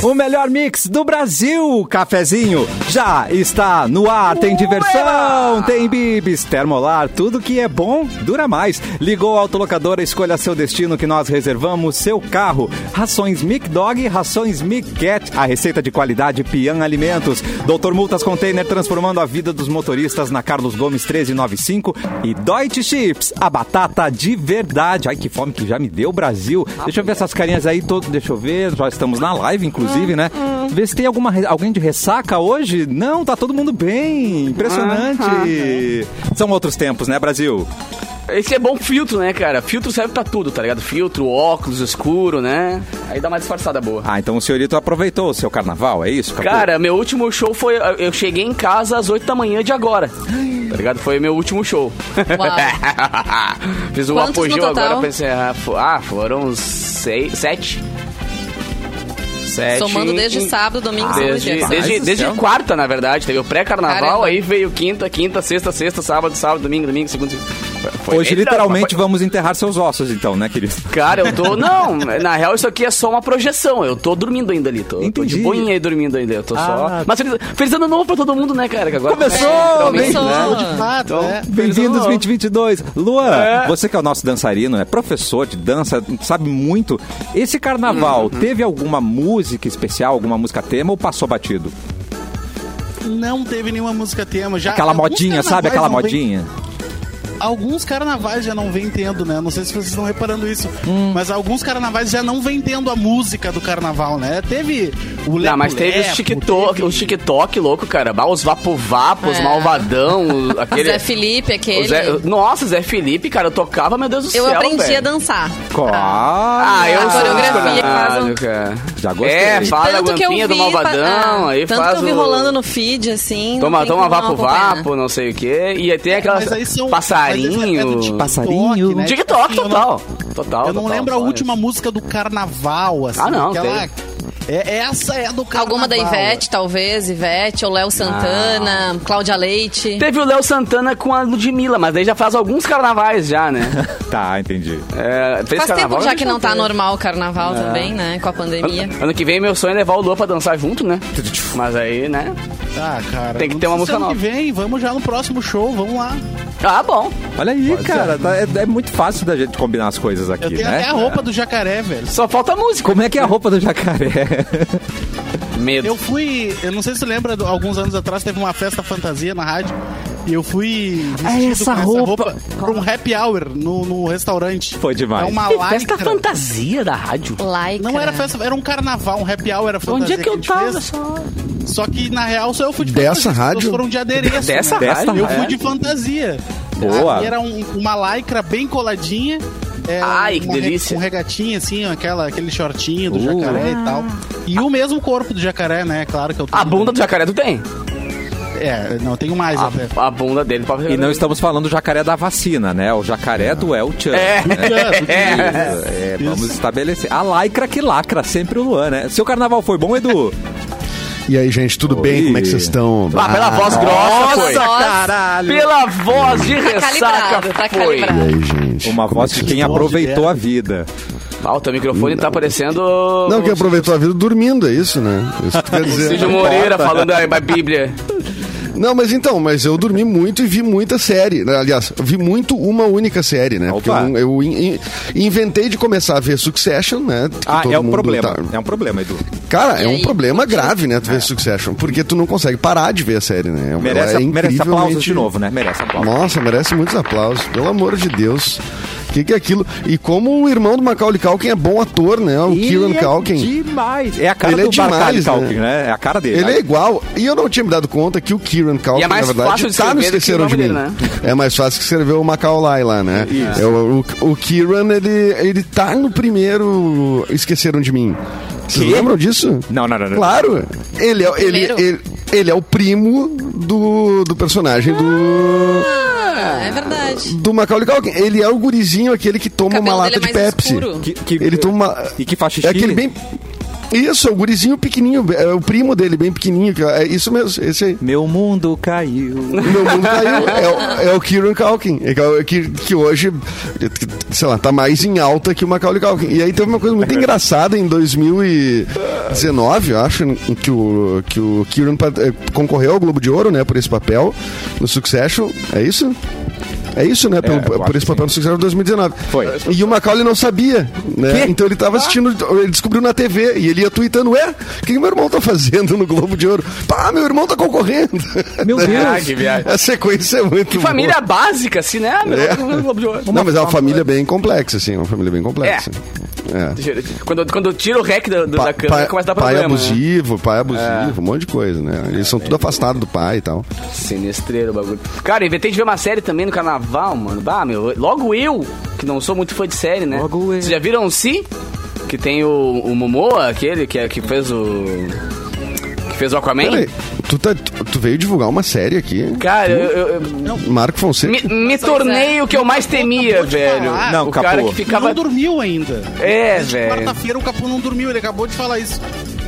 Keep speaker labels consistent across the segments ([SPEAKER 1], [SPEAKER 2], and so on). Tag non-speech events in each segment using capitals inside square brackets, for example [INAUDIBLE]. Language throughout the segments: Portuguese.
[SPEAKER 1] O melhor mix do Brasil, cafezinho, já está no ar. Tem diversão, tem bibis, termolar, tudo que é bom dura mais. Ligou a autolocadora, escolha seu destino que nós reservamos seu carro. Rações Mic Dog, rações Mic Cat, a receita de qualidade Pian Alimentos. Doutor Multas Container transformando a vida dos motoristas na Carlos Gomes 1395 e Deutsche Chips, a batata de verdade. Ai que fome que já me deu, Brasil. Deixa eu ver essas carinhas aí todo, deixa eu ver. Já estamos na live inclusive, né? Ver se tem alguma re- alguém de ressaca hoje? Não, tá todo mundo bem. Impressionante. São outros tempos, né, Brasil?
[SPEAKER 2] Esse é bom filtro, né, cara? Filtro serve pra tudo, tá ligado? Filtro, óculos escuro, né? Aí dá uma disfarçada boa.
[SPEAKER 1] Ah, então o senhorito aproveitou o seu carnaval, é isso? Capu?
[SPEAKER 2] Cara, meu último show foi. Eu cheguei em casa às 8 da manhã de agora. Tá ligado? Foi meu último show.
[SPEAKER 3] Uau.
[SPEAKER 1] Ah.
[SPEAKER 2] [LAUGHS] Fiz um
[SPEAKER 3] Quantos no
[SPEAKER 2] apogeu
[SPEAKER 3] total?
[SPEAKER 2] agora pra encerrar. Fo- Ah, foram uns seis, sete. Sete.
[SPEAKER 3] Somando desde
[SPEAKER 2] É em-
[SPEAKER 3] sábado, domingo, segunda
[SPEAKER 2] Desde,
[SPEAKER 3] dia.
[SPEAKER 2] desde,
[SPEAKER 1] do
[SPEAKER 2] desde
[SPEAKER 1] céu.
[SPEAKER 2] quarta, na verdade. Teve o pré-carnaval,
[SPEAKER 3] Caramba.
[SPEAKER 2] aí veio quinta, quinta, sexta, sexta, sábado, sábado, domingo, domingo, segunda. segunda. Foi-
[SPEAKER 1] Hoje
[SPEAKER 2] Eita,
[SPEAKER 1] literalmente
[SPEAKER 2] então, papai.
[SPEAKER 1] vamos enterrar seus ossos, então, né, querido?
[SPEAKER 2] Cara, eu tô. Não, na real isso aqui é só uma projeção. Eu tô dormindo ainda ali. Tô, tô
[SPEAKER 1] Entendi.
[SPEAKER 2] de boinha aí dormindo ainda. Eu tô
[SPEAKER 1] Ah.
[SPEAKER 2] só. Mas feliz, feliz ano novo pra todo mundo, né, cara? Que agora
[SPEAKER 1] Começou,
[SPEAKER 2] literalmente,
[SPEAKER 3] começou.
[SPEAKER 2] né?
[SPEAKER 3] Ah.
[SPEAKER 4] De fato,
[SPEAKER 2] Então,
[SPEAKER 4] é.
[SPEAKER 1] Bem-vindos
[SPEAKER 2] Feliz ano
[SPEAKER 1] 2022. Luan,
[SPEAKER 2] É.
[SPEAKER 1] você que é o nosso dançarino, é professor de dança, sabe muito. Esse carnaval
[SPEAKER 4] Uhum.
[SPEAKER 1] teve alguma música especial, alguma música tema ou passou batido?
[SPEAKER 4] Ah, Não teve nenhuma música tema. Já
[SPEAKER 1] Aquela
[SPEAKER 4] alguns
[SPEAKER 1] modinha, sabe?
[SPEAKER 4] carnavais
[SPEAKER 1] Aquela
[SPEAKER 4] não vem-
[SPEAKER 1] modinha.
[SPEAKER 4] alguns carnavais já não vem tendo, né? Não sei se vocês estão reparando isso.
[SPEAKER 1] Hum.
[SPEAKER 4] Mas alguns carnavais já não vem tendo a música do carnaval, né? Teve o
[SPEAKER 2] Não, mas
[SPEAKER 4] Lepo
[SPEAKER 2] teve os
[SPEAKER 4] Lepo,
[SPEAKER 2] TikTok,
[SPEAKER 4] teve-
[SPEAKER 2] os TikTok louco, cara. Bah, Os Vapo Vapo, os
[SPEAKER 3] É. [LAUGHS]
[SPEAKER 2] Malvadão, o- aquele.
[SPEAKER 3] Ah, Zé Felipe,
[SPEAKER 2] o
[SPEAKER 3] aquele.
[SPEAKER 2] Zé- nossa, Zé Felipe, cara, eu tocava, meu Deus do
[SPEAKER 3] eu
[SPEAKER 2] céu.
[SPEAKER 3] aprendi
[SPEAKER 2] velho.
[SPEAKER 3] a dançar.
[SPEAKER 1] Claro.
[SPEAKER 2] Ah, eu
[SPEAKER 3] A
[SPEAKER 2] sou
[SPEAKER 3] coreografia
[SPEAKER 2] descolado,
[SPEAKER 3] faz um-
[SPEAKER 2] cara.
[SPEAKER 1] Já gostei.
[SPEAKER 2] É, faz a
[SPEAKER 3] tanto que eu vi.
[SPEAKER 2] guampinha do Malvadão,
[SPEAKER 3] ah,
[SPEAKER 2] aí
[SPEAKER 3] tanto
[SPEAKER 2] faz
[SPEAKER 3] que eu vi
[SPEAKER 2] o-
[SPEAKER 3] rolando no feed, assim.
[SPEAKER 2] Toma,
[SPEAKER 3] não tem
[SPEAKER 2] toma
[SPEAKER 3] como não
[SPEAKER 2] vapo,
[SPEAKER 3] acompanhar.
[SPEAKER 2] vapo, não sei o quê. E aí tem aquelas
[SPEAKER 4] É, Mas aí são- mas esse é do
[SPEAKER 2] passarinho.
[SPEAKER 4] TikTok,
[SPEAKER 1] Passarinho.
[SPEAKER 4] né?
[SPEAKER 2] TikTok
[SPEAKER 4] Tipo assim, eu não-
[SPEAKER 2] total. Total.
[SPEAKER 4] Eu não
[SPEAKER 2] total,
[SPEAKER 4] lembro a
[SPEAKER 2] só
[SPEAKER 4] última
[SPEAKER 2] isso.
[SPEAKER 4] música do carnaval, assim.
[SPEAKER 2] Ah, não,
[SPEAKER 4] aquela-
[SPEAKER 2] teve.
[SPEAKER 4] É, essa é a do carnaval.
[SPEAKER 3] Alguma da
[SPEAKER 2] Ah,
[SPEAKER 3] Ivete, talvez. Ivete, ou Léo Santana, Cláudia Leite.
[SPEAKER 2] Teve o Léo Santana com a Ludmilla, mas daí já faz alguns carnavais já, [LAUGHS] né?
[SPEAKER 1] Tá, entendi.
[SPEAKER 2] É, três
[SPEAKER 3] Faz tempo
[SPEAKER 2] carnaval, É.
[SPEAKER 3] já
[SPEAKER 2] eu
[SPEAKER 3] que não tá
[SPEAKER 2] tenho.
[SPEAKER 3] normal o carnaval também, né? Com a pandemia.
[SPEAKER 2] Ano, ano que vem meu sonho é levar o Lua pra dançar junto, né? Mas aí, né?
[SPEAKER 4] Ah, cara.
[SPEAKER 2] Tem que
[SPEAKER 4] não
[SPEAKER 2] ter uma música
[SPEAKER 4] precisa ano que vem, vamos já no próximo show, vamos lá.
[SPEAKER 2] Ah, bom.
[SPEAKER 1] Olha aí, cara, tá- é, é muito fácil da gente combinar as coisas aqui,
[SPEAKER 4] Eu tenho
[SPEAKER 1] né?
[SPEAKER 4] até a roupa do jacaré, velho.
[SPEAKER 2] Só falta música.
[SPEAKER 1] Como é que é a roupa do
[SPEAKER 4] [LAUGHS]
[SPEAKER 1] jacaré?
[SPEAKER 2] Medo.
[SPEAKER 4] Eu fui, eu não sei se tu lembra, do- alguns anos atrás teve uma festa fantasia na rádio. E eu fui
[SPEAKER 2] Ah,
[SPEAKER 4] vestido
[SPEAKER 1] essa
[SPEAKER 4] com
[SPEAKER 1] roupa.
[SPEAKER 4] pra um happy hour no, no restaurante.
[SPEAKER 1] Foi demais.
[SPEAKER 4] É uma
[SPEAKER 2] Que
[SPEAKER 4] lycra.
[SPEAKER 2] festa fantasia da rádio.
[SPEAKER 3] Like.
[SPEAKER 4] Não era festa, era um carnaval, um happy hour, era fantasia.
[SPEAKER 2] Onde é que
[SPEAKER 4] a
[SPEAKER 2] eu
[SPEAKER 4] gente
[SPEAKER 2] tava?
[SPEAKER 4] fez.
[SPEAKER 2] Só...
[SPEAKER 4] Só que na real só eu fui de
[SPEAKER 5] Dessa
[SPEAKER 4] fantasia, as pessoas
[SPEAKER 5] rádio?
[SPEAKER 4] foram de adereço.
[SPEAKER 2] Dessa
[SPEAKER 4] né?
[SPEAKER 2] rádio,
[SPEAKER 4] Eu
[SPEAKER 2] é.
[SPEAKER 4] fui de fantasia.
[SPEAKER 1] Boa.
[SPEAKER 4] E era um- uma lycra bem coladinha. é,
[SPEAKER 2] Ai, que
[SPEAKER 4] uma re-
[SPEAKER 2] delícia.
[SPEAKER 4] Um regatinho assim, ó, aquela, aquele shortinho do
[SPEAKER 1] Uh.
[SPEAKER 4] jacaré e tal. E o mesmo corpo do jacaré, né? Claro que eu tenho.
[SPEAKER 2] A bunda do jacaré tu tem?
[SPEAKER 4] É, não, tenho mais até.
[SPEAKER 2] A, a bunda dele É. pode
[SPEAKER 1] E não estamos falando do jacaré da vacina, né? O jacaré do El Chan.
[SPEAKER 2] É.
[SPEAKER 1] né?
[SPEAKER 2] É.
[SPEAKER 1] Isso, é, vamos estabelecer. A lacra que lacra, sempre o Luan, né? Seu carnaval foi bom, Edu?
[SPEAKER 5] E aí, gente, tudo
[SPEAKER 1] Oi. Um
[SPEAKER 5] bem? Como é que vocês estão?
[SPEAKER 2] Ah, pela voz grossa foi.
[SPEAKER 1] caralho!
[SPEAKER 2] Pela voz de
[SPEAKER 3] calibrado,
[SPEAKER 2] ressaca
[SPEAKER 3] tá
[SPEAKER 2] foi.
[SPEAKER 5] E
[SPEAKER 3] calibrado.
[SPEAKER 5] aí, gente?
[SPEAKER 1] Uma
[SPEAKER 5] Como
[SPEAKER 1] voz
[SPEAKER 5] é que
[SPEAKER 1] de
[SPEAKER 5] vocês
[SPEAKER 1] quem
[SPEAKER 5] estão?
[SPEAKER 1] aproveitou a vida.
[SPEAKER 2] Ah, o teu microfone tá parecendo...
[SPEAKER 5] Não, quem aproveitou a vida dormindo, é isso, né? Isso
[SPEAKER 1] [LAUGHS]
[SPEAKER 5] que tu quer dizer.
[SPEAKER 2] Cid Moreira falando aí da Bíblia.
[SPEAKER 5] Não, mas então, mas eu dormi muito e vi muita série. né? Aliás, vi muito uma única série, né? Porque
[SPEAKER 1] Opa.
[SPEAKER 5] eu, eu in- in- inventei de começar a ver Succession, né? Que
[SPEAKER 1] Ah,
[SPEAKER 5] todo
[SPEAKER 1] é um
[SPEAKER 5] mundo
[SPEAKER 1] problema.
[SPEAKER 5] tá-
[SPEAKER 1] É um problema, Edu.
[SPEAKER 5] Cara,
[SPEAKER 3] E
[SPEAKER 5] é um
[SPEAKER 3] aí?
[SPEAKER 5] problema grave, né? Tu ver Succession. Porque tu não consegue parar de ver a série, né? É uma-
[SPEAKER 1] Merece,
[SPEAKER 5] ela é
[SPEAKER 1] merece aplausos
[SPEAKER 5] incrivelmente-
[SPEAKER 1] de novo, né? Merece aplausos.
[SPEAKER 5] Nossa, merece muitos aplausos. Pelo amor de Deus. O que, que é aquilo? E como o irmão do Macaulay Culkin é bom ator, né? O
[SPEAKER 1] Ele
[SPEAKER 5] Kieran
[SPEAKER 1] é
[SPEAKER 5] Culkin.
[SPEAKER 1] Demais. É a cara
[SPEAKER 5] Ele é
[SPEAKER 1] do Macaulay
[SPEAKER 5] demais, né?
[SPEAKER 1] Culkin, né? É a cara dele.
[SPEAKER 5] Ele é igual. E eu não tinha me dado conta que o Kieran Culkin,
[SPEAKER 2] E é mais
[SPEAKER 5] na verdade,
[SPEAKER 2] fácil de
[SPEAKER 5] tá no
[SPEAKER 2] escrever do que
[SPEAKER 5] Esqueceram
[SPEAKER 2] o
[SPEAKER 5] de
[SPEAKER 2] nome
[SPEAKER 5] Mim.
[SPEAKER 2] dele, né?
[SPEAKER 5] É mais fácil que escrever o Macaulay lá, né? É, o, o, o Kieran, ele, ele tá no primeiro Esqueceram de Mim. Vocês
[SPEAKER 1] Que?
[SPEAKER 5] lembram disso?
[SPEAKER 1] Não, não, não. não.
[SPEAKER 5] Claro. Ele é, ele,
[SPEAKER 3] primeiro?
[SPEAKER 5] ele, ele é o primo do, do personagem do...
[SPEAKER 3] Ah, é verdade.
[SPEAKER 5] Do Macaulay Culkin. Ele é o gurizinho, aquele que
[SPEAKER 3] O
[SPEAKER 5] toma uma
[SPEAKER 3] cabelo
[SPEAKER 5] lata
[SPEAKER 3] dele é
[SPEAKER 5] de
[SPEAKER 3] mais
[SPEAKER 5] Pepsi.
[SPEAKER 3] escuro.
[SPEAKER 1] Que- que-
[SPEAKER 5] Ele toma uma...
[SPEAKER 1] E que faz xixi.
[SPEAKER 5] É aquele bem... Isso, é o gurizinho pequenininho, é o primo dele, bem pequenininho. que É isso mesmo, esse aí.
[SPEAKER 1] Meu mundo caiu.
[SPEAKER 5] Meu mundo caiu. É, o- é o Kieran Culkin, é que, é o- que, que hoje, sei lá, tá mais em alta que o Macaulay Culkin. E aí teve uma coisa muito engraçada em 2019, eu acho, em que o, que o Kieran pa- eh, concorreu ao Globo de Ouro, né, por esse papel, no Succession. É isso? É isso, né? Pelo-
[SPEAKER 1] eu acho
[SPEAKER 5] por esse
[SPEAKER 1] que
[SPEAKER 5] papel no Succession de 2019.
[SPEAKER 1] Foi. Ah.
[SPEAKER 5] E o Macaulay não sabia, né? Então ele tava assistindo, ele descobriu na TV e ele ia tweetando, ué, o que que meu irmão tá fazendo no Globo de Ouro? Pá, meu irmão tá concorrendo.
[SPEAKER 1] Meu
[SPEAKER 2] [LAUGHS] Ah,
[SPEAKER 1] Deus.
[SPEAKER 2] que viagem.
[SPEAKER 5] A sequência é muito
[SPEAKER 2] Que família básica, assim, né? Meu,
[SPEAKER 5] É.
[SPEAKER 2] Globo de Ouro.
[SPEAKER 5] boa. Não, mas é uma família bem complexa, assim. Uma família bem complexa. É.
[SPEAKER 2] Quando, quando tira o rec da, da
[SPEAKER 5] Pa-
[SPEAKER 2] câmera,
[SPEAKER 5] pai,
[SPEAKER 2] começa a dar
[SPEAKER 5] pai
[SPEAKER 2] problema. né? É.
[SPEAKER 5] abusivo, pai abusivo, um monte de coisa, né? Eles são tudo afastados do pai e tal.
[SPEAKER 2] Sinistreiro o bagulho. Cara, inventei de ver uma série também no carnaval, mano. Bah, meu, logo eu, que não sou muito fã de série, né?
[SPEAKER 1] Logo eu.
[SPEAKER 2] Vocês já viram o Si? Que tem o, o Momoa, aquele que, é- que fez o. Que fez o Aquaman?
[SPEAKER 5] Peraí, tu, tá- tu- tu veio divulgar uma série aqui?
[SPEAKER 2] Cara, eu, eu- eu-
[SPEAKER 5] Marco Fonseca.
[SPEAKER 2] me, me tornei o que eu mais temia,
[SPEAKER 4] Acabou de
[SPEAKER 2] velho.
[SPEAKER 4] falar.
[SPEAKER 1] Não,
[SPEAKER 2] o cara
[SPEAKER 1] Capu.
[SPEAKER 2] que ficava.
[SPEAKER 4] Não dormiu ainda.
[SPEAKER 2] É,
[SPEAKER 4] Desde
[SPEAKER 2] velho.
[SPEAKER 4] Quarta-feira o Capu não dormiu, ele acabou de falar isso.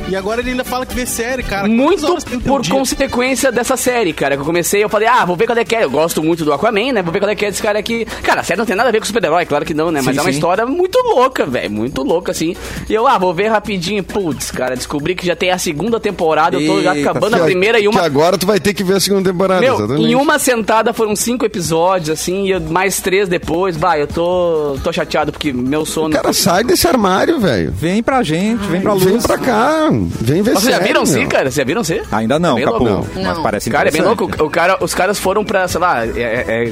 [SPEAKER 4] E agora ele ainda fala que vê série, cara. Quantas
[SPEAKER 2] Muito
[SPEAKER 4] horas tem o teu
[SPEAKER 2] por
[SPEAKER 4] dia?
[SPEAKER 2] consequência dessa série, cara. Que eu comecei, eu falei, ah, vou ver qual é que é. Eu gosto muito do Aquaman, né? Vou ver qual é que é desse cara aqui. Cara, a série não tem nada a ver com super-herói, claro que não, né? Mas
[SPEAKER 1] Sim,
[SPEAKER 2] é uma
[SPEAKER 1] sim.
[SPEAKER 2] história muito louca, velho. Muito louca, assim. E eu, ah, vou ver rapidinho. Putz, cara, descobri que já tem a segunda temporada. Eu tô já
[SPEAKER 1] Eita,
[SPEAKER 2] acabando a
[SPEAKER 5] Que a-
[SPEAKER 2] primeira e
[SPEAKER 5] Que
[SPEAKER 2] uma.
[SPEAKER 5] agora tu vai ter que ver a segunda temporada,
[SPEAKER 2] Meu,
[SPEAKER 5] exatamente.
[SPEAKER 2] em uma sentada foram cinco episódios, assim, e eu- mais três depois. Bah, eu tô, tô chateado porque meu sono.
[SPEAKER 5] Cara, sai desse armário, velho.
[SPEAKER 1] Vem pra gente, vem pra luz.
[SPEAKER 5] Vem pra cá, vem ver
[SPEAKER 2] Nossa, vocês já
[SPEAKER 5] série,
[SPEAKER 2] viram
[SPEAKER 5] meu.
[SPEAKER 2] sim, cara? Vocês já viram sim?
[SPEAKER 1] Ainda não,
[SPEAKER 2] Bem
[SPEAKER 1] Capu.
[SPEAKER 2] louco.
[SPEAKER 1] Não. Mas
[SPEAKER 3] Não.
[SPEAKER 1] parece
[SPEAKER 2] Cara, é bem
[SPEAKER 1] interessante.
[SPEAKER 2] louco. O cara, os caras foram pra, sei lá, é- é- é-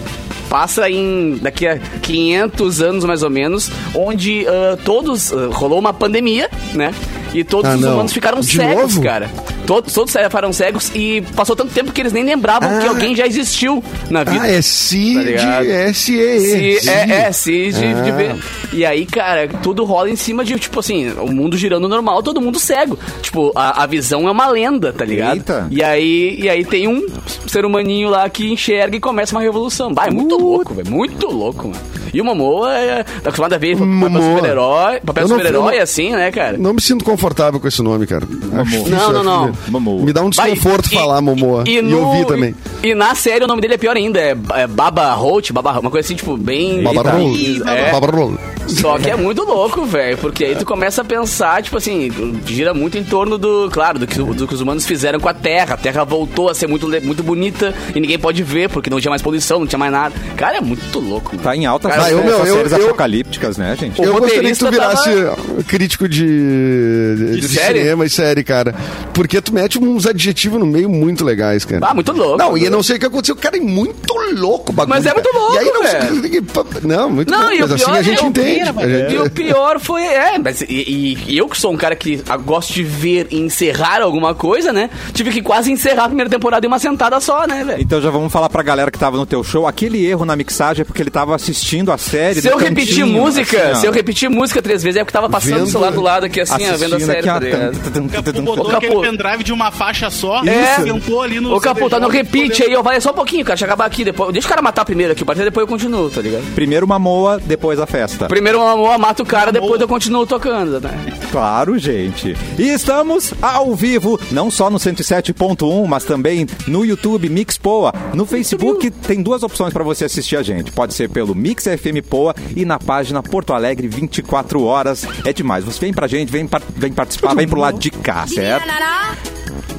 [SPEAKER 2] passa em daqui a 500 anos mais ou menos, onde ah, todos ah, rolou uma pandemia, né? E todos
[SPEAKER 5] Ah,
[SPEAKER 2] os
[SPEAKER 5] não.
[SPEAKER 2] humanos ficaram
[SPEAKER 5] De
[SPEAKER 2] cegos,
[SPEAKER 5] novo?
[SPEAKER 2] cara. Todos, todos ficaram cegos e passou tanto tempo que eles nem lembravam que
[SPEAKER 5] Ah.
[SPEAKER 2] alguém já existiu na vida.
[SPEAKER 5] Ah, é Cid,
[SPEAKER 2] Tá ligado?
[SPEAKER 5] S-E-E.
[SPEAKER 2] Se, é, é, se de,
[SPEAKER 5] Ah.
[SPEAKER 2] de ver. E aí, cara, tudo rola em cima de, tipo assim, o mundo girando normal, todo mundo cego. Tipo, a, a visão é uma lenda, tá ligado?
[SPEAKER 1] Eita.
[SPEAKER 2] E aí, e aí tem um ser humaninho lá que enxerga e começa uma revolução. Bah, é muito louco, velho. Muito louco, mano. E o Momoa é, tá acostumado a ver papel
[SPEAKER 5] Momoa.
[SPEAKER 2] super-herói, papel
[SPEAKER 5] Eu não- eu
[SPEAKER 2] super-herói
[SPEAKER 5] não-
[SPEAKER 2] assim, né, cara?
[SPEAKER 5] Não me sinto confortável com esse nome, cara. Acho difícil,
[SPEAKER 2] Não, não,
[SPEAKER 5] acho
[SPEAKER 2] não.
[SPEAKER 5] que me-
[SPEAKER 1] Momoa.
[SPEAKER 5] Me dá um desconforto
[SPEAKER 2] Vai,
[SPEAKER 5] falar Momoa. E,
[SPEAKER 2] no-
[SPEAKER 5] ouvir também.
[SPEAKER 2] E, e na série o nome dele é pior ainda, é, é Baba Holt, Baba, uma coisa assim, tipo, bem...
[SPEAKER 5] Babarol.
[SPEAKER 2] É.
[SPEAKER 5] Babarol.
[SPEAKER 2] Só que é muito louco, velho, porque aí tu começa a pensar, tipo assim, gira muito em torno do, claro, do que, do que os humanos fizeram com a Terra. A Terra voltou a ser muito, le- muito bonita e ninguém pode ver, porque não tinha mais poluição, não tinha mais nada. Cara, é muito louco. mano.
[SPEAKER 1] Tá em alta
[SPEAKER 2] Cara,
[SPEAKER 1] essas-
[SPEAKER 5] eu, meu,
[SPEAKER 1] essas
[SPEAKER 5] eu-
[SPEAKER 1] séries
[SPEAKER 5] eu-
[SPEAKER 1] apocalípticas, né, gente?
[SPEAKER 2] O
[SPEAKER 5] Eu gostaria que
[SPEAKER 2] roteirista
[SPEAKER 5] tu
[SPEAKER 2] tá
[SPEAKER 5] virasse crítico de, de,
[SPEAKER 2] De
[SPEAKER 5] de
[SPEAKER 2] série?
[SPEAKER 5] cinema e série, cara. Porque tu mete uns adjetivos no meio muito legais, cara.
[SPEAKER 2] Ah, muito louco.
[SPEAKER 5] Não, e eu não sei o que aconteceu. Cara, é muito louco o bagulho.
[SPEAKER 2] Mas é
[SPEAKER 5] cara.
[SPEAKER 2] muito louco,
[SPEAKER 5] E aí não
[SPEAKER 2] velho.
[SPEAKER 5] sei. Não, muito
[SPEAKER 2] Não,
[SPEAKER 5] louco.
[SPEAKER 2] e o
[SPEAKER 5] Mas assim
[SPEAKER 2] pior
[SPEAKER 5] a
[SPEAKER 2] é
[SPEAKER 5] gente
[SPEAKER 2] o
[SPEAKER 5] entende.
[SPEAKER 4] Pira,
[SPEAKER 5] A gente-
[SPEAKER 2] E o pior foi. É, mas e, e- e eu que sou um cara que ah, gosto de ver e encerrar alguma coisa, né? Tive que quase encerrar a primeira temporada em uma sentada só, né, velho?
[SPEAKER 1] Então já vamos falar pra galera que tava no teu show. Aquele erro na mixagem é porque ele tava assistindo a série.
[SPEAKER 2] Se
[SPEAKER 1] no
[SPEAKER 2] eu repetir
[SPEAKER 1] cantinho,
[SPEAKER 2] música,
[SPEAKER 1] assim, ó.
[SPEAKER 2] se eu repetir música três vezes, é porque tava passando o
[SPEAKER 5] Vendo-
[SPEAKER 2] celular do lado aqui, assim, ó,
[SPEAKER 1] assistindo
[SPEAKER 2] vendo a série,
[SPEAKER 1] aqui, ó.
[SPEAKER 2] tá ligado?
[SPEAKER 4] O Capu botou
[SPEAKER 2] Ô, Capu.
[SPEAKER 4] aquele pendrive de uma faixa só,
[SPEAKER 2] É.
[SPEAKER 4] sentou ali no
[SPEAKER 2] Ô, Capu, tá
[SPEAKER 4] CDJ,
[SPEAKER 2] no repeat
[SPEAKER 4] escolheu.
[SPEAKER 2] aí, ó, vai só um pouquinho, cara, deixa eu acabar aqui, depois, deixa o cara matar primeiro aqui, o partido, depois eu continuo, tá ligado?
[SPEAKER 1] Primeiro uma moa, depois a festa.
[SPEAKER 2] Primeiro eu mato o cara, depois eu continuo tocando, né?
[SPEAKER 1] Claro, gente. E estamos ao vivo, não só no 107.1, mas também no YouTube Mix Poa. No Facebook tem duas opções para você assistir a gente. Pode ser pelo Mix FM Poa e na página Porto Alegre 24 horas. É demais. Você vem pra gente, vem, par- vem participar, vem pro lado de cá, certo?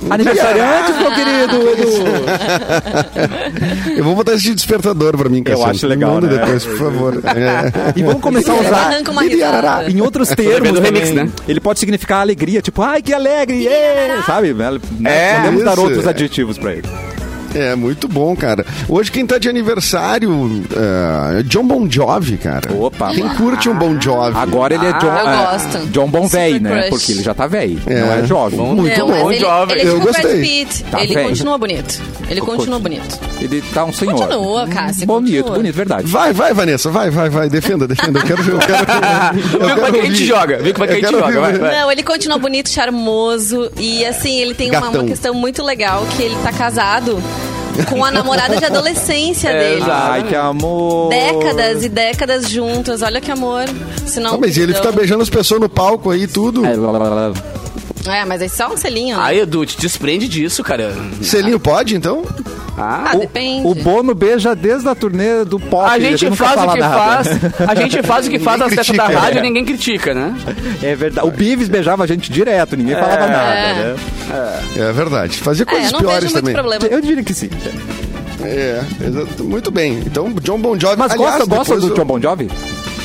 [SPEAKER 1] Aniversariante, meu querido Edu.
[SPEAKER 5] Ah, [LAUGHS] Eu vou botar esse despertador pra mim, cara.
[SPEAKER 1] acho legal,
[SPEAKER 5] Manda
[SPEAKER 1] né?
[SPEAKER 5] depois,
[SPEAKER 2] [LAUGHS]
[SPEAKER 5] por favor. É.
[SPEAKER 1] E vamos começar
[SPEAKER 2] Então
[SPEAKER 1] a usar
[SPEAKER 3] Arranca uma
[SPEAKER 5] Ele arará.
[SPEAKER 3] risada.
[SPEAKER 1] em outros termos
[SPEAKER 2] devendo o
[SPEAKER 1] também.
[SPEAKER 2] remix, né?
[SPEAKER 1] Ele pode significar alegria, tipo, ai, que alegre, ê! sabe? Né?
[SPEAKER 2] É,
[SPEAKER 1] Podemos dar
[SPEAKER 5] isso.
[SPEAKER 1] outros adjetivos pra ele.
[SPEAKER 5] É, muito bom, cara. Hoje quem tá de aniversário é John Bon Jovi, cara.
[SPEAKER 1] Opa.
[SPEAKER 5] Quem curte um Bon Jovi?
[SPEAKER 1] Agora ele é John,
[SPEAKER 3] Ah, eu
[SPEAKER 1] é,
[SPEAKER 3] gosto.
[SPEAKER 1] John Bon
[SPEAKER 3] Super
[SPEAKER 1] Véi, né?
[SPEAKER 3] crush.
[SPEAKER 1] Porque ele já tá velho,
[SPEAKER 5] É.
[SPEAKER 1] não é jovem.
[SPEAKER 2] né?
[SPEAKER 5] Muito
[SPEAKER 3] não,
[SPEAKER 5] bom,
[SPEAKER 3] mas ele,
[SPEAKER 2] jovem.
[SPEAKER 3] ele é
[SPEAKER 5] Eu
[SPEAKER 3] tipo o Brad
[SPEAKER 5] gostei.
[SPEAKER 3] Pitt.
[SPEAKER 1] Tá
[SPEAKER 3] ele
[SPEAKER 1] velho.
[SPEAKER 3] continua bonito. Ele continua
[SPEAKER 1] continua.
[SPEAKER 3] bonito.
[SPEAKER 1] Ele tá um senhor.
[SPEAKER 3] Continua, Cássio,
[SPEAKER 1] Bonito,
[SPEAKER 3] continua.
[SPEAKER 1] bonito, verdade.
[SPEAKER 5] Vai, vai, Vanessa, vai, vai, vai. Defenda, defenda. Eu quero ver. Eu
[SPEAKER 2] [LAUGHS]
[SPEAKER 5] quero, eu
[SPEAKER 2] Vê como é que a gente
[SPEAKER 5] ouvir.
[SPEAKER 2] joga, vê como é que
[SPEAKER 5] Eu
[SPEAKER 2] a gente
[SPEAKER 5] quero
[SPEAKER 2] joga, vai,
[SPEAKER 5] ouvir.
[SPEAKER 2] vai.
[SPEAKER 3] Não, ele continua bonito, charmoso.
[SPEAKER 1] É.
[SPEAKER 3] E assim, ele tem uma,
[SPEAKER 5] Gatão.
[SPEAKER 3] uma questão muito legal, que ele tá casado com a namorada de
[SPEAKER 1] [LAUGHS]
[SPEAKER 3] adolescência
[SPEAKER 1] É,
[SPEAKER 3] dele.
[SPEAKER 2] exato.
[SPEAKER 1] Ai, que amor.
[SPEAKER 3] Décadas e décadas juntas. Olha que amor. Senão,
[SPEAKER 5] Ah, mas ele
[SPEAKER 3] não.
[SPEAKER 5] fica beijando as pessoas no palco aí e tudo.
[SPEAKER 1] É, lá, lá, lá, lá.
[SPEAKER 3] É, mas é só um selinho. né?
[SPEAKER 2] Aí, Edu, te desprende disso, cara.
[SPEAKER 5] Selinho pode, então?
[SPEAKER 2] Ah.
[SPEAKER 3] Ah, depende.
[SPEAKER 1] O Bono beija desde a turnê do pop.
[SPEAKER 2] A
[SPEAKER 1] ele
[SPEAKER 2] gente
[SPEAKER 1] nunca
[SPEAKER 2] faz o
[SPEAKER 1] fala
[SPEAKER 2] que
[SPEAKER 1] nada.
[SPEAKER 2] faz, a gente faz
[SPEAKER 5] [LAUGHS]
[SPEAKER 2] o que faz nas festas da
[SPEAKER 5] critica,
[SPEAKER 2] rádio
[SPEAKER 5] né?
[SPEAKER 2] e ninguém critica, né?
[SPEAKER 1] É verdade. O Bives beijava a gente direto, ninguém falava nada,
[SPEAKER 3] É.
[SPEAKER 1] né?
[SPEAKER 5] É verdade. Fazia
[SPEAKER 3] É, eu
[SPEAKER 5] coisas
[SPEAKER 3] não vejo
[SPEAKER 5] piores
[SPEAKER 3] muito
[SPEAKER 5] também.
[SPEAKER 3] problema.
[SPEAKER 1] Eu diria que sim.
[SPEAKER 5] É, exato. muito bem. Então, John Bon Jovi.
[SPEAKER 1] Mas
[SPEAKER 5] aliás,
[SPEAKER 1] gosta, gosta
[SPEAKER 5] depois
[SPEAKER 1] do
[SPEAKER 5] eu-
[SPEAKER 1] John Bon Jovi?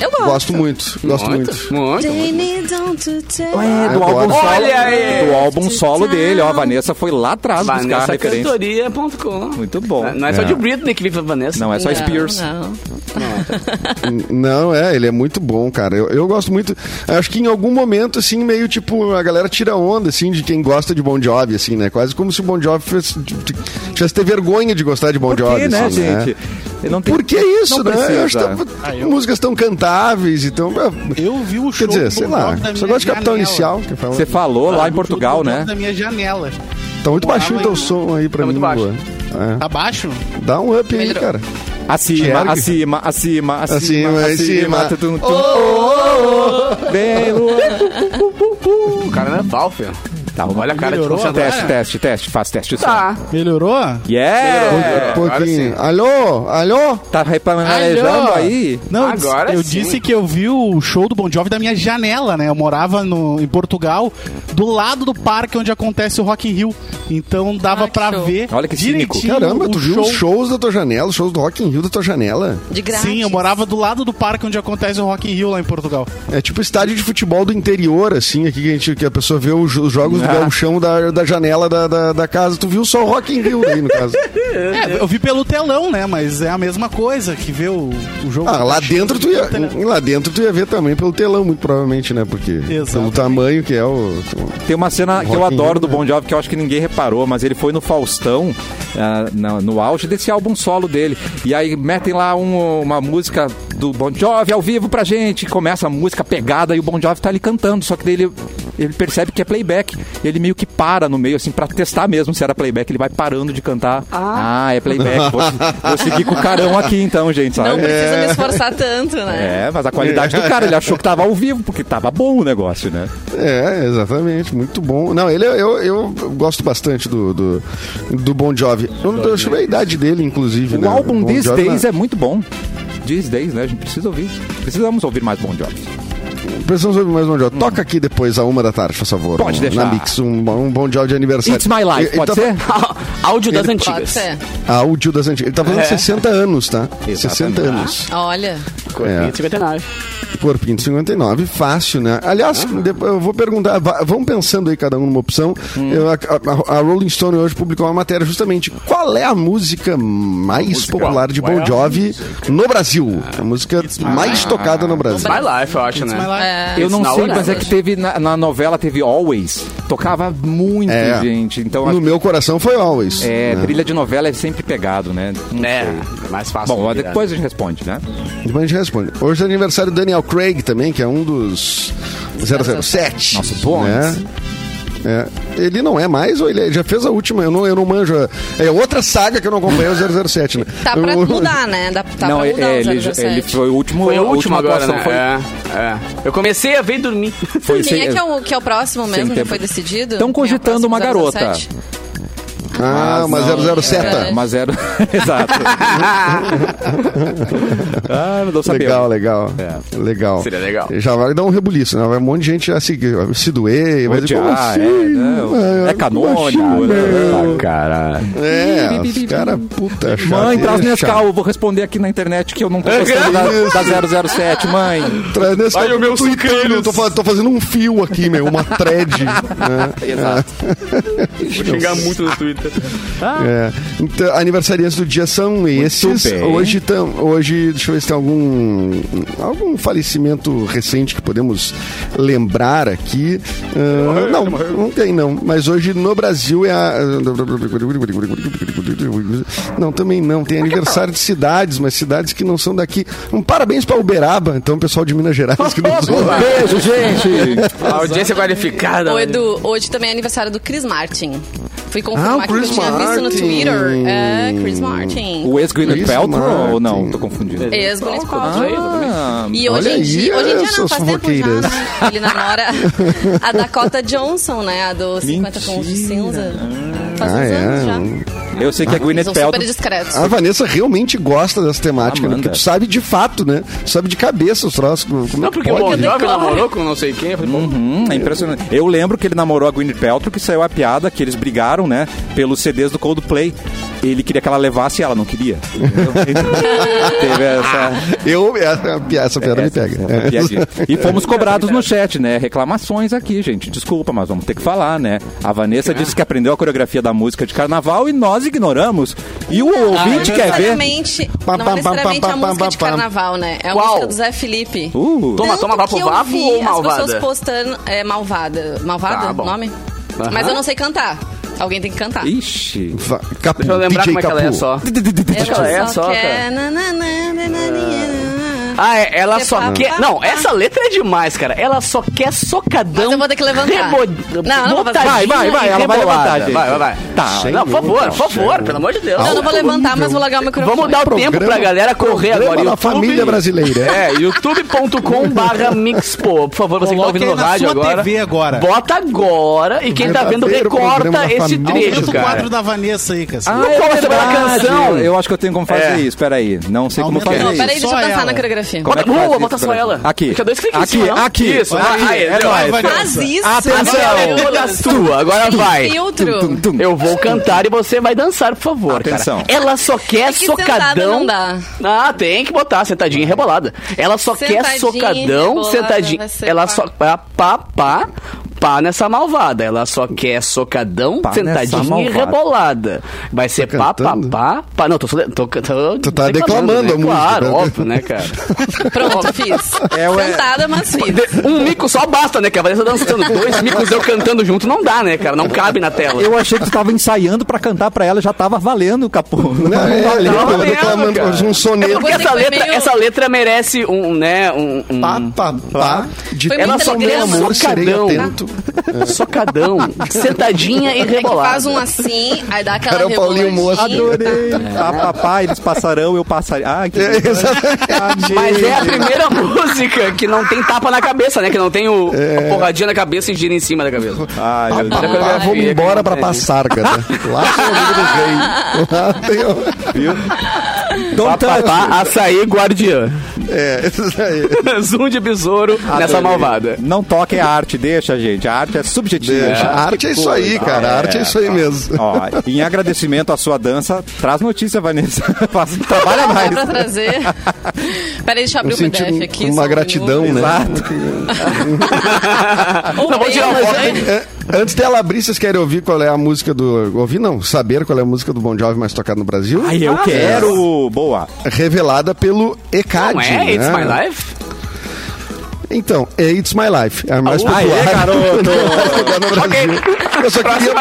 [SPEAKER 3] Eu gosto.
[SPEAKER 5] Gosto muito, gosto muito.
[SPEAKER 2] Muito.
[SPEAKER 3] Jane, don't you tell-
[SPEAKER 1] É, do
[SPEAKER 5] Adoro.
[SPEAKER 1] álbum solo.
[SPEAKER 2] Olha aí!
[SPEAKER 1] Do álbum solo dele, ó. A Vanessa foi lá atrás buscar a referência.
[SPEAKER 2] VanessaCantoria.com
[SPEAKER 1] Muito bom.
[SPEAKER 2] Não é só
[SPEAKER 1] É.
[SPEAKER 2] de Britney que vive a Vanessa.
[SPEAKER 1] Não é só
[SPEAKER 3] Não,
[SPEAKER 1] Spears.
[SPEAKER 3] não.
[SPEAKER 5] Não, é, ele é muito bom, cara. Eu, eu gosto muito. Acho que em algum momento, assim, meio tipo, a galera tira onda, assim, de quem gosta de Bon Jovi, assim, né? Quase como se o Bon Jovi fosse- tivesse ter vergonha de gostar de Bon
[SPEAKER 1] Por
[SPEAKER 5] Jovi,
[SPEAKER 1] que, né,
[SPEAKER 5] assim, né?
[SPEAKER 1] gente? Eu Não
[SPEAKER 5] Por que isso,
[SPEAKER 1] não
[SPEAKER 5] né? Eu acho
[SPEAKER 1] Precisa.
[SPEAKER 5] que tá- músicas tão cantáveis e tão.
[SPEAKER 4] Eu vi o
[SPEAKER 5] Quer
[SPEAKER 4] show
[SPEAKER 5] dizer,
[SPEAKER 4] do
[SPEAKER 5] sei
[SPEAKER 4] Bon Jovi
[SPEAKER 5] lá.
[SPEAKER 4] na
[SPEAKER 5] Só
[SPEAKER 4] minha
[SPEAKER 5] gosto de Capital
[SPEAKER 4] janela.
[SPEAKER 5] Inicial. que fala-
[SPEAKER 1] Você falou lá em
[SPEAKER 4] Eu vi o show
[SPEAKER 1] Portugal,
[SPEAKER 4] do Bon Jovi
[SPEAKER 1] né?
[SPEAKER 4] Na minha janela.
[SPEAKER 5] Tá muito baixinho o
[SPEAKER 4] Morava
[SPEAKER 5] teu
[SPEAKER 4] em-
[SPEAKER 5] som aí pra
[SPEAKER 2] Tá
[SPEAKER 5] mim,
[SPEAKER 2] muito baixo.
[SPEAKER 5] Luan. É.
[SPEAKER 4] Abaixo?
[SPEAKER 5] Dá um up aí, cara.
[SPEAKER 1] Acima,
[SPEAKER 5] Enxerga.
[SPEAKER 1] acima, acima, acima,
[SPEAKER 5] Acima, acima.
[SPEAKER 1] acima. Tum, tum,
[SPEAKER 2] Oh,
[SPEAKER 1] tum. Vem, Luan.
[SPEAKER 2] O cara não é pau, filho.
[SPEAKER 1] Tá,
[SPEAKER 2] Olha a cara de
[SPEAKER 4] Melhorou né?
[SPEAKER 2] concentração.
[SPEAKER 1] Teste, teste, teste. Faz teste.
[SPEAKER 2] Tá. [LAUGHS]
[SPEAKER 4] Melhorou?
[SPEAKER 1] Yeah!
[SPEAKER 5] Um pouquinho. Alô, alô?
[SPEAKER 1] Tá repanelejando aí?
[SPEAKER 4] Não, eu
[SPEAKER 2] Agora
[SPEAKER 4] disse- eu
[SPEAKER 2] sim.
[SPEAKER 4] disse que eu vi o show do Bon Jovi da minha janela, né? Eu morava no, em Portugal, do lado do parque onde acontece o Rock in Rio. Então dava
[SPEAKER 3] Ah, que
[SPEAKER 4] pra
[SPEAKER 3] show.
[SPEAKER 4] ver
[SPEAKER 1] Olha que cínico.
[SPEAKER 4] direitinho
[SPEAKER 5] Caramba,
[SPEAKER 4] o
[SPEAKER 5] tu viu os shows da tua janela, os shows do Rock in Rio da tua janela?
[SPEAKER 3] De graça.
[SPEAKER 4] Sim, eu morava do lado do parque onde acontece o Rock in Rio lá em Portugal.
[SPEAKER 5] É tipo estádio de futebol do interior, assim, aqui que a, gente, que a pessoa vê os jo- os jogos do
[SPEAKER 1] Ah.
[SPEAKER 5] gauchão da, da janela da, da, da casa. Tu viu só o Rock in Rio aí, no caso.
[SPEAKER 4] É, eu vi pelo telão, né? Mas é a mesma coisa que ver o, o jogo.
[SPEAKER 5] Ah, lá dentro tu ia, lá dentro tu ia ver também pelo telão, muito provavelmente, né? Porque pelo
[SPEAKER 4] Exatamente.
[SPEAKER 5] tamanho que é o...
[SPEAKER 1] Tem uma cena que eu
[SPEAKER 5] Rock in
[SPEAKER 1] adoro
[SPEAKER 5] Rio,
[SPEAKER 1] do
[SPEAKER 5] né?
[SPEAKER 1] Bon Jovi que eu acho que ninguém reparou, mas ele foi no Faustão, ah, na- no auge desse álbum solo dele. E aí metem lá um- uma música do Bon Jovi ao vivo pra gente, e começa a música pegada e o Bon Jovi tá ali cantando, só que daí ele, ele percebe que é playback. Ele meio que para no meio, assim, pra testar mesmo se era playback. Ele vai parando de cantar. Ah, é playback. Vou, vou seguir com o carão aqui então, gente,
[SPEAKER 3] Não
[SPEAKER 5] É.
[SPEAKER 1] sabe?
[SPEAKER 3] precisa me esforçar tanto, né?
[SPEAKER 1] É, mas a qualidade do cara, ele achou que tava ao vivo, porque tava bom o negócio, né?
[SPEAKER 5] É, exatamente, muito bom. Não, ele é- eu, eu gosto bastante do, do, do Bon Jovi. Eu não eu acho é a idade dele, inclusive,
[SPEAKER 1] O
[SPEAKER 5] né?
[SPEAKER 1] Um álbum
[SPEAKER 5] Bon
[SPEAKER 1] These
[SPEAKER 5] Jovi,
[SPEAKER 1] Days
[SPEAKER 5] né?
[SPEAKER 1] é muito bom. These Days, né? A gente precisa ouvir. Precisamos ouvir mais Bon Jovi.
[SPEAKER 5] Precisamos ouvir mais Bon Jovi. Toca aqui depois, a uma da tarde, por favor.
[SPEAKER 1] Pode
[SPEAKER 5] um,
[SPEAKER 1] deixar.
[SPEAKER 5] Na Mix, um, um Bon Jovi de aniversário.
[SPEAKER 1] It's My
[SPEAKER 5] Ele-
[SPEAKER 1] Life,
[SPEAKER 5] ele
[SPEAKER 1] pode
[SPEAKER 5] tá-
[SPEAKER 1] ser?
[SPEAKER 2] Áudio das
[SPEAKER 3] Pode
[SPEAKER 2] antigas.
[SPEAKER 3] ser.
[SPEAKER 5] Áudio das antigas. Ele tá fazendo
[SPEAKER 2] É.
[SPEAKER 5] 60 anos, tá?
[SPEAKER 1] Exatamente.
[SPEAKER 5] 60 anos.
[SPEAKER 3] Olha.
[SPEAKER 5] É.
[SPEAKER 2] 59.
[SPEAKER 5] Corpinho de 59, fácil, né? Aliás,
[SPEAKER 1] Ah.
[SPEAKER 5] depois eu vou perguntar, va- vamos pensando aí cada um numa opção.
[SPEAKER 1] Hum.
[SPEAKER 5] Eu- a, a- a Rolling Stone hoje publicou uma matéria justamente qual é a música mais popular de
[SPEAKER 1] é
[SPEAKER 5] Bon Jovi no Brasil. A música mais tocada no Brasil.
[SPEAKER 2] My Life, eu acho, né?
[SPEAKER 4] Mas lá-
[SPEAKER 1] Eu não
[SPEAKER 2] It's
[SPEAKER 1] sei,
[SPEAKER 2] Now or
[SPEAKER 1] mas é
[SPEAKER 2] Never.
[SPEAKER 1] que teve na, na novela teve Always. Tocava muito,
[SPEAKER 5] É.
[SPEAKER 1] gente. Então,
[SPEAKER 5] No
[SPEAKER 1] acho-
[SPEAKER 5] meu coração foi Always.
[SPEAKER 1] é,
[SPEAKER 5] né?
[SPEAKER 1] trilha de novela é sempre pegado, né? Não sei.
[SPEAKER 2] É, é mais fácil.
[SPEAKER 1] Bom,
[SPEAKER 2] de virar.
[SPEAKER 1] depois a gente responde, né?
[SPEAKER 5] Depois a gente responde. Hoje é aniversário do Daniel Craig também, que é um dos 007.
[SPEAKER 1] Nossa, bons.
[SPEAKER 5] né? É. Ele não é mais ou ele é- já fez a última? Eu não, eu não manjo. a- É outra saga que eu não acompanhei, o 007, né?
[SPEAKER 3] Tá pra
[SPEAKER 5] Eu-
[SPEAKER 3] mudar, né? Dá- Tá
[SPEAKER 1] Uh. não,
[SPEAKER 3] pra
[SPEAKER 1] é-
[SPEAKER 3] mudar
[SPEAKER 1] é,
[SPEAKER 3] o
[SPEAKER 1] ele,
[SPEAKER 3] 007.
[SPEAKER 1] ele foi o último.
[SPEAKER 2] Foi o
[SPEAKER 1] a
[SPEAKER 2] último
[SPEAKER 1] última
[SPEAKER 2] agora,
[SPEAKER 1] atuação
[SPEAKER 2] né?
[SPEAKER 1] foi-
[SPEAKER 2] É, é. Eu comecei a ver e dormi.
[SPEAKER 1] foi
[SPEAKER 3] Quem é
[SPEAKER 1] sem-
[SPEAKER 3] que é o, que é o próximo mesmo? Já
[SPEAKER 1] tempo.
[SPEAKER 3] foi decidido?
[SPEAKER 1] Tão
[SPEAKER 3] Quem é o
[SPEAKER 1] cogitando
[SPEAKER 3] próximo
[SPEAKER 1] uma garota.
[SPEAKER 3] 007?
[SPEAKER 5] Ah, uma
[SPEAKER 1] não.
[SPEAKER 5] 007.
[SPEAKER 1] É, mas era. [LAUGHS] Exato. ah, não dou saber.
[SPEAKER 5] Legal, legal.
[SPEAKER 1] É.
[SPEAKER 5] Legal.
[SPEAKER 2] Seria legal.
[SPEAKER 5] Já vai dar um rebuliço, né? Vai um monte de gente assim, que vai se doer, vai dizer, como
[SPEAKER 1] Odiar, é,
[SPEAKER 5] assim?
[SPEAKER 1] né? é, canônico. né? Ah, caralho.
[SPEAKER 5] É, os caras, puta, chato,
[SPEAKER 1] Mãe, traz
[SPEAKER 5] é chato.
[SPEAKER 1] Nescau, eu vou responder aqui na internet que eu não tô gostando da, da 007, mãe.
[SPEAKER 5] Traz nesse
[SPEAKER 2] Ai, o meu
[SPEAKER 5] eu né, tô, fa- tô fazendo um fio aqui, meu, uma thread. né?
[SPEAKER 1] [LAUGHS] Exato.
[SPEAKER 2] Vou xingar muito no Twitter.
[SPEAKER 5] É. Então, aniversariantes do dia são esses.
[SPEAKER 1] bem.
[SPEAKER 5] Hoje, tam, hoje, deixa eu ver se tem algum, algum falecimento recente que podemos lembrar aqui. Ah, não, não tem, não. Mas hoje no Brasil é a. Não, também não. Tem aniversário de cidades, mas cidades que não são daqui. Um parabéns para Uberaba, então, pessoal de Minas Gerais
[SPEAKER 1] [LAUGHS]
[SPEAKER 5] que nos ouve.
[SPEAKER 1] Um Beijo, gente.
[SPEAKER 2] A audiência qualificada.
[SPEAKER 1] né?
[SPEAKER 3] Ô, Edu, hoje também é aniversário do Chris Martin. fui confirmar
[SPEAKER 5] Ah, o
[SPEAKER 3] que eu
[SPEAKER 5] Chris
[SPEAKER 3] tinha visto no
[SPEAKER 5] Martin.
[SPEAKER 3] Twitter. É, Chris Martin.
[SPEAKER 1] O ex-Gwyneth
[SPEAKER 5] Isso,
[SPEAKER 1] Paltrow ou não?
[SPEAKER 5] Martin.
[SPEAKER 1] Tô confundindo.
[SPEAKER 3] Ex-Gwyneth
[SPEAKER 2] Ah,
[SPEAKER 3] Paltrow.
[SPEAKER 2] exatamente.
[SPEAKER 3] E hoje
[SPEAKER 5] Olha
[SPEAKER 3] em dia,
[SPEAKER 5] aí,
[SPEAKER 3] hoje em dia não,
[SPEAKER 5] essas
[SPEAKER 3] faz tempo já,
[SPEAKER 5] fofoqueiras.
[SPEAKER 3] né? Ele namora a Dakota Johnson, né? A do 50 Tons de
[SPEAKER 1] Mentira.
[SPEAKER 3] Cinza. Faz
[SPEAKER 5] Ah,
[SPEAKER 3] uns anos
[SPEAKER 5] é?
[SPEAKER 3] já.
[SPEAKER 1] Eu sei que a
[SPEAKER 3] Eles
[SPEAKER 1] Gwyneth
[SPEAKER 3] Ah, são super
[SPEAKER 1] Paltrow...
[SPEAKER 3] discretos.
[SPEAKER 5] A Vanessa realmente gosta dessa temática, né?
[SPEAKER 1] Amanda.
[SPEAKER 5] Porque tu sabe de fato, né? Tu sabe de cabeça os troços. Como
[SPEAKER 2] Não,
[SPEAKER 5] é que
[SPEAKER 2] porque o Bon
[SPEAKER 5] pode, né?
[SPEAKER 2] Jovi namorou com não sei quem. Eu falei, bom,
[SPEAKER 1] Hum, é impressionante. Eu lembro que ele namorou a Gwyneth Paltrow, que saiu a piada que eles brigaram, né, pelos CDs do Coldplay. Ele queria que ela levasse e ela não
[SPEAKER 3] [LAUGHS]
[SPEAKER 1] queria. entendeu? Então, Teve essa,
[SPEAKER 5] Eu, essa, pi- essa piada me pega.
[SPEAKER 1] essa
[SPEAKER 5] É.
[SPEAKER 1] é piadinha. E fomos cobrados no chat, né? Reclamações aqui, gente. Desculpa, mas vamos ter que falar, né? A Vanessa disse que aprendeu a coreografia da música de carnaval e nós ignoramos. E o ouvinte
[SPEAKER 3] não
[SPEAKER 1] quer ver.
[SPEAKER 3] necessariamente,
[SPEAKER 5] Pam,
[SPEAKER 3] não
[SPEAKER 5] pam,
[SPEAKER 3] necessariamente é
[SPEAKER 5] pam,
[SPEAKER 3] a
[SPEAKER 5] pam,
[SPEAKER 3] música
[SPEAKER 5] pam,
[SPEAKER 3] de
[SPEAKER 5] pam.
[SPEAKER 3] carnaval, né? É a
[SPEAKER 2] Qual?
[SPEAKER 3] música do Zé Felipe.
[SPEAKER 1] Uh,
[SPEAKER 2] Toma,
[SPEAKER 3] Tanto
[SPEAKER 2] toma, vapo,
[SPEAKER 3] que eu
[SPEAKER 2] vapo
[SPEAKER 3] vi
[SPEAKER 2] ou
[SPEAKER 3] As
[SPEAKER 2] malvada?
[SPEAKER 3] pessoas postando... É, malvada. Malvada?
[SPEAKER 2] Tá bom.
[SPEAKER 3] o nome?
[SPEAKER 2] Aham.
[SPEAKER 3] Mas eu não sei cantar. Alguém tem que cantar.
[SPEAKER 1] ixi.
[SPEAKER 5] Va- Capu,
[SPEAKER 2] deixa eu lembrar
[SPEAKER 5] DJ
[SPEAKER 2] como é que
[SPEAKER 5] Capu.
[SPEAKER 2] ela é só.
[SPEAKER 3] Ela
[SPEAKER 2] Ela é só,
[SPEAKER 3] quer...
[SPEAKER 2] cara.
[SPEAKER 3] nananã, nananã.
[SPEAKER 2] Ah, é, ela
[SPEAKER 3] Que
[SPEAKER 2] só
[SPEAKER 3] pá,
[SPEAKER 2] quer.
[SPEAKER 3] pá,
[SPEAKER 2] Não,
[SPEAKER 3] pá.
[SPEAKER 2] essa letra é demais, cara. Ela só quer socadão.
[SPEAKER 3] tá." Mas eu vou ter que levantar.
[SPEAKER 2] rebo-
[SPEAKER 3] Não, eu não vou fazer
[SPEAKER 2] botadinha
[SPEAKER 1] Vai, vai, vai,
[SPEAKER 2] e
[SPEAKER 1] ela vai
[SPEAKER 2] rebolada.
[SPEAKER 1] levantar, gente.
[SPEAKER 2] Vai, vai, vai.
[SPEAKER 1] Tá.
[SPEAKER 5] Sem
[SPEAKER 2] não, por favor,
[SPEAKER 5] dúvida.
[SPEAKER 2] por favor, pelo amor de Deus.
[SPEAKER 3] Não, eu não vou levantar, mas vou largar o microfone.
[SPEAKER 2] Vamos dar o tempo pra galera correr
[SPEAKER 5] programa
[SPEAKER 2] agora.
[SPEAKER 5] da família brasileira. Né?
[SPEAKER 2] É, youtube.com barra mixpo. Por favor, você que tá
[SPEAKER 4] Coloque
[SPEAKER 2] ouvindo no
[SPEAKER 4] aí na
[SPEAKER 2] rádio
[SPEAKER 4] sua
[SPEAKER 2] agora.
[SPEAKER 4] TV agora.
[SPEAKER 2] Bota agora e quem tá vendo
[SPEAKER 5] Verdadeiro
[SPEAKER 2] recorta
[SPEAKER 5] programa da
[SPEAKER 2] esse
[SPEAKER 5] família.
[SPEAKER 2] trecho,
[SPEAKER 4] Aumenta o quadro
[SPEAKER 2] cara.
[SPEAKER 4] da Vanessa aí, cara.
[SPEAKER 5] Ah,
[SPEAKER 2] Não posso pela canção.
[SPEAKER 1] Eu acho que eu tenho como fazer
[SPEAKER 2] É.
[SPEAKER 1] isso. Peraí. Não sei como
[SPEAKER 4] Aumenta
[SPEAKER 1] fazer
[SPEAKER 4] aí.
[SPEAKER 3] Não,
[SPEAKER 1] isso.
[SPEAKER 3] peraí, deixa eu
[SPEAKER 4] Só
[SPEAKER 3] dançar
[SPEAKER 4] ela.
[SPEAKER 3] na coreografia.
[SPEAKER 1] Como é que
[SPEAKER 2] Bota-
[SPEAKER 1] faz
[SPEAKER 2] Uh, bota
[SPEAKER 1] isso,
[SPEAKER 2] só
[SPEAKER 1] Brasil?
[SPEAKER 2] ela.
[SPEAKER 1] Aqui.
[SPEAKER 2] Fica dois cliques em
[SPEAKER 1] aqui,
[SPEAKER 2] cima, não?
[SPEAKER 1] aqui.
[SPEAKER 2] Isso,
[SPEAKER 1] aqui.
[SPEAKER 2] aí,
[SPEAKER 1] é
[SPEAKER 2] deu.
[SPEAKER 1] nóis.
[SPEAKER 4] Vai, vai.
[SPEAKER 3] Faz isso.
[SPEAKER 1] Atenção.
[SPEAKER 2] Agora eu vou na sua, agora vai.
[SPEAKER 3] Filtro.
[SPEAKER 1] Tum, tum, tum.
[SPEAKER 2] Eu vou cantar e você vai dançar, por favor,
[SPEAKER 1] Atenção.
[SPEAKER 2] cara. Ela só quer
[SPEAKER 3] É que sentada
[SPEAKER 2] socadão.
[SPEAKER 3] não dá.
[SPEAKER 2] Ah, tem que botar sentadinha e rebolada. Ela só quer
[SPEAKER 3] Sentadinha e
[SPEAKER 2] socadão,
[SPEAKER 3] rebolada,
[SPEAKER 2] sentadinha.
[SPEAKER 3] vai ser
[SPEAKER 2] Ela
[SPEAKER 3] pá.
[SPEAKER 2] só pá, pá, pá, pá nessa malvada. Ela só quer socadão,
[SPEAKER 1] Pá nessa
[SPEAKER 2] sentadinha e
[SPEAKER 1] malvada.
[SPEAKER 2] rebolada. Vai ser pá, pá,
[SPEAKER 5] cantando?
[SPEAKER 2] pá, pá. Não, tô, tô, tô, tô
[SPEAKER 5] Tu tá declamando a
[SPEAKER 2] né?
[SPEAKER 5] música,
[SPEAKER 2] Claro,
[SPEAKER 5] né?
[SPEAKER 2] óbvio, né, cara?
[SPEAKER 3] Pronto, fiz.
[SPEAKER 1] É, ué.
[SPEAKER 3] Sentada, mas fiz.
[SPEAKER 2] De- Um mico só basta, né? Que a Vanessa dançando. Dois micos eu cantando junto não dá, né, cara? Não cabe na tela.
[SPEAKER 1] Eu achei que tu tava ensaiando pra cantar pra ela, já tava valendo, capô.
[SPEAKER 5] Não, é, ele
[SPEAKER 2] Não,
[SPEAKER 5] tava
[SPEAKER 2] lembro,
[SPEAKER 5] declamando
[SPEAKER 2] cara.
[SPEAKER 5] um
[SPEAKER 2] É
[SPEAKER 5] soneto.
[SPEAKER 2] porque
[SPEAKER 3] Eu vou ter
[SPEAKER 2] essa
[SPEAKER 3] que ver
[SPEAKER 2] letra,
[SPEAKER 3] meio-
[SPEAKER 2] essa letra merece um, né, um, um
[SPEAKER 5] Pá, pá, pá.
[SPEAKER 2] Hum.
[SPEAKER 5] De
[SPEAKER 3] Foi muito
[SPEAKER 5] todo o meu
[SPEAKER 3] elegante.
[SPEAKER 5] amor, serei
[SPEAKER 2] Socadão.
[SPEAKER 5] atento.
[SPEAKER 2] socadão, sentadinha e rebolada.
[SPEAKER 3] Faz um assim, aí dá aquela
[SPEAKER 5] Era o Paulinho Moço.
[SPEAKER 3] reboladinha.
[SPEAKER 1] Adorei. Pá, pá, pá, Ah, eles passarão, eu passarei. Ah, que
[SPEAKER 5] É, exatamente.
[SPEAKER 2] Mas é a primeira música que não tem tapa na cabeça, né? Que não tem o, a porradinha na cabeça e gira em cima da cabeça.
[SPEAKER 1] Ai, meu
[SPEAKER 5] Pá,
[SPEAKER 1] Deus.
[SPEAKER 2] Deus.
[SPEAKER 5] pá, Vamos embora pra
[SPEAKER 2] É.
[SPEAKER 5] passar, cara. Lá sou amigo do rei. Lá
[SPEAKER 1] Viu? Don't touch.
[SPEAKER 2] Papapá, Tá, açaí, guardiã. [LAUGHS]
[SPEAKER 5] tem... É, isso aí.
[SPEAKER 2] Zoom de besouro nessa
[SPEAKER 1] Adorei.
[SPEAKER 2] malvada.
[SPEAKER 1] Não toquem a arte, deixa, gente. A arte é subjetiva.
[SPEAKER 5] Deixa. A arte é isso aí, cara. A arte é isso aí mesmo.
[SPEAKER 1] Ó, em agradecimento à sua dança, traz notícia, Vanessa. [LAUGHS] Faz- Trabalha
[SPEAKER 3] Dá
[SPEAKER 1] mais.
[SPEAKER 3] pra trazer.
[SPEAKER 5] [LAUGHS]
[SPEAKER 3] Peraí, deixa eu abrir
[SPEAKER 5] Eu
[SPEAKER 3] o
[SPEAKER 5] senti
[SPEAKER 3] PDF
[SPEAKER 5] um-
[SPEAKER 3] aqui. só
[SPEAKER 5] uma
[SPEAKER 3] um
[SPEAKER 5] gratidão,
[SPEAKER 3] minuto.
[SPEAKER 5] né?
[SPEAKER 3] Ou
[SPEAKER 2] Não, vou tirar uma
[SPEAKER 3] bem,
[SPEAKER 2] foto.
[SPEAKER 3] mas,
[SPEAKER 5] É, Antes dela abrir, vocês querem ouvir qual é a música do. Ouvir não, saber qual é a música do Bon Jovi mais tocada no Brasil?
[SPEAKER 1] Ai, eu quero. Boa.
[SPEAKER 5] Revelada pelo ECAD.
[SPEAKER 2] Não é?
[SPEAKER 5] né?
[SPEAKER 2] It's My Life?
[SPEAKER 5] Então, é It's My Life. É a mais popular.
[SPEAKER 1] Aê,
[SPEAKER 5] [LAUGHS]
[SPEAKER 1] garoto.
[SPEAKER 5] Tocada no Brasil. Eu só queria.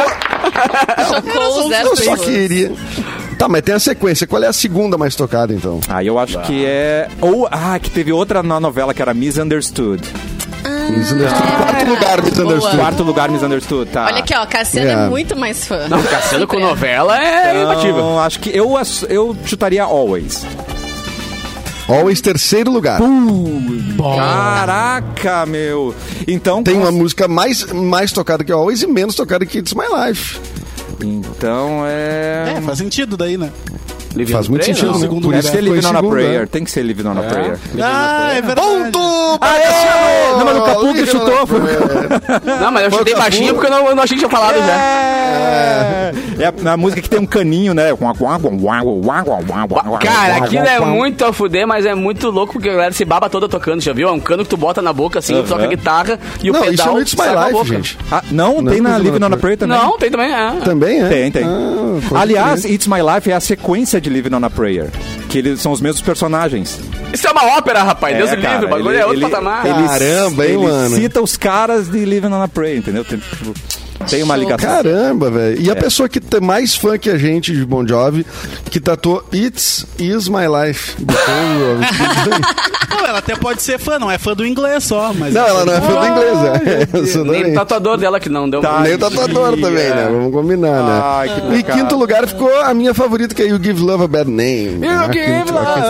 [SPEAKER 3] Chocou zero
[SPEAKER 5] Eu só
[SPEAKER 3] pessoas.
[SPEAKER 5] queria. Tá, mas tem a sequência. Qual é a segunda mais tocada, então?
[SPEAKER 1] Aí eu acho que é. Ou. Ah, que teve outra na novela que era Misunderstood.
[SPEAKER 5] Misunderstood. Quarto lugar, Misunderstood.
[SPEAKER 1] Quarto lugar, Misunderstood,
[SPEAKER 5] Ah.
[SPEAKER 1] tá.
[SPEAKER 3] Olha aqui, ó, Cassiano é
[SPEAKER 5] Yeah.
[SPEAKER 3] muito mais fã.
[SPEAKER 2] Não, Cassiano com novela é imbatível.
[SPEAKER 1] Então, acho que eu, ass- eu chutaria Always.
[SPEAKER 5] Always terceiro lugar.
[SPEAKER 1] Caraca, meu. Então,
[SPEAKER 5] Tem uma música mais, mais tocada que Always e menos tocada que It's My Life.
[SPEAKER 1] então é.
[SPEAKER 4] É, faz sentido daí, né?
[SPEAKER 2] Livinho
[SPEAKER 5] Faz muito
[SPEAKER 2] Freire,
[SPEAKER 5] sentido.
[SPEAKER 2] não?
[SPEAKER 5] né?
[SPEAKER 4] segundo
[SPEAKER 5] Por
[SPEAKER 1] Deve
[SPEAKER 5] isso que
[SPEAKER 1] ser
[SPEAKER 5] ele
[SPEAKER 1] é Living
[SPEAKER 5] ficou
[SPEAKER 1] on a
[SPEAKER 5] em segundo,
[SPEAKER 1] Prayer.
[SPEAKER 5] né?
[SPEAKER 1] Tem que ser Living
[SPEAKER 2] É.
[SPEAKER 1] on a Prayer.
[SPEAKER 4] Ah, é verdade.
[SPEAKER 5] Ponto! pra
[SPEAKER 1] Aê!
[SPEAKER 5] Cassiano!
[SPEAKER 1] Não, mas o Capu que
[SPEAKER 5] Living on a
[SPEAKER 1] chutou. foi-
[SPEAKER 5] Prayer.
[SPEAKER 1] [LAUGHS]
[SPEAKER 2] Não, mas eu chutei
[SPEAKER 5] Acabou.
[SPEAKER 2] baixinho porque eu não, eu não achei que tinha falado já.
[SPEAKER 1] né? É. É a- a música que tem um caninho, né?
[SPEAKER 2] Cara, aquilo é muito a fuder, mas é muito louco porque a galera se baba toda tocando, já viu? É um cano que tu bota na boca assim,
[SPEAKER 1] Aham.
[SPEAKER 2] tu toca a guitarra e o
[SPEAKER 5] Não, isso é
[SPEAKER 2] pedal
[SPEAKER 5] no It's My
[SPEAKER 2] sai na
[SPEAKER 5] Life,
[SPEAKER 2] boca.
[SPEAKER 5] gente.
[SPEAKER 1] Ah, não,
[SPEAKER 5] Não
[SPEAKER 1] tem
[SPEAKER 5] é
[SPEAKER 1] na
[SPEAKER 5] Living
[SPEAKER 1] Living
[SPEAKER 5] on
[SPEAKER 1] on
[SPEAKER 5] a
[SPEAKER 1] a Prayer também?
[SPEAKER 2] Não, tem também. É.
[SPEAKER 5] Também é?
[SPEAKER 1] Tem, tem.
[SPEAKER 5] Ah, pode
[SPEAKER 1] Aliás,
[SPEAKER 5] crer.
[SPEAKER 1] It's My Life é a sequência de Living on a Prayer. Que eles são os mesmos personagens.
[SPEAKER 2] Isso é uma ópera, rapaz. Deus
[SPEAKER 1] É,
[SPEAKER 2] me
[SPEAKER 1] cara,
[SPEAKER 2] livre, o bagulho
[SPEAKER 1] ele-
[SPEAKER 2] é outro
[SPEAKER 1] ele-
[SPEAKER 2] patamar.
[SPEAKER 1] ele-
[SPEAKER 5] Caramba, hein,
[SPEAKER 1] ele
[SPEAKER 5] mano?
[SPEAKER 1] cita os caras de Living on a Prayer, entendeu? Tem, tipo, Tem uma ligação.
[SPEAKER 5] Caramba, velho. E a pessoa que é mais fã que a gente de Bon Jovi, que tatuou It's Is My Life. do
[SPEAKER 2] [LAUGHS]
[SPEAKER 5] Bon Jovi.
[SPEAKER 4] Não, ela até pode ser fã, não é fã do inglês só, mas.
[SPEAKER 5] não, ela não é fã do inglês, [LAUGHS] é.
[SPEAKER 2] Nem o
[SPEAKER 5] Exatamente.
[SPEAKER 2] tatuador dela que não deu
[SPEAKER 1] Tá.
[SPEAKER 5] Nem o tatuador também, né? Vamos combinar, né?
[SPEAKER 1] Ai, que
[SPEAKER 5] em
[SPEAKER 1] pecado.
[SPEAKER 5] quinto lugar ficou a minha favorita, que é You Give Love a Bad Name. Ah,
[SPEAKER 2] You
[SPEAKER 5] A
[SPEAKER 2] give
[SPEAKER 5] quinta- a
[SPEAKER 2] love-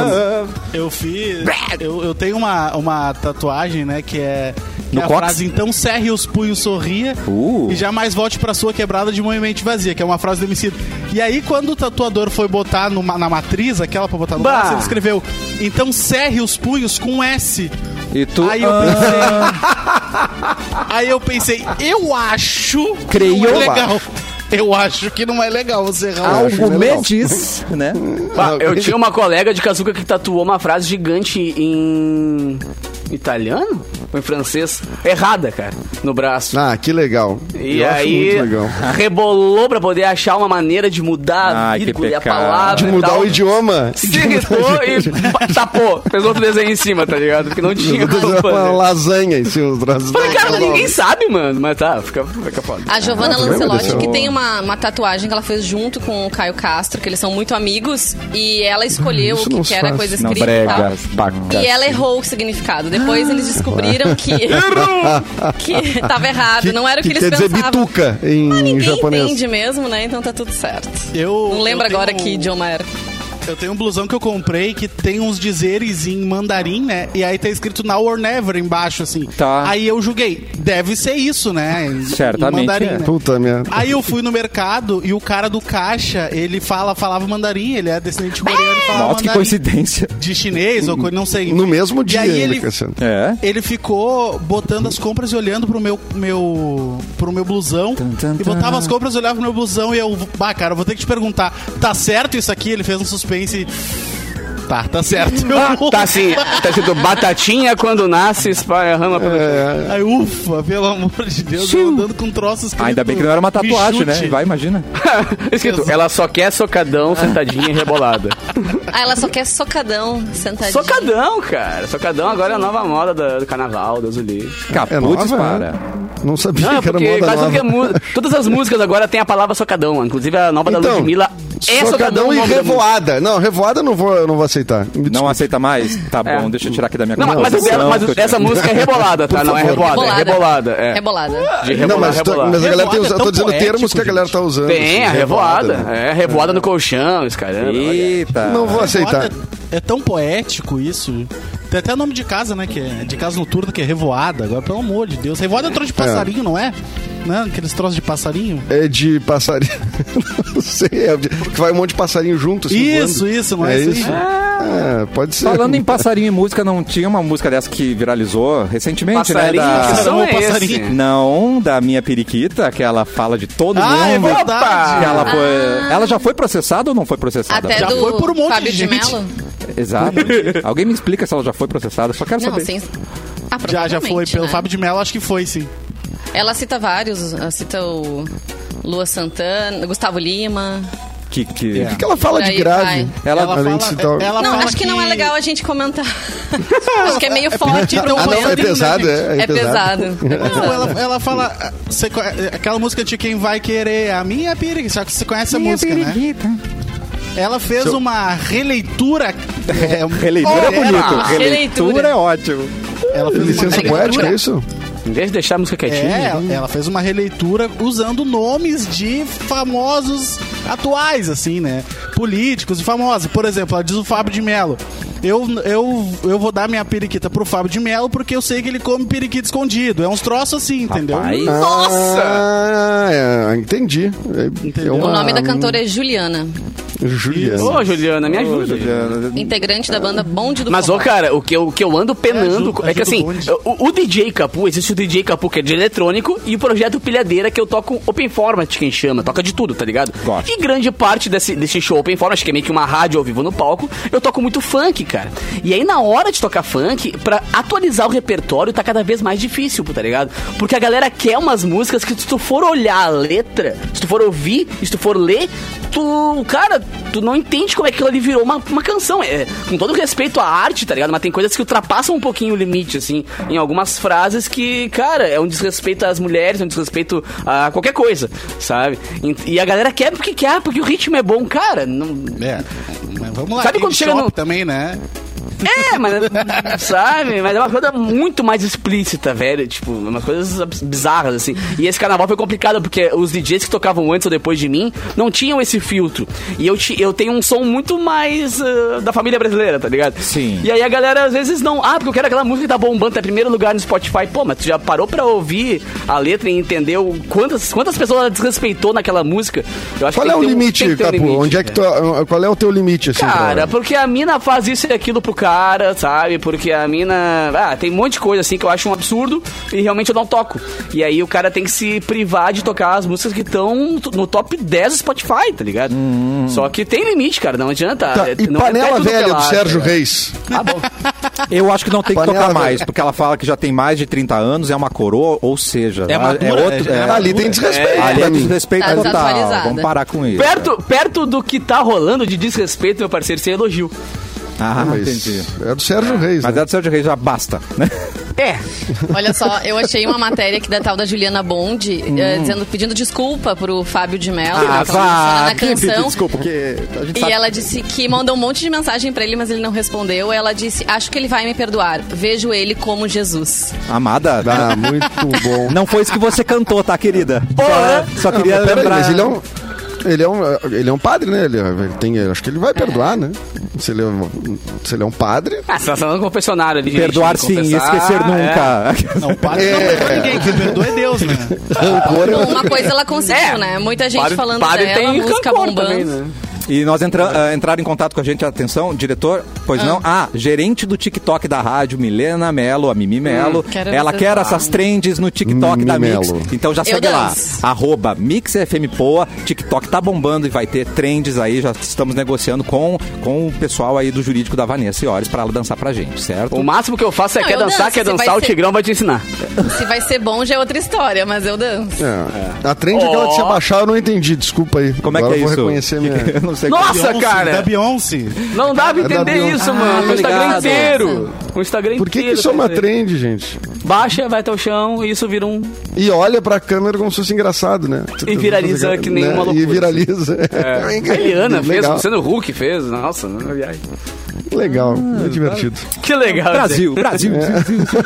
[SPEAKER 5] quinta-
[SPEAKER 4] Eu fiz. Eu, eu tenho uma, uma tatuagem, né? Que é. Que
[SPEAKER 1] No
[SPEAKER 4] é a
[SPEAKER 1] cox?
[SPEAKER 4] frase, então cerre os punhos, sorria
[SPEAKER 1] Uh.
[SPEAKER 4] e jamais volte pra sua quebrada de uma mente vazia, que é uma frase do MC. E aí, quando o tatuador foi botar numa- na matriz, aquela pra botar no
[SPEAKER 2] Bah.
[SPEAKER 4] braço, ele escreveu, então cerre os punhos com S.
[SPEAKER 1] E tu. Ah,
[SPEAKER 4] Aí eu pensei. aí eu pensei, eu acho que não
[SPEAKER 1] Creio.
[SPEAKER 4] é legal. Eu acho que não é legal você errar.
[SPEAKER 1] Algo me
[SPEAKER 5] Ah, legal. Ah,
[SPEAKER 1] diz, né?
[SPEAKER 2] Bah, Ah, eu tinha uma colega de Kazuka que tatuou uma frase gigante em italiano? Ou em francês? Errada, cara, no braço.
[SPEAKER 5] Ah, que legal.
[SPEAKER 2] E
[SPEAKER 5] Eu acho
[SPEAKER 2] aí,
[SPEAKER 5] muito legal.
[SPEAKER 2] rebolou pra poder achar uma maneira de mudar a
[SPEAKER 1] Ai, que
[SPEAKER 2] vírgula e a
[SPEAKER 1] pecado.
[SPEAKER 2] palavra.
[SPEAKER 5] De
[SPEAKER 2] e
[SPEAKER 5] mudar
[SPEAKER 2] tal.
[SPEAKER 5] o idioma.
[SPEAKER 2] Se irritou e pa- tapou. Fez outro desenho em cima, tá ligado? Porque não tinha como
[SPEAKER 5] Uma
[SPEAKER 2] fazer.
[SPEAKER 5] lasanha em cima do braço.
[SPEAKER 2] Falei, cara, ninguém sabe, mano. Mas tá, fica, fica foda.
[SPEAKER 3] A Giovanna
[SPEAKER 5] lembra
[SPEAKER 3] Lancelotti,
[SPEAKER 5] dessa?
[SPEAKER 3] que tem uma, uma tatuagem que ela fez junto com o Caio Castro, que eles são muito amigos, e ela escolheu
[SPEAKER 5] Isso
[SPEAKER 3] o que,
[SPEAKER 5] não
[SPEAKER 3] que era
[SPEAKER 5] faz-
[SPEAKER 3] coisa
[SPEAKER 1] Não
[SPEAKER 3] escrita e
[SPEAKER 1] brega,
[SPEAKER 3] tal.
[SPEAKER 1] paca.
[SPEAKER 3] E ela errou o significado. Depois
[SPEAKER 5] Ah.
[SPEAKER 3] eles descobriram
[SPEAKER 5] [LAUGHS]
[SPEAKER 3] que. [LAUGHS] que tava errado. Ah, não era o que, eles
[SPEAKER 5] quer dizer
[SPEAKER 3] pensavam.
[SPEAKER 5] bituca em
[SPEAKER 3] Mas ninguém
[SPEAKER 5] japonês.
[SPEAKER 3] entende mesmo, né? Então tá tudo certo.
[SPEAKER 4] Eu-
[SPEAKER 3] não lembro
[SPEAKER 4] eu tenho
[SPEAKER 3] agora
[SPEAKER 4] um-
[SPEAKER 3] que idioma era.
[SPEAKER 4] Eu tenho um blusão que eu comprei que tem uns dizeres em mandarim, né? E aí tá escrito now or never embaixo, assim.
[SPEAKER 1] Tá.
[SPEAKER 4] Aí eu julguei, deve ser isso, né? Em-
[SPEAKER 1] Certamente
[SPEAKER 4] Em mandarim,
[SPEAKER 1] é.
[SPEAKER 4] né?
[SPEAKER 5] Puta merda.
[SPEAKER 4] Aí eu fui no mercado e o cara do caixa, ele fala, falava mandarim, ele é descendente coreano, ele falava
[SPEAKER 1] Nossa, que
[SPEAKER 4] mandarim.
[SPEAKER 1] coincidência.
[SPEAKER 4] De chinês ou coisa, não sei.
[SPEAKER 5] No mesmo dia,
[SPEAKER 4] e aí
[SPEAKER 5] ainda,
[SPEAKER 4] ele,
[SPEAKER 5] Cassiano.
[SPEAKER 1] É.
[SPEAKER 4] ele ficou botando as compras e olhando pro meu, meu, pro meu blusão.
[SPEAKER 1] tum,
[SPEAKER 4] e botava as compras e olhava pro meu blusão. E eu, bah, cara, eu vou ter que te perguntar: tá certo isso aqui? Ele fez um suspense. Tá, tá certo. Eu,
[SPEAKER 2] Tá assim, tá escrito batatinha quando nasce, espalha rama pelo
[SPEAKER 5] É,
[SPEAKER 4] [LAUGHS] Aí, ufa, pelo amor de Deus, eu andando com troços escrito,
[SPEAKER 1] Ainda bem que não era uma tatuagem, né?
[SPEAKER 4] "Bichute".
[SPEAKER 1] Vai, imagina.
[SPEAKER 2] [LAUGHS] Escrito, ela só quer socadão, sentadinha e rebolada.
[SPEAKER 3] Ah, ela só quer socadão, sentadinha.
[SPEAKER 2] socadão, cara. Socadão agora é a nova moda da- do carnaval, Deus o livre.
[SPEAKER 5] é
[SPEAKER 1] Capuz
[SPEAKER 5] nova,
[SPEAKER 1] para.
[SPEAKER 5] né? Não
[SPEAKER 2] Não,
[SPEAKER 5] sabia que [LAUGHS] era
[SPEAKER 2] porque
[SPEAKER 5] moda
[SPEAKER 2] quase
[SPEAKER 5] nova.
[SPEAKER 2] tudo que é mu- todas as músicas agora tem a palavra socadão. Inclusive a nova da
[SPEAKER 5] Então,
[SPEAKER 2] Ludmilla é socadão.
[SPEAKER 5] e
[SPEAKER 2] o nome da música.
[SPEAKER 5] revoada. Não, revoada eu não vou, eu não vou aceitar. Me
[SPEAKER 1] Não
[SPEAKER 5] desculpa.
[SPEAKER 1] aceita mais? Tá
[SPEAKER 2] É.
[SPEAKER 1] bom, deixa eu tirar aqui da minha
[SPEAKER 2] Não, mas,
[SPEAKER 1] condição,
[SPEAKER 2] ela- mas
[SPEAKER 1] que eu
[SPEAKER 2] essa
[SPEAKER 1] tinha-
[SPEAKER 2] música é rebolada, tá? Não é revoada, é rebolada. É.
[SPEAKER 3] Rebolada.
[SPEAKER 2] De
[SPEAKER 5] Não,
[SPEAKER 2] rebolar,
[SPEAKER 5] mas, tô-
[SPEAKER 2] rebolar.
[SPEAKER 5] mas a galera
[SPEAKER 4] Revoada é
[SPEAKER 5] tem usado. Eu tô
[SPEAKER 4] tão
[SPEAKER 5] dizendo
[SPEAKER 4] poético,
[SPEAKER 5] termos que a galera tá usando.
[SPEAKER 2] Tem,
[SPEAKER 5] assim,
[SPEAKER 2] a revoada.
[SPEAKER 5] né?
[SPEAKER 2] É, revoada no colchão, esse caramba. olha.
[SPEAKER 1] Eita.
[SPEAKER 5] Não vou aceitar.
[SPEAKER 4] É tão poético isso. Tem até nome de casa, né? Que é de casa noturna, que é revoada. Agora, pelo amor de Deus. Revoada é troço de passarinho, não é? Não, aqueles troços de passarinho.
[SPEAKER 5] É de passarinho. [LAUGHS] não sei. É de... Que vai um monte de passarinho junto. Assim,
[SPEAKER 4] Isso,
[SPEAKER 5] voando.
[SPEAKER 4] isso, não é isso aí?
[SPEAKER 5] É, pode ser.
[SPEAKER 1] Falando em passarinho e música, não tinha uma música dessa que viralizou recentemente,
[SPEAKER 2] Passarinho,
[SPEAKER 1] né?
[SPEAKER 2] que
[SPEAKER 1] Da...
[SPEAKER 2] som
[SPEAKER 4] Caramba,
[SPEAKER 2] é esse?
[SPEAKER 4] passarinho.
[SPEAKER 1] Não, da minha periquita, que ela fala de todo
[SPEAKER 4] Ah, é
[SPEAKER 1] mundo.
[SPEAKER 4] verdade.
[SPEAKER 1] que ela, foi... ela já foi processada ou não foi processada?
[SPEAKER 3] Até
[SPEAKER 4] Já
[SPEAKER 3] do
[SPEAKER 4] foi por um monte
[SPEAKER 3] Fábio
[SPEAKER 4] de
[SPEAKER 3] de
[SPEAKER 4] gente.
[SPEAKER 3] Melo?
[SPEAKER 1] Exato. Alguém me explica se ela já foi processada, só quero
[SPEAKER 3] Não,
[SPEAKER 1] saber.
[SPEAKER 3] sem. Ah,
[SPEAKER 4] Já, já foi.
[SPEAKER 3] provavelmente,
[SPEAKER 4] Pelo
[SPEAKER 3] né?
[SPEAKER 4] Fábio de Mello, acho que foi, sim.
[SPEAKER 3] Ela cita vários. Ela cita o Lua Santana, Gustavo Lima.
[SPEAKER 1] Que, que...
[SPEAKER 5] O que, que ela fala de
[SPEAKER 3] Daí
[SPEAKER 5] grave? Ah,
[SPEAKER 3] vai.
[SPEAKER 1] Ela,
[SPEAKER 5] É. Ela- além de citar o-
[SPEAKER 4] ela
[SPEAKER 3] não,
[SPEAKER 4] fala
[SPEAKER 3] acho que, não é legal a gente
[SPEAKER 4] [LAUGHS]
[SPEAKER 3] comentar. acho que é meio forte. pro
[SPEAKER 5] Ah, não, é
[SPEAKER 3] momento.
[SPEAKER 5] pesado, é,
[SPEAKER 3] É pesado.
[SPEAKER 4] Não, tipo, ela, ela fala. ah, você co- aquela música de quem vai querer a minha periquita. Só que você conhece a música, né? Ela fez uma releitura. é,
[SPEAKER 1] Releitura é
[SPEAKER 4] moderna.
[SPEAKER 1] bonito. Releitura
[SPEAKER 3] Releitura.
[SPEAKER 1] é ótimo.
[SPEAKER 4] Ela fez uma
[SPEAKER 5] Licença
[SPEAKER 4] releitura.
[SPEAKER 5] poética, é isso?
[SPEAKER 2] Em vez de deixar a música quietinha.
[SPEAKER 4] É, ela- ela fez uma releitura usando nomes de famosos atuais, assim, né? Políticos e famosos. Por exemplo, ela diz o Fábio de Mello. Eu, eu, eu vou dar minha periquita pro Fábio de Mello porque eu sei que ele come periquita escondido. É uns troços assim, entendeu?
[SPEAKER 2] É
[SPEAKER 1] Rapaz.
[SPEAKER 2] Nossa!
[SPEAKER 5] Ah, é, entendi. É- É,
[SPEAKER 4] Entendeu?
[SPEAKER 5] uma,
[SPEAKER 3] O nome da cantora
[SPEAKER 4] hum.
[SPEAKER 3] é Juliana,
[SPEAKER 5] Juliana.
[SPEAKER 2] Ô, é Juliana, me ajuda.
[SPEAKER 3] integrante da banda Bonde do
[SPEAKER 2] Mas, ô,
[SPEAKER 3] Forró.
[SPEAKER 2] cara, o que, eu, o que eu ando penando
[SPEAKER 4] ajuda-
[SPEAKER 2] é que,
[SPEAKER 4] ajuda
[SPEAKER 2] assim,
[SPEAKER 4] o bonde.
[SPEAKER 2] o, o DJ Capu, existe o DJ Capu, que é de eletrônico, e o projeto Pilhadeira, que eu toco open format, quem chama, toca de tudo, tá ligado?
[SPEAKER 1] Gosto.
[SPEAKER 2] E grande parte desse, desse show open format, que é meio que uma rádio ao vivo no palco, eu toco muito funk, cara. E aí, na hora de tocar funk, pra atualizar o repertório, tá cada vez mais difícil, tá ligado? Porque a galera quer umas músicas que, se tu for olhar a letra, se tu for ouvir, se tu for ler, tu, cara, tu não entende como é que aquilo ali virou uma, uma canção. É, com todo respeito à arte, tá ligado? Mas tem coisas que ultrapassam um pouquinho o limite, assim, em algumas frases que, cara, é um desrespeito às mulheres, é um desrespeito a qualquer coisa, sabe? E, e a galera quer porque quer, porque o ritmo é bom, cara. Não,
[SPEAKER 4] É. Mas vamos lá.
[SPEAKER 2] Sabe quando
[SPEAKER 4] Hip
[SPEAKER 2] chega
[SPEAKER 4] Shop
[SPEAKER 2] no-
[SPEAKER 4] também, né?
[SPEAKER 2] É, mas. [LAUGHS] Sabe? Mas é uma coisa muito mais explícita, velho. Tipo, umas coisas abs- bizarras, assim. E esse carnaval foi complicado, porque os DJs que tocavam antes ou depois de mim não tinham esse filtro. E eu, ti- eu tenho um som muito mais ah, da família brasileira, tá ligado?
[SPEAKER 6] Sim.
[SPEAKER 2] E aí a galera às vezes não. Ah, porque eu quero aquela música que tá bombando, tá em primeiro lugar no Spotify. Pô, mas tu já parou pra ouvir a letra e entender o- quantas, quantas pessoas ela desrespeitou naquela música? Eu acho
[SPEAKER 5] Qual
[SPEAKER 2] que tem
[SPEAKER 5] é o
[SPEAKER 2] que ter um-
[SPEAKER 5] limite,
[SPEAKER 2] tem que ter um
[SPEAKER 5] Capu? Onde é que tu, qual é o teu limite, assim?
[SPEAKER 2] Cara,
[SPEAKER 5] pra-
[SPEAKER 2] porque a mina faz isso e aquilo pro cara, sabe? Porque a mina. Ah, tem um monte de coisa assim que eu acho um absurdo e realmente eu não toco. E aí o cara tem que se privar de tocar as músicas que estão no top 10 do Spotify, tá ligado? Só que tem limite, cara, não adianta.
[SPEAKER 5] Uhum. Tá,
[SPEAKER 2] É,
[SPEAKER 5] e
[SPEAKER 2] não é- não é
[SPEAKER 5] panela
[SPEAKER 2] tudo
[SPEAKER 5] velha do
[SPEAKER 2] pelado,
[SPEAKER 5] Sérgio
[SPEAKER 2] cara.
[SPEAKER 5] Reis.
[SPEAKER 2] Ah, bom.
[SPEAKER 1] Eu acho que não tem que
[SPEAKER 5] Panela,
[SPEAKER 1] tocar
[SPEAKER 5] velho.
[SPEAKER 1] mais, porque ela fala que já tem mais de 30 anos, é uma coroa, ou seja,
[SPEAKER 6] É
[SPEAKER 1] lá-
[SPEAKER 6] madura,
[SPEAKER 1] outro,
[SPEAKER 6] é- é
[SPEAKER 5] ali tem desrespeito.
[SPEAKER 1] ali
[SPEAKER 5] pra
[SPEAKER 1] é
[SPEAKER 5] mim.
[SPEAKER 1] desrespeito
[SPEAKER 3] Tá
[SPEAKER 1] total.
[SPEAKER 3] desatualizada.
[SPEAKER 1] Vamos parar com isso.
[SPEAKER 2] Perto, perto do que tá rolando de desrespeito, meu parceiro, sem elogio.
[SPEAKER 1] Ah,
[SPEAKER 5] Mas
[SPEAKER 1] entendi.
[SPEAKER 5] É do Sérgio Reis.
[SPEAKER 1] Mas
[SPEAKER 5] né?
[SPEAKER 1] é do Sérgio Reis, já basta,
[SPEAKER 3] [LAUGHS]
[SPEAKER 1] né?
[SPEAKER 2] É,
[SPEAKER 3] Olha
[SPEAKER 4] [LAUGHS]
[SPEAKER 3] só, eu achei uma matéria aqui da tal da Juliana Bond
[SPEAKER 4] Hum.
[SPEAKER 3] eh, dizendo, pedindo desculpa pro Fábio de Mello, né,
[SPEAKER 4] Ah,
[SPEAKER 3] que ela menciona na canção.
[SPEAKER 1] desculpa, porque a gente
[SPEAKER 3] E ela disse que mandou um monte de mensagem pra ele, mas ele não respondeu. Ela disse: Acho que ele vai me perdoar. Vejo ele como Jesus.
[SPEAKER 1] Amada,
[SPEAKER 5] Ah, muito bom.
[SPEAKER 1] [LAUGHS] não foi isso que você cantou, tá, querida? Só, só queria
[SPEAKER 5] mas peraí,
[SPEAKER 1] lembrar.
[SPEAKER 5] mas ele é um. Ele é, um, ele é um padre, né? Ele, ele tem, acho que ele vai perdoar, né? Se ele é um, se ele é um padre.
[SPEAKER 2] ah, você tá falando com o confessionário ali. gente,
[SPEAKER 1] Perdoar
[SPEAKER 2] de
[SPEAKER 1] sim, e
[SPEAKER 2] confessar,
[SPEAKER 1] esquecer
[SPEAKER 2] é.
[SPEAKER 1] nunca.
[SPEAKER 4] Não, padre não perdoa ninguém. Quem perdoa é Deus, né?
[SPEAKER 5] Rancor é-
[SPEAKER 3] Bom, uma coisa ela conseguiu,
[SPEAKER 2] É.
[SPEAKER 3] né? Muita gente
[SPEAKER 2] Padre-
[SPEAKER 3] falando
[SPEAKER 2] padre
[SPEAKER 3] dela,
[SPEAKER 2] tem
[SPEAKER 3] É música
[SPEAKER 2] rancor
[SPEAKER 3] bombando.
[SPEAKER 2] também, né?
[SPEAKER 1] E nós entra, ah, entraram em contato com a gente, atenção, diretor, pois não? Ah, gerente do TikTok da rádio, Milena Melo, a Mimi Melo.
[SPEAKER 3] Hum, quero
[SPEAKER 1] ela
[SPEAKER 3] vocês
[SPEAKER 1] quer
[SPEAKER 3] lá.
[SPEAKER 1] essas trends no TikTok
[SPEAKER 5] Mimi
[SPEAKER 1] da Mix.
[SPEAKER 5] Melo.
[SPEAKER 1] Então já
[SPEAKER 3] Eu
[SPEAKER 1] segue lá.
[SPEAKER 3] danço.
[SPEAKER 1] Arroba MixFMPoa, TikTok tá bombando e vai ter trends aí, já estamos negociando com, com o pessoal aí do jurídico da Vanessa e Ores pra ela dançar pra gente, certo?
[SPEAKER 2] O máximo que eu faço é
[SPEAKER 3] Não,
[SPEAKER 2] quer
[SPEAKER 3] eu
[SPEAKER 2] dançar,
[SPEAKER 3] danço,
[SPEAKER 2] quer
[SPEAKER 3] você
[SPEAKER 2] dançar,
[SPEAKER 3] vai
[SPEAKER 2] o
[SPEAKER 3] ser-
[SPEAKER 2] Tigrão vai te ensinar.
[SPEAKER 3] Se vai ser bom já é outra história, mas eu danço.
[SPEAKER 5] É. A trend é aquela de se
[SPEAKER 2] Ó.
[SPEAKER 5] abaixar, eu não entendi, desculpa aí.
[SPEAKER 1] Como é que
[SPEAKER 5] Agora
[SPEAKER 1] é
[SPEAKER 5] eu vou
[SPEAKER 1] isso?
[SPEAKER 5] reconhecer
[SPEAKER 1] Eu
[SPEAKER 5] minha.
[SPEAKER 1] não sei
[SPEAKER 2] Nossa,
[SPEAKER 4] Beyoncé,
[SPEAKER 2] cara!
[SPEAKER 4] Da Beyoncé.
[SPEAKER 2] Não dá pra
[SPEAKER 5] É da
[SPEAKER 2] entender
[SPEAKER 5] Beyoncé.
[SPEAKER 2] isso, mano.
[SPEAKER 1] tô
[SPEAKER 2] O Instagram
[SPEAKER 1] ligado.
[SPEAKER 2] inteiro. O Instagram
[SPEAKER 5] Por que, que
[SPEAKER 2] inteiro.
[SPEAKER 5] isso é uma
[SPEAKER 2] tá entendendo?
[SPEAKER 5] trend, gente?
[SPEAKER 2] Baixa, vai até o chão e isso vira um.
[SPEAKER 5] E olha pra câmera como se fosse engraçado, né?
[SPEAKER 2] E viraliza que nem uma loucura.
[SPEAKER 5] E viraliza. [LAUGHS]
[SPEAKER 2] É. A Eliana fez,
[SPEAKER 5] legal,
[SPEAKER 2] o Luciano Huck fez. Nossa, não é viagem.
[SPEAKER 5] Legal, é divertido.
[SPEAKER 2] Que legal.
[SPEAKER 1] Brasil, Brasil.
[SPEAKER 5] É.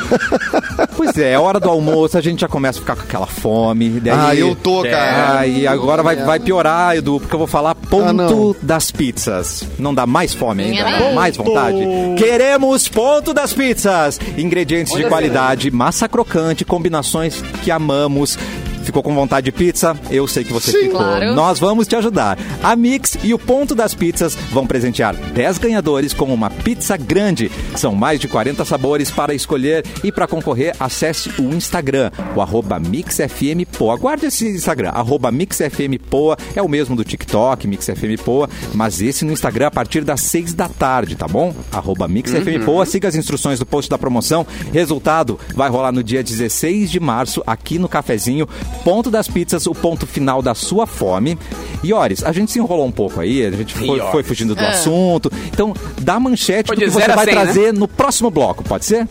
[SPEAKER 1] pois é, é hora do almoço, a gente já começa a ficar com aquela fome. Daí,
[SPEAKER 5] Ah, eu tô,
[SPEAKER 1] É,
[SPEAKER 5] cara. Ah,
[SPEAKER 1] E agora vai, vai piorar, Edu, porque eu vou falar ponto
[SPEAKER 5] não.
[SPEAKER 1] das pizzas. Não dá mais fome ainda,
[SPEAKER 3] Minha
[SPEAKER 1] dá
[SPEAKER 3] mãe.
[SPEAKER 1] mais vontade. Queremos ponto das pizzas. Ingredientes de
[SPEAKER 2] Olha
[SPEAKER 1] qualidade, massa crocante, combinações que amamos. Ficou com vontade de pizza? Eu sei que você
[SPEAKER 5] Sim.
[SPEAKER 1] ficou.
[SPEAKER 3] Claro.
[SPEAKER 1] Nós vamos te ajudar. A Mix e o Ponto das Pizzas vão presentear 10 ganhadores com uma pizza grande. São mais de 40 sabores para escolher e para concorrer, acesse o Instagram, o arroba MixFMPoa. Guarde esse Instagram, arroba MixFMPoa. É o mesmo do TikTok, MixFMPoa, mas esse no Instagram a partir das 6 da tarde, tá bom? Arroba
[SPEAKER 2] Uhum.
[SPEAKER 1] MixFMPoa. Siga as instruções do post da promoção. Resultado vai rolar no dia 16 de março aqui no Cafezinho. Ponto das Pizzas, o ponto final da sua fome. E, Ores, a gente se enrolou um pouco aí, a gente foi,
[SPEAKER 2] Ores. Ah.
[SPEAKER 1] foi fugindo do assunto. Então, dá manchete
[SPEAKER 2] Pode
[SPEAKER 1] do que
[SPEAKER 2] dizer
[SPEAKER 1] você
[SPEAKER 2] a
[SPEAKER 1] vai
[SPEAKER 2] cem, né?
[SPEAKER 1] trazer no próximo bloco, pode ser?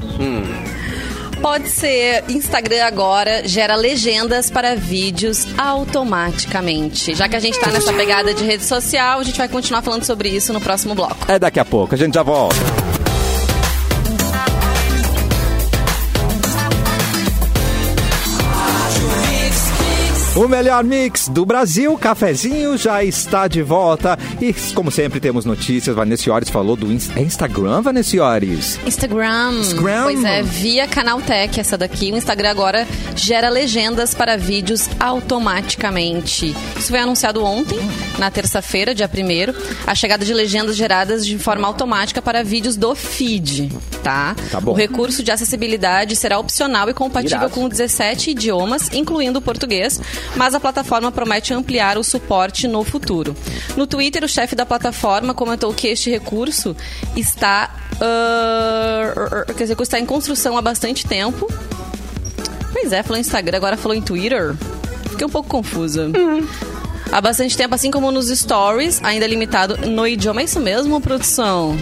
[SPEAKER 3] Pode ser Instagram agora, gera legendas para vídeos automaticamente. Já que a gente tá nessa pegada de rede social, a gente vai continuar falando sobre isso no próximo bloco.
[SPEAKER 1] É daqui a pouco, a gente já volta. O melhor mix do Brasil, cafezinho, já está de volta. E, como sempre, temos notícias. Vanessa Iores falou do Ins- é Instagram, Vanessa Iores.
[SPEAKER 3] Instagram.
[SPEAKER 1] Instagram.
[SPEAKER 3] Pois é, via Canaltech essa daqui. O Instagram agora gera legendas para vídeos automaticamente. Isso foi anunciado ontem, na terça-feira, dia 1 a chegada de legendas geradas de forma automática para vídeos do feed, tá?
[SPEAKER 1] Tá bom.
[SPEAKER 3] O recurso de acessibilidade será opcional e compatível
[SPEAKER 2] Irado.
[SPEAKER 3] com 17 idiomas, incluindo o português, mas a plataforma promete ampliar o suporte no futuro. No Twitter, o chefe da plataforma comentou que este recurso está. ah, quer dizer, que está em construção há bastante tempo. Pois é, falou em Instagram, agora falou em Twitter. Fiquei um pouco confusa. há bastante tempo, assim como nos stories, ainda limitado no idioma. É isso mesmo, produção?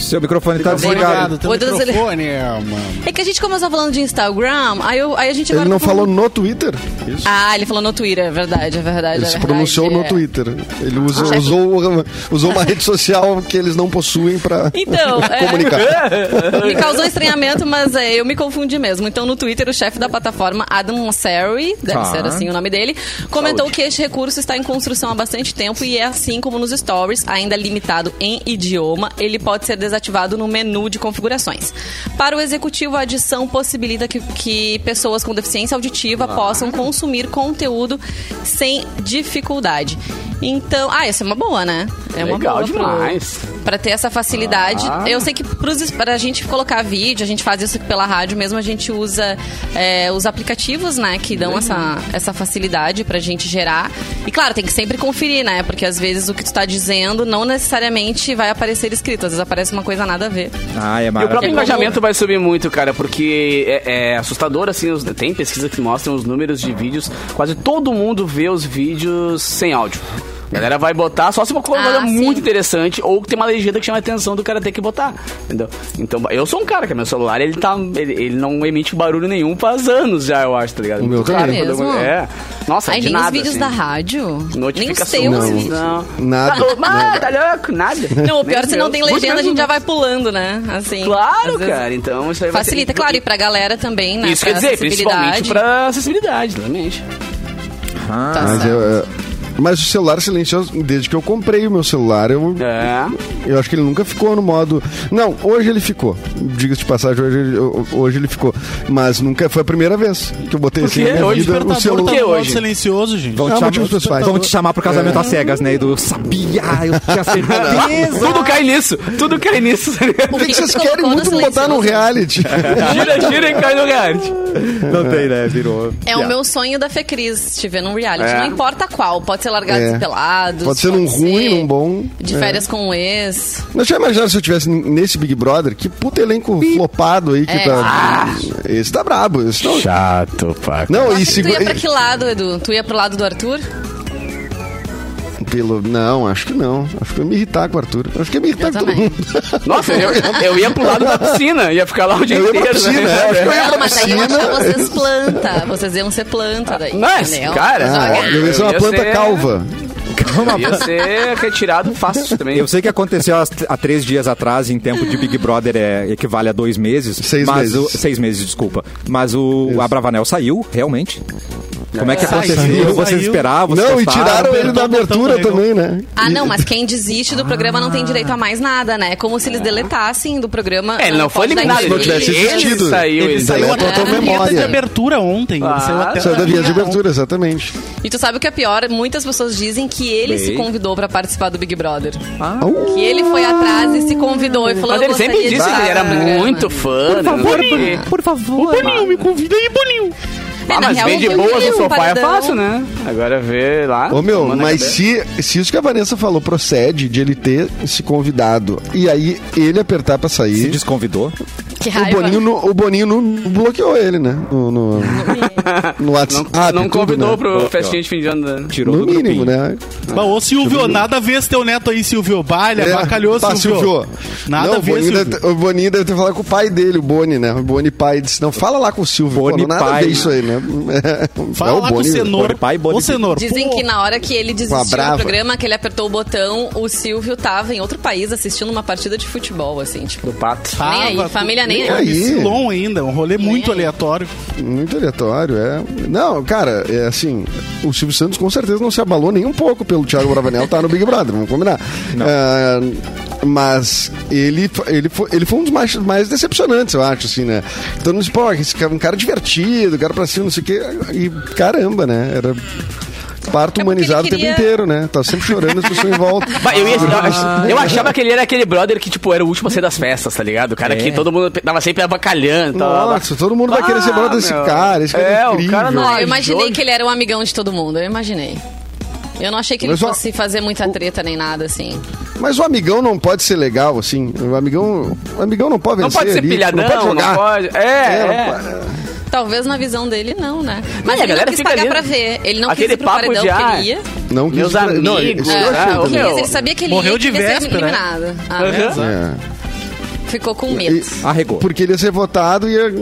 [SPEAKER 1] Seu microfone tá desligado.
[SPEAKER 4] Obrigado, teu
[SPEAKER 3] Oi, dona Zeli-
[SPEAKER 4] microfone, mano.
[SPEAKER 3] É que a gente começou falando de Instagram, aí, eu- aí a gente agora
[SPEAKER 5] Ele não
[SPEAKER 3] tá falando-
[SPEAKER 5] falou no Twitter. Isso.
[SPEAKER 3] Ah, ele falou no Twitter, é verdade, é verdade.
[SPEAKER 5] Ele
[SPEAKER 3] é
[SPEAKER 5] se
[SPEAKER 3] verdade,
[SPEAKER 5] pronunciou no
[SPEAKER 3] é.
[SPEAKER 5] Twitter. Ele usou, usou, uma- usou uma rede social que eles não possuem pra
[SPEAKER 3] Então,
[SPEAKER 5] [LAUGHS]
[SPEAKER 3] é. [LAUGHS]
[SPEAKER 5] comunicar.
[SPEAKER 3] Me causou estranhamento, mas é, eu me confundi mesmo. Então, no Twitter, o chefe da plataforma, Adam Mosseri, deve
[SPEAKER 1] Tá.
[SPEAKER 3] ser assim o nome dele, comentou que este recurso está em construção há bastante tempo e é assim como nos stories, ainda limitado em idioma, ele pode ser desativado no menu de configurações. Para o executivo, a adição possibilita que, que pessoas com deficiência auditiva
[SPEAKER 2] Ah.
[SPEAKER 3] possam consumir conteúdo sem dificuldade. Então, ah, isso é uma boa, né? É uma
[SPEAKER 2] Legal
[SPEAKER 3] boa pro-
[SPEAKER 2] demais.
[SPEAKER 3] Pra ter essa facilidade.
[SPEAKER 2] Ah.
[SPEAKER 3] Eu sei que pros, pra gente colocar vídeo, a gente faz isso pela rádio mesmo, a gente usa é, os aplicativos, né, que dão essa, essa facilidade pra gente gerar. E claro, tem que sempre conferir, né? Porque às vezes o que tu tá dizendo não necessariamente vai aparecer escrito, às vezes aparece uma coisa nada a ver.
[SPEAKER 1] Ah, é
[SPEAKER 2] E o próprio
[SPEAKER 1] maravilhoso.
[SPEAKER 2] engajamento vai subir muito, cara, porque é, é assustador, assim, os- tem pesquisa que mostram os números de vídeos, quase todo mundo vê os vídeos sem áudio. A galera vai botar só se uma coisa
[SPEAKER 3] Ah,
[SPEAKER 2] muito
[SPEAKER 3] sim.
[SPEAKER 2] interessante ou que tem uma legenda que chama a atenção do cara ter que botar, entendeu? Então, eu sou um cara que meu celular, ele tá ele, ele não emite barulho nenhum faz anos já, eu acho, tá ligado?
[SPEAKER 5] O meu
[SPEAKER 2] Claro,
[SPEAKER 5] também.
[SPEAKER 2] quando eu-
[SPEAKER 3] Mesmo?
[SPEAKER 2] É. Nossa,
[SPEAKER 3] Aí
[SPEAKER 2] de
[SPEAKER 3] nem
[SPEAKER 2] nada,
[SPEAKER 3] os vídeos
[SPEAKER 2] assim.
[SPEAKER 3] da rádio, nem os
[SPEAKER 2] Notificação.
[SPEAKER 3] teus
[SPEAKER 5] Não.
[SPEAKER 3] vídeos.
[SPEAKER 2] Não.
[SPEAKER 5] Nada.
[SPEAKER 2] Tá louco? Ah, tá louco, nada.
[SPEAKER 3] Não, o
[SPEAKER 2] Nem
[SPEAKER 3] pior é
[SPEAKER 2] os
[SPEAKER 3] se não
[SPEAKER 2] meus.
[SPEAKER 3] tem
[SPEAKER 2] Muito
[SPEAKER 3] legenda, a
[SPEAKER 2] menos
[SPEAKER 3] gente já
[SPEAKER 2] meus.
[SPEAKER 3] vai pulando, né? Assim.
[SPEAKER 2] Claro,
[SPEAKER 3] às vezes
[SPEAKER 2] cara, então isso aí vai ter-
[SPEAKER 3] Facilita, claro, e pra galera também, né?
[SPEAKER 2] Isso quer
[SPEAKER 3] pra
[SPEAKER 2] dizer, principalmente
[SPEAKER 3] acessibilidade.
[SPEAKER 2] pra acessibilidade, realmente.
[SPEAKER 3] Tá
[SPEAKER 5] Mas,
[SPEAKER 3] certo.
[SPEAKER 5] eu, é, mas o celular silencioso, desde que eu comprei o meu celular, eu,
[SPEAKER 2] É.
[SPEAKER 5] eu acho que ele nunca ficou no modo. Não, hoje ele ficou. Diga-se de passagem, hoje, ele- hoje ele ficou. Mas nunca foi a primeira vez que eu botei assim na
[SPEAKER 2] quê?
[SPEAKER 5] minha
[SPEAKER 2] Hoje
[SPEAKER 5] vida o
[SPEAKER 4] Despertador
[SPEAKER 5] celular.
[SPEAKER 4] tá
[SPEAKER 2] Por que
[SPEAKER 4] no modo
[SPEAKER 2] hoje?
[SPEAKER 4] silencioso, gente.
[SPEAKER 1] Vão te,
[SPEAKER 5] Ah,
[SPEAKER 1] chamar,
[SPEAKER 5] motivos pessoais.
[SPEAKER 1] vão te chamar pro casamento às cegas, né, Edu? Eu sabia, eu tinha certeza.
[SPEAKER 2] Ah, Tudo cai nisso, tudo cai nisso. [LAUGHS]
[SPEAKER 5] Por que, que
[SPEAKER 3] que
[SPEAKER 5] vocês
[SPEAKER 3] tu
[SPEAKER 5] querem
[SPEAKER 3] colocou no
[SPEAKER 5] muito me botar no
[SPEAKER 3] silencioso?
[SPEAKER 5] reality?
[SPEAKER 2] gira, gira e cai no reality.
[SPEAKER 1] [LAUGHS] Não tem, né? Virou.
[SPEAKER 3] É o meu sonho da Fecris, te ver num reality.
[SPEAKER 2] É.
[SPEAKER 3] Não importa qual, pode ser largados
[SPEAKER 5] É.
[SPEAKER 3] e pelados.
[SPEAKER 5] Pode ser num ruim,
[SPEAKER 3] ser
[SPEAKER 5] num bom.
[SPEAKER 3] De
[SPEAKER 5] É.
[SPEAKER 3] férias com o ex.
[SPEAKER 5] Mas já imaginaram se eu tivesse n- nesse Big Brother? Que puta elenco flopado aí que
[SPEAKER 3] É.
[SPEAKER 5] tá. Esse tá brabo. Esse não...
[SPEAKER 2] Ah. Chato, pá.
[SPEAKER 5] Não, e
[SPEAKER 3] Mas tu
[SPEAKER 5] segura.
[SPEAKER 3] ia pra que lado, Edu? Tu ia pro lado do Arthur?
[SPEAKER 5] Pelo... Não, acho que não. Acho que eu ia me irritar com o Arthur. Acho que eu ia me irritar
[SPEAKER 3] Eu
[SPEAKER 5] com todo
[SPEAKER 3] também.
[SPEAKER 5] mundo.
[SPEAKER 2] Nossa, eu, eu ia pro lado da piscina, ia ficar lá o dia
[SPEAKER 5] Eu ia pra
[SPEAKER 2] inteiro. né?
[SPEAKER 5] piscina, é, acho que eu ia-
[SPEAKER 3] Não, mas aí eu acho que
[SPEAKER 5] Piscina.
[SPEAKER 3] vocês planta. Vocês iam ser planta daí.
[SPEAKER 2] Mas,
[SPEAKER 3] entendeu?
[SPEAKER 2] cara,
[SPEAKER 5] Ah,
[SPEAKER 2] Olha,
[SPEAKER 5] eu ia ser uma
[SPEAKER 2] eu ia
[SPEAKER 5] planta
[SPEAKER 2] ser-
[SPEAKER 5] calva.
[SPEAKER 1] é.
[SPEAKER 2] [LAUGHS] Ia ser retirado fácil também.
[SPEAKER 1] Eu sei que aconteceu há, há três dias atrás, em tempo de Big Brother é, equivale a dois meses.
[SPEAKER 5] Seis
[SPEAKER 1] mas
[SPEAKER 5] meses.
[SPEAKER 1] o- seis meses, desculpa. Mas o Abravanel saiu, realmente. Como é que
[SPEAKER 4] Saiu,
[SPEAKER 1] aconteceu?
[SPEAKER 4] saiu.
[SPEAKER 1] Vocês esperavam?
[SPEAKER 5] Não, e
[SPEAKER 1] vocês gostaram?
[SPEAKER 5] tiraram ele da
[SPEAKER 4] apertou o botão
[SPEAKER 5] abertura
[SPEAKER 4] do
[SPEAKER 5] também, né?
[SPEAKER 3] Ah, não, mas quem desiste do programa não tem direito a mais nada, né? É como se eles deletassem do programa.
[SPEAKER 2] É, ele não foi
[SPEAKER 3] pode dar
[SPEAKER 2] eliminado,
[SPEAKER 5] Se não
[SPEAKER 2] ele-
[SPEAKER 5] tivesse
[SPEAKER 2] ele
[SPEAKER 5] existido.
[SPEAKER 2] saiu, ele
[SPEAKER 5] saiu
[SPEAKER 2] saiu.
[SPEAKER 5] até a tua
[SPEAKER 3] Ah,
[SPEAKER 4] vinheta de
[SPEAKER 5] memória.
[SPEAKER 4] abertura ontem. Ele
[SPEAKER 2] Ah,
[SPEAKER 4] saiu até
[SPEAKER 5] Saiu da via de
[SPEAKER 4] vinheta.
[SPEAKER 5] abertura, exatamente.
[SPEAKER 3] E tu sabe o que é pior? Muitas pessoas dizem que ele se
[SPEAKER 1] Ei.
[SPEAKER 3] convidou pra participar do Big Brother.
[SPEAKER 5] Uh,
[SPEAKER 3] Que ele foi atrás e se convidou e falou
[SPEAKER 2] Ah. Mas
[SPEAKER 3] "Eu
[SPEAKER 2] ele sempre
[SPEAKER 3] gostaria de né?
[SPEAKER 2] disse que ele
[SPEAKER 3] estar
[SPEAKER 2] era
[SPEAKER 3] no programa".
[SPEAKER 2] muito fã. né? Por favor, por
[SPEAKER 3] É,
[SPEAKER 2] Ah,
[SPEAKER 3] na
[SPEAKER 2] mas
[SPEAKER 3] real,
[SPEAKER 2] bem de
[SPEAKER 3] foi
[SPEAKER 2] boa no
[SPEAKER 3] um
[SPEAKER 2] sofá é
[SPEAKER 3] paredão.
[SPEAKER 2] fácil, né? Agora vê lá.
[SPEAKER 5] Ô meu,
[SPEAKER 2] tomando a
[SPEAKER 5] mas
[SPEAKER 2] cabeça.
[SPEAKER 5] se, se isso que a Vanessa falou procede de ele ter se convidado e aí ele apertar pra
[SPEAKER 1] Se
[SPEAKER 5] sair,
[SPEAKER 1] desconvidou.
[SPEAKER 3] Que
[SPEAKER 5] o
[SPEAKER 3] raiva.
[SPEAKER 5] Boninho, no- o Boninho não bloqueou ele, né? No, no, no
[SPEAKER 2] Não,
[SPEAKER 5] WhatsApp.
[SPEAKER 2] não
[SPEAKER 5] tudo,
[SPEAKER 2] convidou
[SPEAKER 5] né?
[SPEAKER 2] pro festinha de fim de ano. né?
[SPEAKER 1] Tirou
[SPEAKER 5] No
[SPEAKER 1] do grupinho.
[SPEAKER 5] mínimo, né?
[SPEAKER 4] Bah, ô Silvio, nada a ver esse teu neto aí, Silvio. Balha,
[SPEAKER 5] É,
[SPEAKER 4] bacalhou,
[SPEAKER 5] tá,
[SPEAKER 4] Silvio. Nada
[SPEAKER 5] Não,
[SPEAKER 4] a
[SPEAKER 5] o
[SPEAKER 4] ver,
[SPEAKER 5] Boninho
[SPEAKER 4] Silvio.
[SPEAKER 5] deve ter- O Boninho deve ter falado com o pai dele, o Boni, né? O Boni pai disse, não, fala lá com o Silvio. Pô,
[SPEAKER 1] Boni
[SPEAKER 5] não, nada a
[SPEAKER 1] pai.
[SPEAKER 5] ver isso aí, né? [LAUGHS] É,
[SPEAKER 4] Fala
[SPEAKER 5] é
[SPEAKER 4] lá com o
[SPEAKER 5] Boni, né?
[SPEAKER 4] Cenoura.
[SPEAKER 1] Boni pai, Boni
[SPEAKER 4] Ô, Cenoura.
[SPEAKER 3] Dizem
[SPEAKER 4] pô,
[SPEAKER 3] que na hora que
[SPEAKER 2] Um
[SPEAKER 3] ele
[SPEAKER 5] Uma
[SPEAKER 3] desistiu
[SPEAKER 5] brava.
[SPEAKER 3] do programa, que ele apertou o botão, o Silvio tava em outro país assistindo uma partida de futebol, assim, tipo.
[SPEAKER 2] Do pato.
[SPEAKER 4] tava
[SPEAKER 3] aí,
[SPEAKER 4] com-
[SPEAKER 3] família nem é.
[SPEAKER 5] aí.
[SPEAKER 4] aí. Silon ainda, um rolê muito
[SPEAKER 3] aí.
[SPEAKER 4] aleatório.
[SPEAKER 5] Muito aleatório, é. Não, cara, é assim, o Silvio Santos com certeza não se abalou nem um pouco pelo Thiago Bravanel tá no Big Brother, vamos combinar. Ah, mas ele, fo- ele, foi, ele foi um dos mais, mais decepcionantes, eu acho, assim, né? Todo mundo disse, pô, esse cara é um cara divertido, cara pra cima, não sei o quê. E caramba, né? Era parto
[SPEAKER 3] É porque ele
[SPEAKER 5] humanizado o
[SPEAKER 3] queria-
[SPEAKER 5] tempo inteiro, né? Tá sempre chorando as pessoas em volta. Ah,
[SPEAKER 2] Bah, eu, ia- eu achava que ele era aquele brother que, tipo, era o último a sair das festas, tá ligado? O cara que todo mundo tava sempre abacalhando. Tava lá.
[SPEAKER 5] É. Nossa, todo mundo vai querer ser
[SPEAKER 2] Ah,
[SPEAKER 5] brother desse
[SPEAKER 2] meu.
[SPEAKER 5] cara, esse cara é,
[SPEAKER 2] É, o
[SPEAKER 5] incrível.
[SPEAKER 2] cara não-
[SPEAKER 3] Ah,
[SPEAKER 2] Ah,
[SPEAKER 3] eu imaginei
[SPEAKER 2] Jorge.
[SPEAKER 3] que ele era um amigão de todo mundo, eu imaginei. Eu não achei que ele
[SPEAKER 5] Mas, ó,
[SPEAKER 3] fosse fazer muita treta nem nada, assim.
[SPEAKER 5] Mas o amigão não pode ser legal, assim. O amigão, o amigão não pode
[SPEAKER 2] Não
[SPEAKER 5] vencer
[SPEAKER 2] pode ser
[SPEAKER 5] ali,
[SPEAKER 2] pilhadão,
[SPEAKER 5] não pode jogar.
[SPEAKER 2] não pode. É,
[SPEAKER 5] É,
[SPEAKER 2] é.
[SPEAKER 5] não pode-
[SPEAKER 3] Talvez na visão dele, não, né?
[SPEAKER 2] Não,
[SPEAKER 3] Mas
[SPEAKER 2] e é, a
[SPEAKER 3] ele não
[SPEAKER 2] galera
[SPEAKER 3] quis
[SPEAKER 2] fica
[SPEAKER 3] pagar
[SPEAKER 2] ali-
[SPEAKER 3] pra ver. Ele não
[SPEAKER 2] Aquele
[SPEAKER 3] quis ir pro
[SPEAKER 2] papo
[SPEAKER 3] paredão
[SPEAKER 2] de, ah,
[SPEAKER 3] que queria.
[SPEAKER 5] Não quis
[SPEAKER 2] Meus
[SPEAKER 5] ir pra- não,
[SPEAKER 2] amigos,
[SPEAKER 5] isso eu
[SPEAKER 3] né?
[SPEAKER 2] ah,
[SPEAKER 5] achei
[SPEAKER 2] ô,
[SPEAKER 5] também.
[SPEAKER 2] meu.
[SPEAKER 3] Mas ele sabia que ele
[SPEAKER 4] Morreu
[SPEAKER 3] ia, que
[SPEAKER 4] de
[SPEAKER 3] ia ser
[SPEAKER 4] véspera, né?
[SPEAKER 3] eliminado. Ah, né?
[SPEAKER 2] Aham.
[SPEAKER 5] É.
[SPEAKER 3] Ficou com medo.
[SPEAKER 5] E-
[SPEAKER 1] Arregou.
[SPEAKER 5] Porque ele ia ser votado e ia.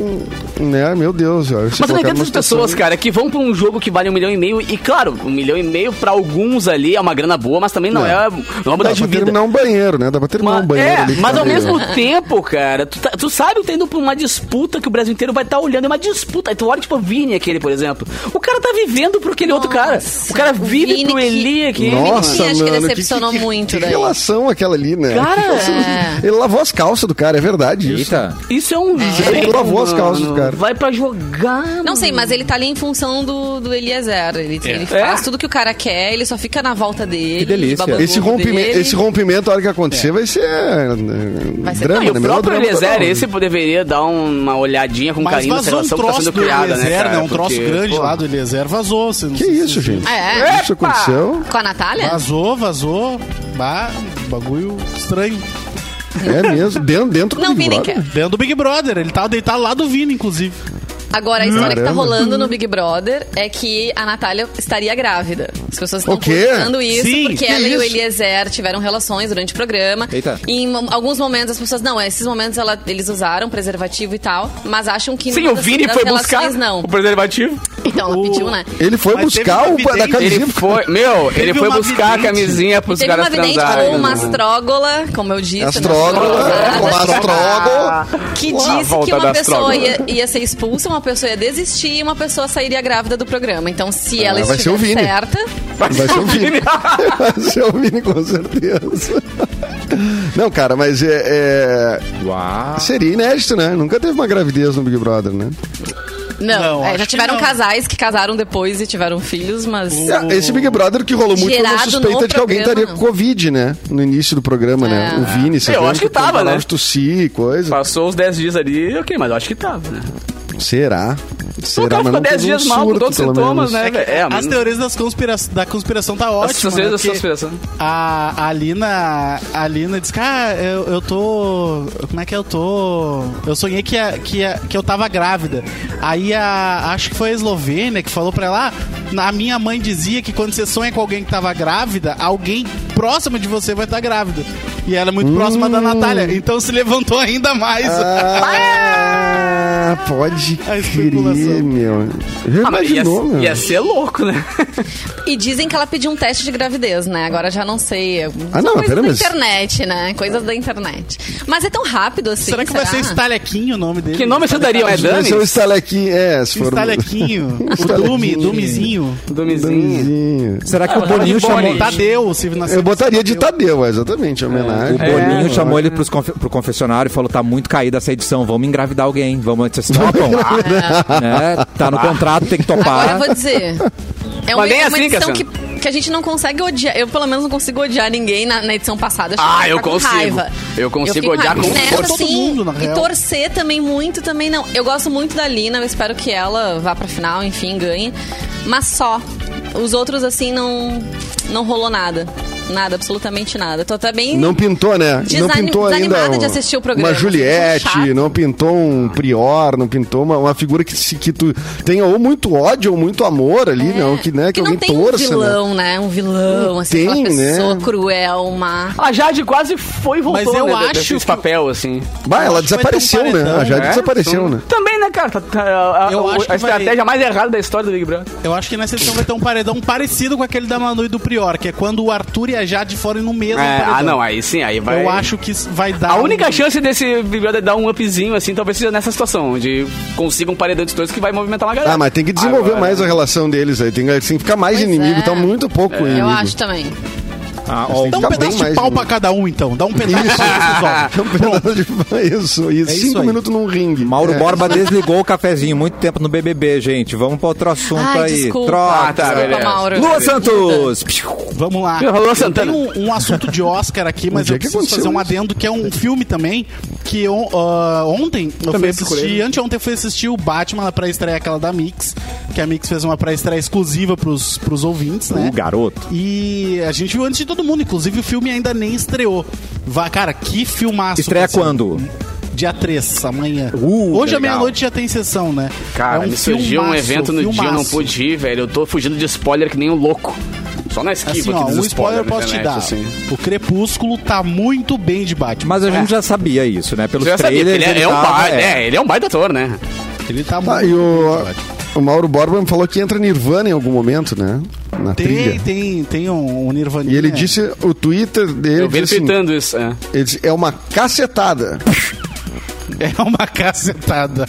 [SPEAKER 5] Né, meu Deus.
[SPEAKER 2] Mas
[SPEAKER 5] ó, ser
[SPEAKER 2] eu não
[SPEAKER 5] colocado
[SPEAKER 2] entendo
[SPEAKER 5] numa
[SPEAKER 2] essas pessoas,
[SPEAKER 5] situação-
[SPEAKER 2] cara, que vão pra um jogo que vale um milhão e meio. E claro, um milhão e meio pra alguns ali é uma grana boa, mas também não,
[SPEAKER 5] Não.
[SPEAKER 2] é, não é uma
[SPEAKER 5] Dá
[SPEAKER 2] mudança de
[SPEAKER 5] pra
[SPEAKER 2] vida.
[SPEAKER 5] terminar um banheiro, né? Dá pra terminar
[SPEAKER 2] Mas-
[SPEAKER 5] um banheiro.
[SPEAKER 2] é,
[SPEAKER 5] ali que
[SPEAKER 2] mas
[SPEAKER 5] tá
[SPEAKER 2] ao
[SPEAKER 5] meio-
[SPEAKER 2] mesmo tempo, cara, tu, tá- tu sabe que tá indo pra uma disputa que o Brasil inteiro vai estar olhando. É uma disputa. Aí tu olha, tipo, o Vini aquele, por exemplo. O cara tá vivendo pro aquele outro cara.
[SPEAKER 3] Nossa,
[SPEAKER 2] O cara
[SPEAKER 3] o
[SPEAKER 2] vive
[SPEAKER 3] Vini
[SPEAKER 2] pro
[SPEAKER 3] que-
[SPEAKER 2] Eli aqui.
[SPEAKER 5] Nossa,
[SPEAKER 3] Acho que
[SPEAKER 5] mano,
[SPEAKER 3] decepcionou muito
[SPEAKER 5] que
[SPEAKER 3] daí.
[SPEAKER 5] relação aquela ali, né?
[SPEAKER 2] Cara,
[SPEAKER 5] Que relação-
[SPEAKER 3] é.
[SPEAKER 5] [LAUGHS] ele lavou as calças do cara, é verdade isso.
[SPEAKER 1] Eita.
[SPEAKER 2] Isso é um
[SPEAKER 5] Ele
[SPEAKER 2] jeito,
[SPEAKER 5] lavou as
[SPEAKER 2] mano.
[SPEAKER 5] calças do cara.
[SPEAKER 2] Vai pra jogar.
[SPEAKER 3] Não sei, mas ele tá ali em função do, do Eliezer. Ele,
[SPEAKER 4] É.
[SPEAKER 3] ele
[SPEAKER 2] É?
[SPEAKER 3] faz tudo que o cara quer, ele só fica na volta dele.
[SPEAKER 1] Que delícia.
[SPEAKER 3] babando
[SPEAKER 5] Esse
[SPEAKER 3] o ovo
[SPEAKER 5] rompimento,
[SPEAKER 3] dele. É.
[SPEAKER 5] esse rompimento, a hora que acontecer, vai ser, eh,
[SPEAKER 3] Vai ser-
[SPEAKER 5] drama,
[SPEAKER 2] Não, e
[SPEAKER 5] né?
[SPEAKER 2] o
[SPEAKER 5] Melhor
[SPEAKER 2] próprio
[SPEAKER 5] drama
[SPEAKER 2] Eliezer,
[SPEAKER 5] total.
[SPEAKER 2] esse deveria dar um, uma olhadinha com
[SPEAKER 4] Mas
[SPEAKER 2] carinho nessa
[SPEAKER 4] vazou um
[SPEAKER 2] relação que tá
[SPEAKER 4] troço
[SPEAKER 2] sendo
[SPEAKER 4] do
[SPEAKER 2] criada, né,
[SPEAKER 4] Eliezer,
[SPEAKER 2] cara?
[SPEAKER 4] né? Um troço
[SPEAKER 2] Porque,
[SPEAKER 4] grande
[SPEAKER 2] pô,
[SPEAKER 4] lá do Eliezer. Vazou. Você não
[SPEAKER 5] Que
[SPEAKER 4] sei se
[SPEAKER 5] isso,
[SPEAKER 4] vocês
[SPEAKER 5] gente?
[SPEAKER 3] Ah, é?
[SPEAKER 5] Isso aconteceu?
[SPEAKER 3] Com a Natália?
[SPEAKER 4] Vazou, vazou. Bah, bagulho estranho.
[SPEAKER 5] É mesmo? Dentro, dentro do
[SPEAKER 3] Não,
[SPEAKER 5] Big
[SPEAKER 3] Vini
[SPEAKER 5] Brother?
[SPEAKER 3] quer.
[SPEAKER 4] Dentro do Big Brother. Ele tava deitado lá do Vini, inclusive.
[SPEAKER 3] Agora, a história que tá
[SPEAKER 5] Caramba.
[SPEAKER 3] rolando no Big Brother é que a Natália estaria grávida. As pessoas estão
[SPEAKER 5] O quê?
[SPEAKER 3] contando isso
[SPEAKER 4] Sim,
[SPEAKER 3] porque
[SPEAKER 5] que
[SPEAKER 3] ela e o
[SPEAKER 5] isso?
[SPEAKER 3] Eliezer tiveram relações durante o programa.
[SPEAKER 1] Eita.
[SPEAKER 3] E em mo- alguns momentos as pessoas... Não, é, esses momentos ela- eles usaram preservativo e tal, mas acham que...
[SPEAKER 2] Sim,
[SPEAKER 3] numa
[SPEAKER 2] o
[SPEAKER 3] das-
[SPEAKER 2] Vini
[SPEAKER 3] das
[SPEAKER 2] foi
[SPEAKER 3] relações,
[SPEAKER 2] buscar
[SPEAKER 3] Não.
[SPEAKER 2] o preservativo.
[SPEAKER 3] Então, ela pediu, né?
[SPEAKER 5] Ele foi
[SPEAKER 4] Mas teve
[SPEAKER 5] buscar
[SPEAKER 4] uma
[SPEAKER 5] o pa- da
[SPEAKER 4] vidente.
[SPEAKER 5] camisinha.
[SPEAKER 2] Ele foi, meu, ele
[SPEAKER 4] Teve
[SPEAKER 2] foi
[SPEAKER 4] uma
[SPEAKER 2] buscar a
[SPEAKER 4] vidente.
[SPEAKER 2] camisinha pros
[SPEAKER 3] Teve
[SPEAKER 2] caras
[SPEAKER 3] uma vidente
[SPEAKER 2] transarem.
[SPEAKER 3] ou uma
[SPEAKER 2] né?
[SPEAKER 3] astrógola, como eu
[SPEAKER 2] é
[SPEAKER 3] disse. né?
[SPEAKER 5] Astrógola,
[SPEAKER 3] Astrógola.
[SPEAKER 5] uma astrógola.
[SPEAKER 3] que
[SPEAKER 2] Lá,
[SPEAKER 3] disse
[SPEAKER 2] volta
[SPEAKER 3] que uma
[SPEAKER 2] da
[SPEAKER 3] pessoa
[SPEAKER 2] astróloga.
[SPEAKER 3] ia, ia ser expulsa, uma pessoa ia desistir e uma pessoa sairia grávida do programa. Então, se ela
[SPEAKER 5] vai ser o
[SPEAKER 3] estiver
[SPEAKER 5] Vini.
[SPEAKER 3] certa,
[SPEAKER 5] Vai ser o Vini. Um
[SPEAKER 2] [LAUGHS]
[SPEAKER 5] Vai ser o Vini, com certeza. Não, cara, mas é,
[SPEAKER 1] Uau.
[SPEAKER 5] é- seria inédito, né? Nunca teve uma gravidez no Big Brother, né?
[SPEAKER 3] não.
[SPEAKER 4] Não,
[SPEAKER 3] É,
[SPEAKER 4] acho
[SPEAKER 3] já
[SPEAKER 4] que
[SPEAKER 3] tiveram
[SPEAKER 4] não.
[SPEAKER 3] casais que casaram depois e tiveram filhos, mas.
[SPEAKER 5] É, Esse Big Brother que rolou muito foi uma
[SPEAKER 3] Gerado
[SPEAKER 5] suspeita
[SPEAKER 3] no
[SPEAKER 5] de que alguém
[SPEAKER 3] programa.
[SPEAKER 5] estaria com Covid, né? No início do programa, né?
[SPEAKER 3] É.
[SPEAKER 5] O Vini, você
[SPEAKER 2] Eu
[SPEAKER 5] lembra
[SPEAKER 2] acho que
[SPEAKER 5] o povo
[SPEAKER 2] tava,
[SPEAKER 5] falava
[SPEAKER 2] né?
[SPEAKER 5] de tossir e coisa.
[SPEAKER 2] Passou os 10 dias ali, ok, mas eu acho que tava, né?
[SPEAKER 5] Será?
[SPEAKER 2] O
[SPEAKER 5] Será,
[SPEAKER 2] cara ficou 10 dias mal com todos os
[SPEAKER 5] um pelo
[SPEAKER 2] sintomas,
[SPEAKER 5] menos.
[SPEAKER 2] né? velho? É,
[SPEAKER 4] As
[SPEAKER 2] mano.
[SPEAKER 4] teorias das conspira da conspiração tá
[SPEAKER 2] As
[SPEAKER 4] ótima.
[SPEAKER 2] teorias
[SPEAKER 4] né?
[SPEAKER 2] das
[SPEAKER 4] Porque
[SPEAKER 2] conspiração.
[SPEAKER 4] A, a Alina, a Alina disse que, ah, eu, eu tô... Como é que eu tô... Eu sonhei que, a- que, a- que eu tava grávida. Aí a... Acho que foi a Eslovênia que falou pra ela, "Ah, a minha mãe dizia que quando você sonha com alguém que tava grávida, alguém próximo de você vai estar grávida. E ela é muito próxima da
[SPEAKER 2] Hum.
[SPEAKER 4] Natália. Então se levantou ainda mais.
[SPEAKER 5] Ah, [LAUGHS] pode
[SPEAKER 4] A
[SPEAKER 5] crer,
[SPEAKER 4] especulação.
[SPEAKER 5] meu. Já
[SPEAKER 2] Ah, mas ia,
[SPEAKER 5] imaginou, meu.
[SPEAKER 2] ia ser louco, né? [LAUGHS]
[SPEAKER 3] E dizem que ela pediu um teste de gravidez, né? Agora já não sei.
[SPEAKER 5] Ah,
[SPEAKER 3] São
[SPEAKER 5] não, mas
[SPEAKER 3] coisas
[SPEAKER 5] pera,
[SPEAKER 3] da
[SPEAKER 5] mas-
[SPEAKER 3] internet, né? Coisas da internet. Mas é tão rápido assim.
[SPEAKER 4] Será que vai ser Estalequinho o nome dele?
[SPEAKER 2] Que nome você daria? É
[SPEAKER 5] Vai ser o
[SPEAKER 2] Dani?
[SPEAKER 5] estalequinho, é, se for... [LAUGHS]
[SPEAKER 4] Estalequinho. o
[SPEAKER 5] Estalequinho.
[SPEAKER 4] Dume, Dumezinho.
[SPEAKER 2] Domizinho.
[SPEAKER 5] Danizinho.
[SPEAKER 1] Será que o Boninho
[SPEAKER 2] Boninho.
[SPEAKER 1] chamou...
[SPEAKER 4] Tadeu, se nasceu.
[SPEAKER 5] Eu botaria de Tadeu, é, exatamente, a homenagem.
[SPEAKER 1] O Boninho
[SPEAKER 2] É.
[SPEAKER 1] chamou ele pros confe- pro confessionário e falou: tá muito caída essa edição, vamos engravidar alguém. Vamos antes
[SPEAKER 5] [LAUGHS]
[SPEAKER 1] assim, topam. Né? Tá no contrato, tem que
[SPEAKER 3] Agora eu
[SPEAKER 1] topar.
[SPEAKER 3] vou dizer. É uma,
[SPEAKER 2] Mas nem
[SPEAKER 3] é uma
[SPEAKER 2] assim,
[SPEAKER 3] edição que,
[SPEAKER 2] Cassiano.
[SPEAKER 3] que a gente não consegue odiar. Eu, pelo menos, não consigo odiar ninguém na, na edição passada. Acho que
[SPEAKER 2] Ah,
[SPEAKER 3] vai
[SPEAKER 2] eu
[SPEAKER 3] ficar com
[SPEAKER 2] consigo.
[SPEAKER 3] raiva.
[SPEAKER 2] Eu consigo
[SPEAKER 3] fiquei
[SPEAKER 2] odiar
[SPEAKER 3] raiva.
[SPEAKER 2] com
[SPEAKER 3] Nessa,
[SPEAKER 4] todo
[SPEAKER 3] sim,
[SPEAKER 4] mundo, na
[SPEAKER 3] E
[SPEAKER 4] real.
[SPEAKER 3] torcer também muito, também não. Eu gosto muito da Lina, eu espero que ela vá pra final, enfim, ganhe. Mas só. Os outros, assim, não, não rolou nada. Nada, absolutamente nada. Tô até bem...
[SPEAKER 5] Não pintou, né?
[SPEAKER 3] Desanim-
[SPEAKER 5] não pintou ainda
[SPEAKER 3] desanimada
[SPEAKER 5] um-
[SPEAKER 3] de assistir o programa,
[SPEAKER 5] uma
[SPEAKER 3] assim, tão
[SPEAKER 5] Juliette,
[SPEAKER 3] chato.
[SPEAKER 5] não pintou um Prior, não pintou uma, uma figura que, se, que tu tenha ou muito ódio ou muito amor ali, não, que, né, que,
[SPEAKER 3] É. não
[SPEAKER 5] alguém
[SPEAKER 3] tem um
[SPEAKER 5] torça, né?
[SPEAKER 3] vilão, né? Um vilão, assim, uma
[SPEAKER 5] tem, né?
[SPEAKER 3] pessoa cruel, uma...
[SPEAKER 2] A Jade quase foi e voltou,
[SPEAKER 4] Mas eu
[SPEAKER 2] né,
[SPEAKER 4] acho
[SPEAKER 2] desse
[SPEAKER 4] que-
[SPEAKER 2] papel, assim.
[SPEAKER 5] Bah, ela
[SPEAKER 4] Acho que vai
[SPEAKER 5] desapareceu,
[SPEAKER 4] ter um
[SPEAKER 5] né?
[SPEAKER 4] paredão,
[SPEAKER 5] A Jade
[SPEAKER 2] É?
[SPEAKER 5] desapareceu, né?
[SPEAKER 2] Também, né, cara? Tá- tá- A, a-
[SPEAKER 4] Eu
[SPEAKER 2] a-
[SPEAKER 4] acho que
[SPEAKER 2] a
[SPEAKER 4] vai-
[SPEAKER 2] estratégia mais errada da história do Big Brother.
[SPEAKER 4] Eu acho que nessa edição vai ter um paredão parecido com aquele da Manu e do Prior, que é quando o Arthur e a Jade forem no mesmo
[SPEAKER 2] É,
[SPEAKER 4] paredão.
[SPEAKER 2] ah, não, aí sim, aí vai.
[SPEAKER 4] Eu acho que isso vai dar.
[SPEAKER 2] A única
[SPEAKER 4] um-
[SPEAKER 2] chance desse Big Brother dar um upzinho, assim, talvez seja nessa situação, onde consiga um paredão de dois que vai movimentar uma galera.
[SPEAKER 5] Ah, mas tem que desenvolver
[SPEAKER 2] Agora-
[SPEAKER 4] né?
[SPEAKER 5] mais a relação deles aí. Tem que, tem que ficar mais
[SPEAKER 3] Pois
[SPEAKER 5] inimigo.
[SPEAKER 3] é.
[SPEAKER 5] Tá muito pouco inimigo.
[SPEAKER 3] Eu acho também.
[SPEAKER 1] Ah, ó,
[SPEAKER 5] Tem
[SPEAKER 4] Dá
[SPEAKER 5] que
[SPEAKER 4] um
[SPEAKER 5] ficar bem
[SPEAKER 4] pedaço de
[SPEAKER 5] mais
[SPEAKER 4] pau
[SPEAKER 5] inimigo.
[SPEAKER 4] pra cada um, então. Dá um
[SPEAKER 3] tá
[SPEAKER 4] pedaço
[SPEAKER 5] Isso. [LAUGHS]
[SPEAKER 4] de
[SPEAKER 5] É um pedaço de- Isso, isso.
[SPEAKER 4] É isso
[SPEAKER 5] Cinco
[SPEAKER 4] aí.
[SPEAKER 5] minutos num ringue.
[SPEAKER 1] Mauro
[SPEAKER 5] É.
[SPEAKER 1] Borba desligou o cafezinho muito tempo no BBB, gente. Vamos pra outro assunto
[SPEAKER 3] Ai,
[SPEAKER 1] aí.
[SPEAKER 3] desculpa.
[SPEAKER 1] Troca.
[SPEAKER 2] Ah, tá,
[SPEAKER 3] desculpa,
[SPEAKER 2] beleza.
[SPEAKER 3] Mauro.
[SPEAKER 1] Lua Santos!
[SPEAKER 4] Vamos lá.
[SPEAKER 2] Alô,
[SPEAKER 4] Eu
[SPEAKER 2] Santana.
[SPEAKER 4] tenho um, um assunto de Oscar aqui, mas
[SPEAKER 5] Onde
[SPEAKER 4] eu
[SPEAKER 5] é que
[SPEAKER 4] preciso
[SPEAKER 5] aconteceu
[SPEAKER 4] fazer um
[SPEAKER 5] isso?
[SPEAKER 4] adendo que é um filme também que on- ah, ontem eu fui
[SPEAKER 2] Também
[SPEAKER 4] assistir,
[SPEAKER 2] procurei. né?
[SPEAKER 4] anteontem eu fui assistir o Batman na pré-estreia aquela da Mix, que a Mix fez uma pré-estreia exclusiva pros, pros ouvintes,
[SPEAKER 3] É.
[SPEAKER 4] né?
[SPEAKER 1] O garoto.
[SPEAKER 4] E a gente viu antes de todo mundo, inclusive o filme ainda nem estreou. Vá, cara, que filmaço.
[SPEAKER 1] Estreia
[SPEAKER 4] Cassiano.
[SPEAKER 1] quando?
[SPEAKER 4] Dia 3, amanhã.
[SPEAKER 2] Uh,
[SPEAKER 4] Hoje à
[SPEAKER 2] legal.
[SPEAKER 4] meia-noite já tem sessão, né?
[SPEAKER 2] Cara,
[SPEAKER 4] É
[SPEAKER 2] me surgiu um
[SPEAKER 4] filmaço,
[SPEAKER 2] evento no dia, eu não
[SPEAKER 4] filmaço.
[SPEAKER 2] pude ir, velho. Eu tô fugindo de spoiler que nem um louco. Só na esquiva
[SPEAKER 4] Assim,
[SPEAKER 2] que
[SPEAKER 4] ó,
[SPEAKER 2] diz
[SPEAKER 4] um spoiler eu
[SPEAKER 2] na
[SPEAKER 4] posso te
[SPEAKER 2] internet,
[SPEAKER 4] dar.
[SPEAKER 2] assim.
[SPEAKER 4] O Crepúsculo tá muito bem de Batman.
[SPEAKER 1] Mas a gente já sabia isso, né? Pelos
[SPEAKER 2] Você já sabia que
[SPEAKER 1] trailers,
[SPEAKER 2] ele, é, é um
[SPEAKER 1] tava-
[SPEAKER 2] baita,
[SPEAKER 1] é.
[SPEAKER 2] é, ele é um baita ator, né?
[SPEAKER 4] Ele tá
[SPEAKER 5] Tá,
[SPEAKER 4] muito bem
[SPEAKER 5] e
[SPEAKER 4] de
[SPEAKER 5] o,
[SPEAKER 4] Batman.
[SPEAKER 5] o Mauro Borba me falou que entra Nirvana em algum momento, né? Na
[SPEAKER 4] Tem,
[SPEAKER 5] trilha.
[SPEAKER 4] tem, tem um, um Nirvana.
[SPEAKER 5] E ele disse, o Twitter dele
[SPEAKER 2] Eu vi ele
[SPEAKER 5] disse assim,
[SPEAKER 2] tweetando isso. é.
[SPEAKER 5] ele disse, é uma cacetada.
[SPEAKER 4] [LAUGHS] É uma cacetada.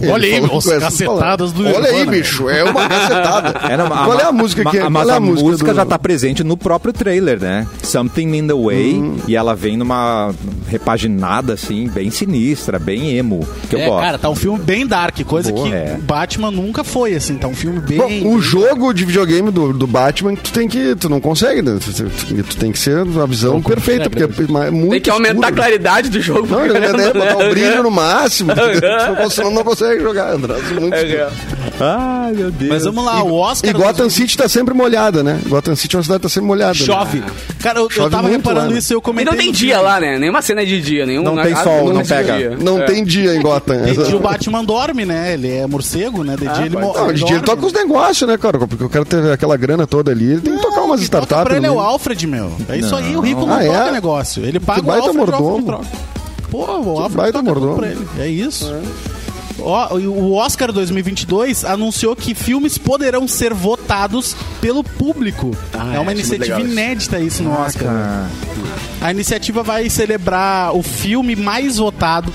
[SPEAKER 5] Ele
[SPEAKER 4] Olha aí,
[SPEAKER 5] falou com
[SPEAKER 4] meu, as
[SPEAKER 5] essas
[SPEAKER 4] cacetadas
[SPEAKER 5] palavras.
[SPEAKER 4] do
[SPEAKER 5] Olha aí,
[SPEAKER 4] Nirvana. né?
[SPEAKER 5] bicho,
[SPEAKER 4] [LAUGHS]
[SPEAKER 5] é uma cacetada.
[SPEAKER 1] Era uma-
[SPEAKER 5] Qual é
[SPEAKER 1] ma-
[SPEAKER 5] a música
[SPEAKER 1] ma-
[SPEAKER 5] que é?
[SPEAKER 1] Mas
[SPEAKER 5] Qual é
[SPEAKER 1] a música,
[SPEAKER 5] do-
[SPEAKER 1] já tá presente no próprio trailer, né? Something in the Way. E ela vem numa repaginada, assim, bem sinistra, bem emo. Que eu
[SPEAKER 4] é,
[SPEAKER 1] gosto.
[SPEAKER 4] cara, tá um filme bem dark, coisa
[SPEAKER 1] Boa,
[SPEAKER 4] que
[SPEAKER 1] é.
[SPEAKER 4] Batman nunca foi, assim, tá um filme bem...
[SPEAKER 5] Bom, o jogo de videogame do, do Batman, tu tem que. Tu não consegue, né? Tu, tu- tu tem que ser a visão perfeita, porque é muito.
[SPEAKER 2] Tem que aumentar a
[SPEAKER 5] escuro.
[SPEAKER 2] claridade do jogo.
[SPEAKER 5] Não,
[SPEAKER 2] pra
[SPEAKER 5] ele
[SPEAKER 2] [LAUGHS] caramba,
[SPEAKER 5] deve botar
[SPEAKER 2] né?
[SPEAKER 5] o brilho no máximo, [LAUGHS] senão senão não consegue jogar, André. é
[SPEAKER 2] é,
[SPEAKER 5] Muito escuro.
[SPEAKER 1] Ai, meu Deus.
[SPEAKER 4] Mas vamos lá, o Oscar...
[SPEAKER 5] E Gotham City tá sempre molhada, né? Gotham City é uma cidade que tá sempre molhada. né?
[SPEAKER 4] Chove. Cara, eu, eu
[SPEAKER 5] Chove
[SPEAKER 4] tava
[SPEAKER 5] muito
[SPEAKER 4] reparando
[SPEAKER 5] lá, né?
[SPEAKER 4] isso e eu
[SPEAKER 2] E
[SPEAKER 4] comentei...
[SPEAKER 2] não tem
[SPEAKER 4] no
[SPEAKER 2] dia
[SPEAKER 4] filme.
[SPEAKER 2] lá, né? Nenhuma cena é de dia. Nenhum,
[SPEAKER 1] Não tem
[SPEAKER 2] ah,
[SPEAKER 1] sol, não
[SPEAKER 2] tem
[SPEAKER 1] pega.
[SPEAKER 2] dia.
[SPEAKER 5] Não
[SPEAKER 2] É.
[SPEAKER 5] tem dia em Gotham.
[SPEAKER 4] E
[SPEAKER 5] [LAUGHS]
[SPEAKER 4] de o
[SPEAKER 5] Não,
[SPEAKER 4] Batman dorme, né? Ele é morcego, né? De
[SPEAKER 2] Ah,
[SPEAKER 4] dia ele mo-
[SPEAKER 5] de dia ele
[SPEAKER 4] dorme.
[SPEAKER 5] toca os negócios, né, cara? Porque o cara teve aquela grana toda ali, ele tem que tocar umas
[SPEAKER 4] Quem toca
[SPEAKER 5] startups.
[SPEAKER 4] pra ele é
[SPEAKER 5] no
[SPEAKER 4] o
[SPEAKER 5] meio.
[SPEAKER 4] Alfred, meu. É isso aí, o rico não
[SPEAKER 5] Ah, é?
[SPEAKER 4] toca negócio. Ele paga o
[SPEAKER 5] Que baita
[SPEAKER 4] Alfred, o Alfred
[SPEAKER 5] mordomo.
[SPEAKER 4] troca. Pô, o Alfred
[SPEAKER 5] baita
[SPEAKER 4] toca tudo
[SPEAKER 5] mordomo.
[SPEAKER 4] pra ele. É isso. Ó, e o Oscar 2022 anunciou que filmes poderão ser votados pelo público. é uma iniciativa
[SPEAKER 2] Ah, legal isso. Ah,
[SPEAKER 4] inédita isso no Oscar. né? A iniciativa vai celebrar o filme mais votado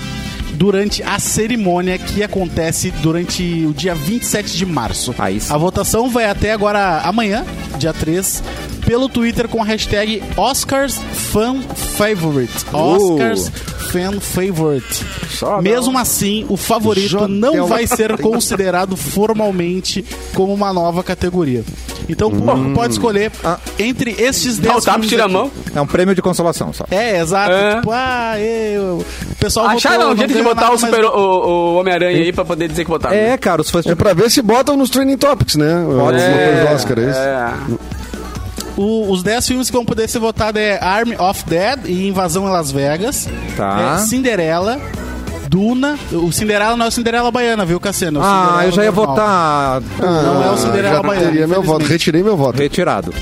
[SPEAKER 4] durante a cerimônia que acontece durante o dia 27 de março.
[SPEAKER 2] Ah,
[SPEAKER 1] Aí sim.
[SPEAKER 4] A votação vai até agora amanhã, dia 3, pelo Twitter com a hashtag Oscars Fan Favorite.
[SPEAKER 2] Uh.
[SPEAKER 4] Oscars Fan Favorite.
[SPEAKER 1] Ah,
[SPEAKER 4] Mesmo assim, o favorito
[SPEAKER 5] Já deu
[SPEAKER 4] não vai
[SPEAKER 5] uma-
[SPEAKER 4] ser considerado formalmente como uma nova categoria. Então, o público pode escolher entre estes 10
[SPEAKER 2] Dá Tá, o tapa,
[SPEAKER 4] filmes
[SPEAKER 2] Hum. tira a
[SPEAKER 4] aqui.
[SPEAKER 2] mão.
[SPEAKER 1] É um prêmio de consolação só.
[SPEAKER 4] É, exato.
[SPEAKER 2] É.
[SPEAKER 4] Tipo, ah, eu... O pessoal
[SPEAKER 2] Acharam
[SPEAKER 4] votou,
[SPEAKER 2] um jeito de
[SPEAKER 4] ganhou
[SPEAKER 2] botar
[SPEAKER 4] nada,
[SPEAKER 2] o,
[SPEAKER 4] mas-
[SPEAKER 2] super, o, o Homem-Aranha aí pra poder dizer que botaram.
[SPEAKER 1] É, cara, os fãs de
[SPEAKER 5] É pra ver se botam nos training topics, né? Os motores do Oscar, é isso?
[SPEAKER 2] é.
[SPEAKER 4] O- os 10 filmes que vão poder ser votados é Army of Dead e Invasão em Las Vegas.
[SPEAKER 1] Tá.
[SPEAKER 4] É, Cinderela. Duna. O Cinderela não é o Cinderela Baiana, viu, Cassiano? É o
[SPEAKER 1] Ah,
[SPEAKER 4] Cinderela
[SPEAKER 1] eu já ia
[SPEAKER 4] normal.
[SPEAKER 1] votar
[SPEAKER 4] Não é o Cinderela
[SPEAKER 5] Ah, já
[SPEAKER 4] Baiana,
[SPEAKER 5] teria meu
[SPEAKER 4] infelizmente.
[SPEAKER 5] voto, retirei meu voto.
[SPEAKER 1] retirado.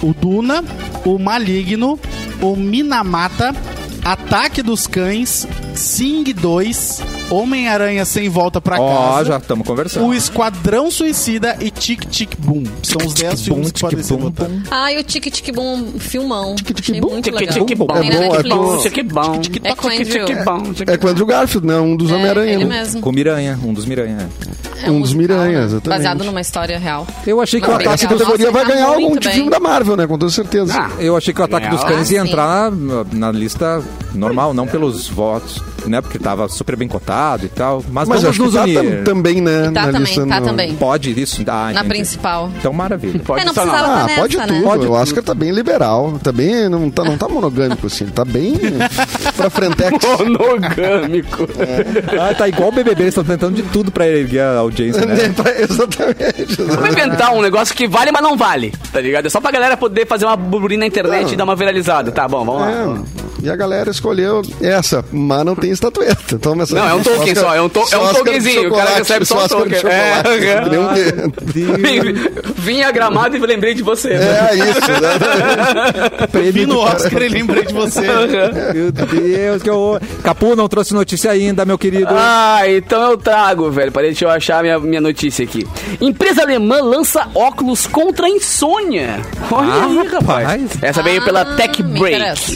[SPEAKER 4] O Duna, o Maligno, o Minamata, Ataque dos Cães, Sing 2, Homem-Aranha Sem Volta Pra
[SPEAKER 1] Ó,
[SPEAKER 4] Casa.
[SPEAKER 1] já estamos conversando.
[SPEAKER 4] O Esquadrão Suicida e Tic Tic Boom. São É, os 10 filmes que podem ser votados.
[SPEAKER 3] Ai, Ah, o Tique Tique Boom, filmão. Achei
[SPEAKER 5] Boom.
[SPEAKER 3] muito
[SPEAKER 2] Tchiqui,
[SPEAKER 3] legal. né,
[SPEAKER 2] tchiqui, bom.
[SPEAKER 3] Tem na
[SPEAKER 5] bom, é
[SPEAKER 3] Netflix.
[SPEAKER 5] bom.
[SPEAKER 2] Tchiqui, bom.
[SPEAKER 3] É com
[SPEAKER 2] Tchiqui,
[SPEAKER 3] Andrew.
[SPEAKER 2] tchiqui, bom.
[SPEAKER 5] É com o Andrew Garfield, né? Um dos
[SPEAKER 3] É,
[SPEAKER 5] Homem-Aranha.
[SPEAKER 3] ele
[SPEAKER 5] né?
[SPEAKER 3] mesmo.
[SPEAKER 1] Com Miranha, um dos Miranha.
[SPEAKER 3] É
[SPEAKER 5] um dos
[SPEAKER 3] musical,
[SPEAKER 5] Miranha,
[SPEAKER 3] né?
[SPEAKER 5] exatamente.
[SPEAKER 3] Baseado numa história real.
[SPEAKER 1] Eu achei que
[SPEAKER 3] Mas
[SPEAKER 1] o
[SPEAKER 3] bem
[SPEAKER 5] Essa
[SPEAKER 1] ataque
[SPEAKER 3] legal.
[SPEAKER 1] dos...
[SPEAKER 5] categoria
[SPEAKER 3] Nossa,
[SPEAKER 5] vai
[SPEAKER 3] tá
[SPEAKER 5] ganhar algum
[SPEAKER 3] muito
[SPEAKER 5] tipo de
[SPEAKER 3] bem.
[SPEAKER 5] filme da Marvel, né? Com toda certeza.
[SPEAKER 2] Ah,
[SPEAKER 1] Eu achei que o ataque dos
[SPEAKER 2] Ah,
[SPEAKER 1] cães ia
[SPEAKER 3] sim.
[SPEAKER 1] entrar na lista normal, não pelos votos, né? Porque tava super bem cotado e tal. Mas,
[SPEAKER 5] Mas
[SPEAKER 1] vamos
[SPEAKER 5] acho que
[SPEAKER 1] nos
[SPEAKER 5] tá
[SPEAKER 1] unir.
[SPEAKER 5] tam- também, né?
[SPEAKER 3] Tá
[SPEAKER 5] na
[SPEAKER 3] também,
[SPEAKER 5] lista
[SPEAKER 3] tá
[SPEAKER 5] no-
[SPEAKER 3] também.
[SPEAKER 1] Pode isso? Ah,
[SPEAKER 3] Na
[SPEAKER 1] entendi.
[SPEAKER 3] principal.
[SPEAKER 1] Então, maravilha.
[SPEAKER 2] Pode
[SPEAKER 3] É, não
[SPEAKER 2] só
[SPEAKER 3] precisava
[SPEAKER 5] Ah,
[SPEAKER 3] nessa,
[SPEAKER 5] pode
[SPEAKER 3] né?
[SPEAKER 5] tudo.
[SPEAKER 1] Pode
[SPEAKER 5] o Oscar tá bem liberal. Também não tá,
[SPEAKER 3] [LAUGHS]
[SPEAKER 5] não tá monogâmico, assim. Ele tá bem
[SPEAKER 4] [LAUGHS]
[SPEAKER 5] pra frentex.
[SPEAKER 2] Monogâmico.
[SPEAKER 5] É.
[SPEAKER 1] Ah, tá igual o BBB, eles estão tentando de tudo pra erguer a audiência,
[SPEAKER 5] [LAUGHS]
[SPEAKER 1] né?
[SPEAKER 5] Exatamente.
[SPEAKER 2] Vou inventar um negócio que vale, mas não vale, tá ligado? É só pra galera poder fazer uma burburinha na internet e dar uma viralizada. Tá bom, vamos lá.
[SPEAKER 5] É, E a galera escolheu essa, mas não tem estatueta. Então, Toma essa
[SPEAKER 2] Não, é um token
[SPEAKER 5] Oscar-
[SPEAKER 2] só, é um to- é um
[SPEAKER 5] Oscar de
[SPEAKER 2] tokenzinho, o cara
[SPEAKER 5] chocolate,
[SPEAKER 2] recebe só um
[SPEAKER 5] Oscar de
[SPEAKER 2] token.
[SPEAKER 5] chocolate,
[SPEAKER 2] É.
[SPEAKER 5] que nem um
[SPEAKER 2] [LAUGHS]
[SPEAKER 5] dedo.
[SPEAKER 2] Vim a gramado e lembrei de você.
[SPEAKER 5] É isso, né?
[SPEAKER 4] Vi
[SPEAKER 1] Prêmio
[SPEAKER 4] no
[SPEAKER 1] do-
[SPEAKER 4] Oscar e lembrei de você.
[SPEAKER 1] Meu Deus, que horror. Capu não trouxe notícia ainda, meu querido.
[SPEAKER 2] Ah, então eu trago, velho. Peraí, deixa eu achar minha, minha notícia aqui. Empresa alemã lança óculos contra a insônia. Olha
[SPEAKER 1] Ah,
[SPEAKER 2] aí, rapaz.
[SPEAKER 1] rapaz.
[SPEAKER 2] Essa veio
[SPEAKER 3] Ah,
[SPEAKER 2] pela Tech
[SPEAKER 3] me
[SPEAKER 2] Break.
[SPEAKER 3] interessa.